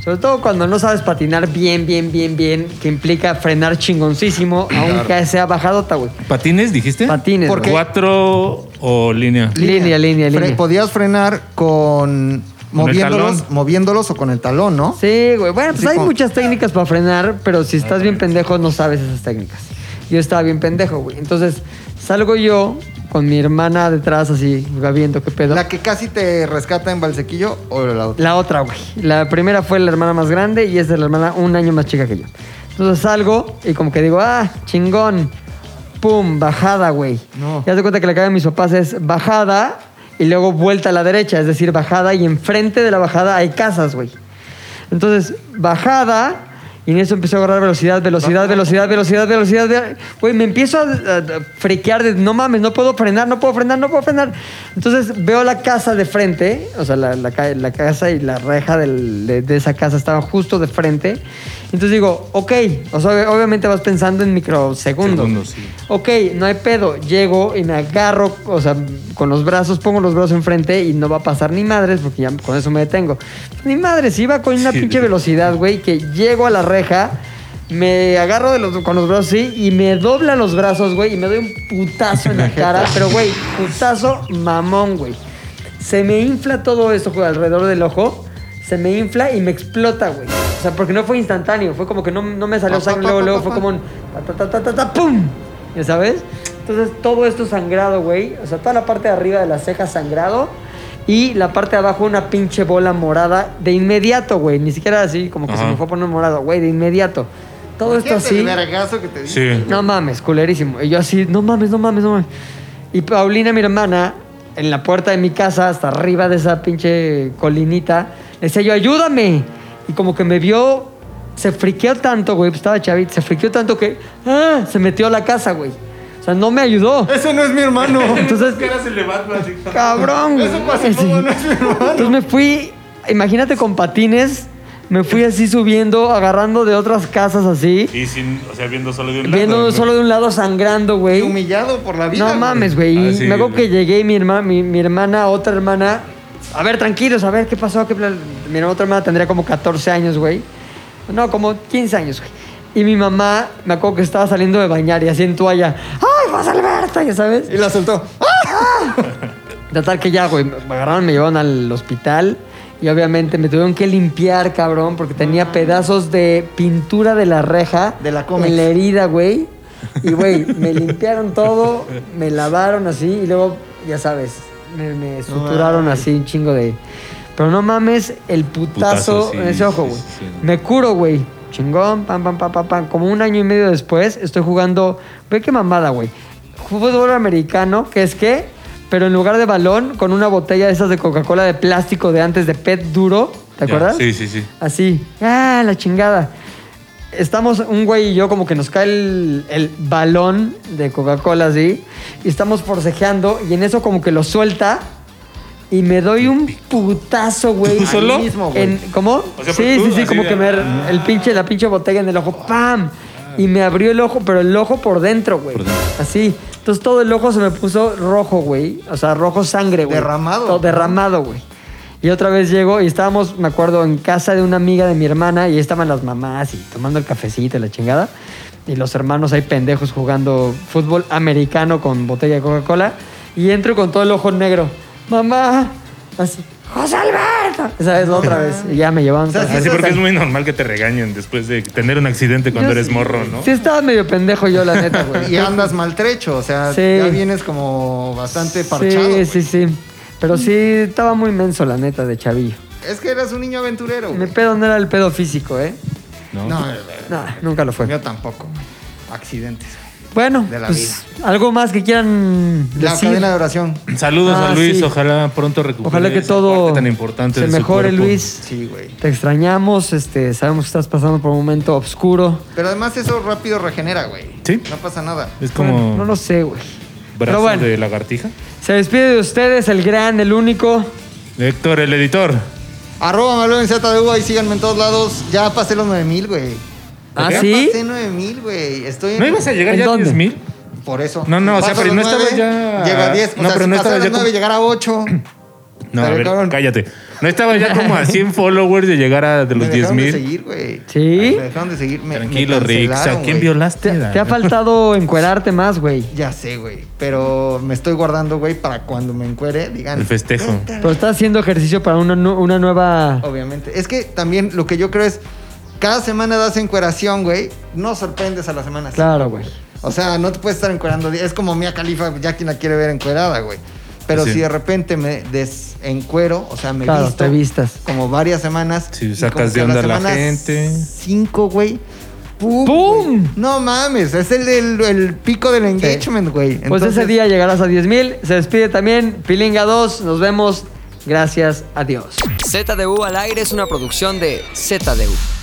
[SPEAKER 1] Sobre todo cuando no sabes patinar bien, bien, bien, bien, que implica frenar chingoncísimo, aunque sea bajadota, güey.
[SPEAKER 2] ¿Patines dijiste?
[SPEAKER 1] Patines,
[SPEAKER 3] ¿Por
[SPEAKER 1] güey.
[SPEAKER 2] ¿Cuatro o línea?
[SPEAKER 1] Línea, línea,
[SPEAKER 3] Fre-
[SPEAKER 1] línea.
[SPEAKER 3] Podías frenar con. Moviéndolos,
[SPEAKER 2] talón.
[SPEAKER 3] moviéndolos o con el talón, ¿no?
[SPEAKER 1] Sí, güey. Bueno, pues
[SPEAKER 3] Sí,
[SPEAKER 1] hay
[SPEAKER 3] como-
[SPEAKER 1] muchas técnicas para frenar, pero si estás bien pendejo, no sabes esas técnicas. Yo estaba bien pendejo, güey. Entonces, salgo yo con mi hermana detrás, así, va viendo qué pedo.
[SPEAKER 3] La que casi te rescata en Valsequillo o la otra.
[SPEAKER 1] La otra, güey. La primera fue la hermana más grande y es de la hermana un año más chica que yo. Entonces salgo y como que digo, ah, chingón. pum, bajada, güey.
[SPEAKER 3] No.
[SPEAKER 1] Ya te cuenta que la calle de mis papás es bajada y luego vuelta a la derecha, es decir, bajada y enfrente de la bajada hay casas, güey. Entonces, bajada y en eso empezó a agarrar velocidad, velocidad, velocidad, velocidad, velocidad. ve- Güey, me empiezo a, a- a frequear de no mames, no puedo frenar, no puedo frenar, no puedo frenar. Entonces veo la casa de frente, o sea, la, la ca- la casa y la reja del- de, de esa casa estaban justo de frente. Entonces digo, ok, o sea, ob- obviamente vas pensando en microsegundos.
[SPEAKER 2] Segundos, sí.
[SPEAKER 1] Ok, no hay pedo. Llego y me agarro, o sea, con los brazos, pongo los brazos enfrente y no va a pasar ni madres porque ya con eso me detengo. Ni madres, iba con una
[SPEAKER 2] Sí.
[SPEAKER 1] pinche velocidad, güey, que llego a la reja, me agarro de los- con los brazos así y me dobla los brazos, güey, y me doy un putazo en la cara. Pero, güey, putazo mamón, güey. Se me infla todo esto, güey, alrededor del ojo. Se me infla y me explota, güey. O sea, porque no fue instantáneo. Fue como que no, no me salió
[SPEAKER 3] Pa, pa,
[SPEAKER 1] sangre luego,
[SPEAKER 3] pa, pa,
[SPEAKER 1] luego.
[SPEAKER 3] pa,
[SPEAKER 1] Fue
[SPEAKER 3] pa.
[SPEAKER 1] como un ta, ta, ta, ta, ta, pum. ¿Ya sabes? Entonces todo esto sangrado, güey. O sea, toda la parte de arriba de las cejas sangrado. Y la parte de abajo una pinche bola morada de inmediato, güey. Ni siquiera así como que se
[SPEAKER 2] Ajá.
[SPEAKER 1] me fue a poner morado, güey, de inmediato. Todo esto
[SPEAKER 3] Imagínate
[SPEAKER 1] así.
[SPEAKER 3] El vergazo que te di.
[SPEAKER 2] Sí.
[SPEAKER 1] No mames, culerísimo. Y yo así, no mames, no mames, no mames. Y Paulina, mi hermana, en la puerta de mi casa, hasta arriba de esa pinche colinita, le decía yo, ayúdame. Y como que me vio, se friqueó tanto, güey, pues estaba chavito, se friqueó tanto que ah, se metió a la casa, güey. O sea, no me ayudó.
[SPEAKER 3] Ese no es mi hermano.
[SPEAKER 1] Entonces, cabrón, güey.
[SPEAKER 3] Eso pasó, no es mi hermano.
[SPEAKER 1] Entonces me fui, imagínate con patines, me fui así subiendo, agarrando de otras casas así,
[SPEAKER 2] Y sin, o sea, viendo solo de un
[SPEAKER 1] viendo
[SPEAKER 2] lado, ¿no?
[SPEAKER 1] solo de un lado sangrando, güey.
[SPEAKER 3] Humillado por la vida.
[SPEAKER 1] No
[SPEAKER 3] güey.
[SPEAKER 1] mames, güey.
[SPEAKER 2] Ah,
[SPEAKER 1] Y
[SPEAKER 2] sí,
[SPEAKER 1] luego
[SPEAKER 2] el-
[SPEAKER 1] que llegué y mi hermana, mi, mi hermana, otra hermana. A ver, tranquilos, a ver qué pasó. ¿Qué plan- Mi otra hermana tendría como 14 años, güey. No, como 15 años, güey. Y mi mamá, me acuerdo que estaba saliendo de bañar y así en toalla. ¡Ay, vas Alberto! Ya sabes. ¡Ah!
[SPEAKER 3] Y la soltó.
[SPEAKER 1] Total que ya, güey, me agarraron, me llevaron al hospital y obviamente me tuvieron que limpiar, cabrón, porque tenía pedazos de pintura de la reja.
[SPEAKER 3] De la Comex.
[SPEAKER 1] En la herida, güey. Y, güey, me limpiaron todo, me lavaron así y luego, ya sabes, me, me suturaron así un chingo de... Pero no mames el putazo,
[SPEAKER 2] Putazo, sí,
[SPEAKER 1] en ese ojo,
[SPEAKER 2] sí,
[SPEAKER 1] güey.
[SPEAKER 2] sí, sí, no.
[SPEAKER 1] Me curo, güey. Chingón, pam, pam, pam, pam, pam. Como un año y medio después, estoy jugando. Ve qué mamada, güey. Fútbol americano, que es que, pero en lugar de balón, con una botella de esas de Coca-Cola de plástico de antes de PET duro. ¿Te
[SPEAKER 2] Ya,
[SPEAKER 1] acuerdas?
[SPEAKER 2] Sí, sí, sí.
[SPEAKER 1] Así. ¡Ah, la chingada! Estamos, un güey y yo, como que nos cae el, el balón de Coca-Cola así. Y estamos forcejeando. Y en eso, como que lo suelta. Y me doy un putazo, güey.
[SPEAKER 2] ¿Tú
[SPEAKER 1] ahí
[SPEAKER 2] solo?
[SPEAKER 1] mismo, güey. En- ¿Cómo?
[SPEAKER 2] O sea,
[SPEAKER 1] sí,
[SPEAKER 2] pero tú
[SPEAKER 1] sí, sí,
[SPEAKER 2] así
[SPEAKER 1] como
[SPEAKER 2] de- ah.
[SPEAKER 1] que me, el pinche, la pinche botella en el ojo, ¡pam! Y me abrió el ojo, pero el ojo por dentro, güey.
[SPEAKER 2] Por dentro.
[SPEAKER 1] Así. Entonces todo el ojo se me puso rojo, güey. O sea, rojo sangre, güey.
[SPEAKER 3] Derramado.
[SPEAKER 1] Todo derramado, güey. Y otra vez llego y estábamos, me acuerdo, en casa de una amiga de mi hermana y ahí estaban las mamás y tomando el cafecito y la chingada. Y los hermanos ahí pendejos jugando fútbol americano con botella de Coca-Cola. Y entro con todo el ojo negro. Mamá. Así. José Alberto. Esa es otra vez. Y ya me llevaban.
[SPEAKER 3] O sea, sí
[SPEAKER 2] Así
[SPEAKER 3] Eso
[SPEAKER 2] porque
[SPEAKER 3] es-
[SPEAKER 2] es muy normal que te regañen después de tener un accidente cuando
[SPEAKER 1] Yo
[SPEAKER 2] eres
[SPEAKER 1] sí-
[SPEAKER 2] morro, ¿no?
[SPEAKER 1] Sí, estaba medio pendejo yo, la neta, güey.
[SPEAKER 3] Y andas maltrecho, o sea,
[SPEAKER 1] Sí.
[SPEAKER 3] ya vienes como bastante parchado.
[SPEAKER 1] Sí,
[SPEAKER 3] güey.
[SPEAKER 1] sí, sí. Pero sí, estaba muy menso, la neta, de chavillo.
[SPEAKER 3] Es que eras un niño aventurero.
[SPEAKER 1] Mi
[SPEAKER 3] güey.
[SPEAKER 1] pedo no era el pedo físico, ¿eh?
[SPEAKER 2] ¿No?
[SPEAKER 3] No,
[SPEAKER 1] No, nunca lo
[SPEAKER 2] Pues,
[SPEAKER 1] fue.
[SPEAKER 3] yo tampoco. güey. Accidentes.
[SPEAKER 1] Bueno,
[SPEAKER 3] De la
[SPEAKER 1] pues, algo más que quieran
[SPEAKER 3] La
[SPEAKER 1] decir.
[SPEAKER 3] cadena de oración.
[SPEAKER 2] Saludos
[SPEAKER 1] Ah,
[SPEAKER 2] a Luis,
[SPEAKER 1] sí.
[SPEAKER 2] ojalá pronto recupere
[SPEAKER 1] Ojalá que
[SPEAKER 2] esa
[SPEAKER 1] todo
[SPEAKER 2] parte tan importante
[SPEAKER 1] se
[SPEAKER 2] de su
[SPEAKER 1] mejore,
[SPEAKER 2] cuerpo.
[SPEAKER 1] Luis.
[SPEAKER 3] Sí, güey.
[SPEAKER 1] Te extrañamos, este, sabemos que estás pasando por un momento oscuro.
[SPEAKER 3] Pero además eso rápido regenera, güey.
[SPEAKER 2] Sí.
[SPEAKER 3] No pasa nada.
[SPEAKER 2] Es como
[SPEAKER 1] Bueno, no lo sé, güey.
[SPEAKER 2] brazo
[SPEAKER 1] Pero bueno,
[SPEAKER 2] de lagartija.
[SPEAKER 1] se despide de ustedes el gran, el único.
[SPEAKER 2] Héctor, el editor.
[SPEAKER 3] Arroba Malo en ZDU, ahí síganme en todos lados. Ya pasé los 9000, güey.
[SPEAKER 1] ¿Ah,
[SPEAKER 3] Ya
[SPEAKER 1] sí?
[SPEAKER 3] pasé 9000, güey. Estoy en...
[SPEAKER 2] ¿No ibas a llegar
[SPEAKER 1] ¿En
[SPEAKER 2] ya
[SPEAKER 1] dónde?
[SPEAKER 2] a 10.000?
[SPEAKER 3] Por eso.
[SPEAKER 2] No, no, o sea,
[SPEAKER 3] Paso
[SPEAKER 2] pero
[SPEAKER 3] los
[SPEAKER 2] no estabas
[SPEAKER 3] nueve,
[SPEAKER 2] ya-
[SPEAKER 3] Llego a 10. O
[SPEAKER 2] No,
[SPEAKER 3] sea,
[SPEAKER 2] pero
[SPEAKER 3] si
[SPEAKER 2] no
[SPEAKER 3] pasé
[SPEAKER 2] estabas
[SPEAKER 3] a las
[SPEAKER 2] ya como-
[SPEAKER 3] 9, llegar a 8.
[SPEAKER 2] No, a
[SPEAKER 3] Pero,
[SPEAKER 2] ver,
[SPEAKER 3] cabrón.
[SPEAKER 2] cállate. No estaba ya como a 100 followers de llegar a de los
[SPEAKER 3] me dejaron de
[SPEAKER 2] 10.000.
[SPEAKER 3] seguir, güey.
[SPEAKER 1] ¿Sí?
[SPEAKER 3] Me dejaron de seguir. Me,
[SPEAKER 2] Tranquilo,
[SPEAKER 3] me
[SPEAKER 2] Rick.
[SPEAKER 3] cancelaron,
[SPEAKER 2] ¿A quién
[SPEAKER 3] güey.
[SPEAKER 2] violaste?
[SPEAKER 1] Te, te ha faltado encuerarte más, güey.
[SPEAKER 3] Ya sé, güey. Pero me estoy guardando, güey, para cuando me encuere, digan.
[SPEAKER 2] El festejo.
[SPEAKER 1] Pero estás haciendo ejercicio para una, nu- una nueva...
[SPEAKER 3] Obviamente. Es que también lo que yo creo es. Cada semana das encueración, güey. No sorprendes a la semana.
[SPEAKER 1] Claro, güey.
[SPEAKER 3] O sea, no te puedes estar encuerando. Es como Mia Califa, ya quien la quiere ver encuerada, güey. Pero
[SPEAKER 2] Sí.
[SPEAKER 3] si de repente me desencuero, o sea, me
[SPEAKER 1] Claro,
[SPEAKER 3] visto
[SPEAKER 1] te vistas.
[SPEAKER 3] como varias semanas.
[SPEAKER 2] Sí,
[SPEAKER 3] y
[SPEAKER 2] sacas
[SPEAKER 3] como
[SPEAKER 2] de
[SPEAKER 3] que
[SPEAKER 2] onda a la
[SPEAKER 3] semana
[SPEAKER 2] gente.
[SPEAKER 3] Cinco, güey. ¡Pum!
[SPEAKER 1] ¡Pum!
[SPEAKER 3] güey. No mames, es el, el- el pico del engagement, güey.
[SPEAKER 1] Pues
[SPEAKER 3] Entonces,
[SPEAKER 1] ese día llegarás a 10.000 Se despide también Pilinga 2. Nos vemos. Gracias. Adiós.
[SPEAKER 6] ZDU al aire es una producción de ZDU.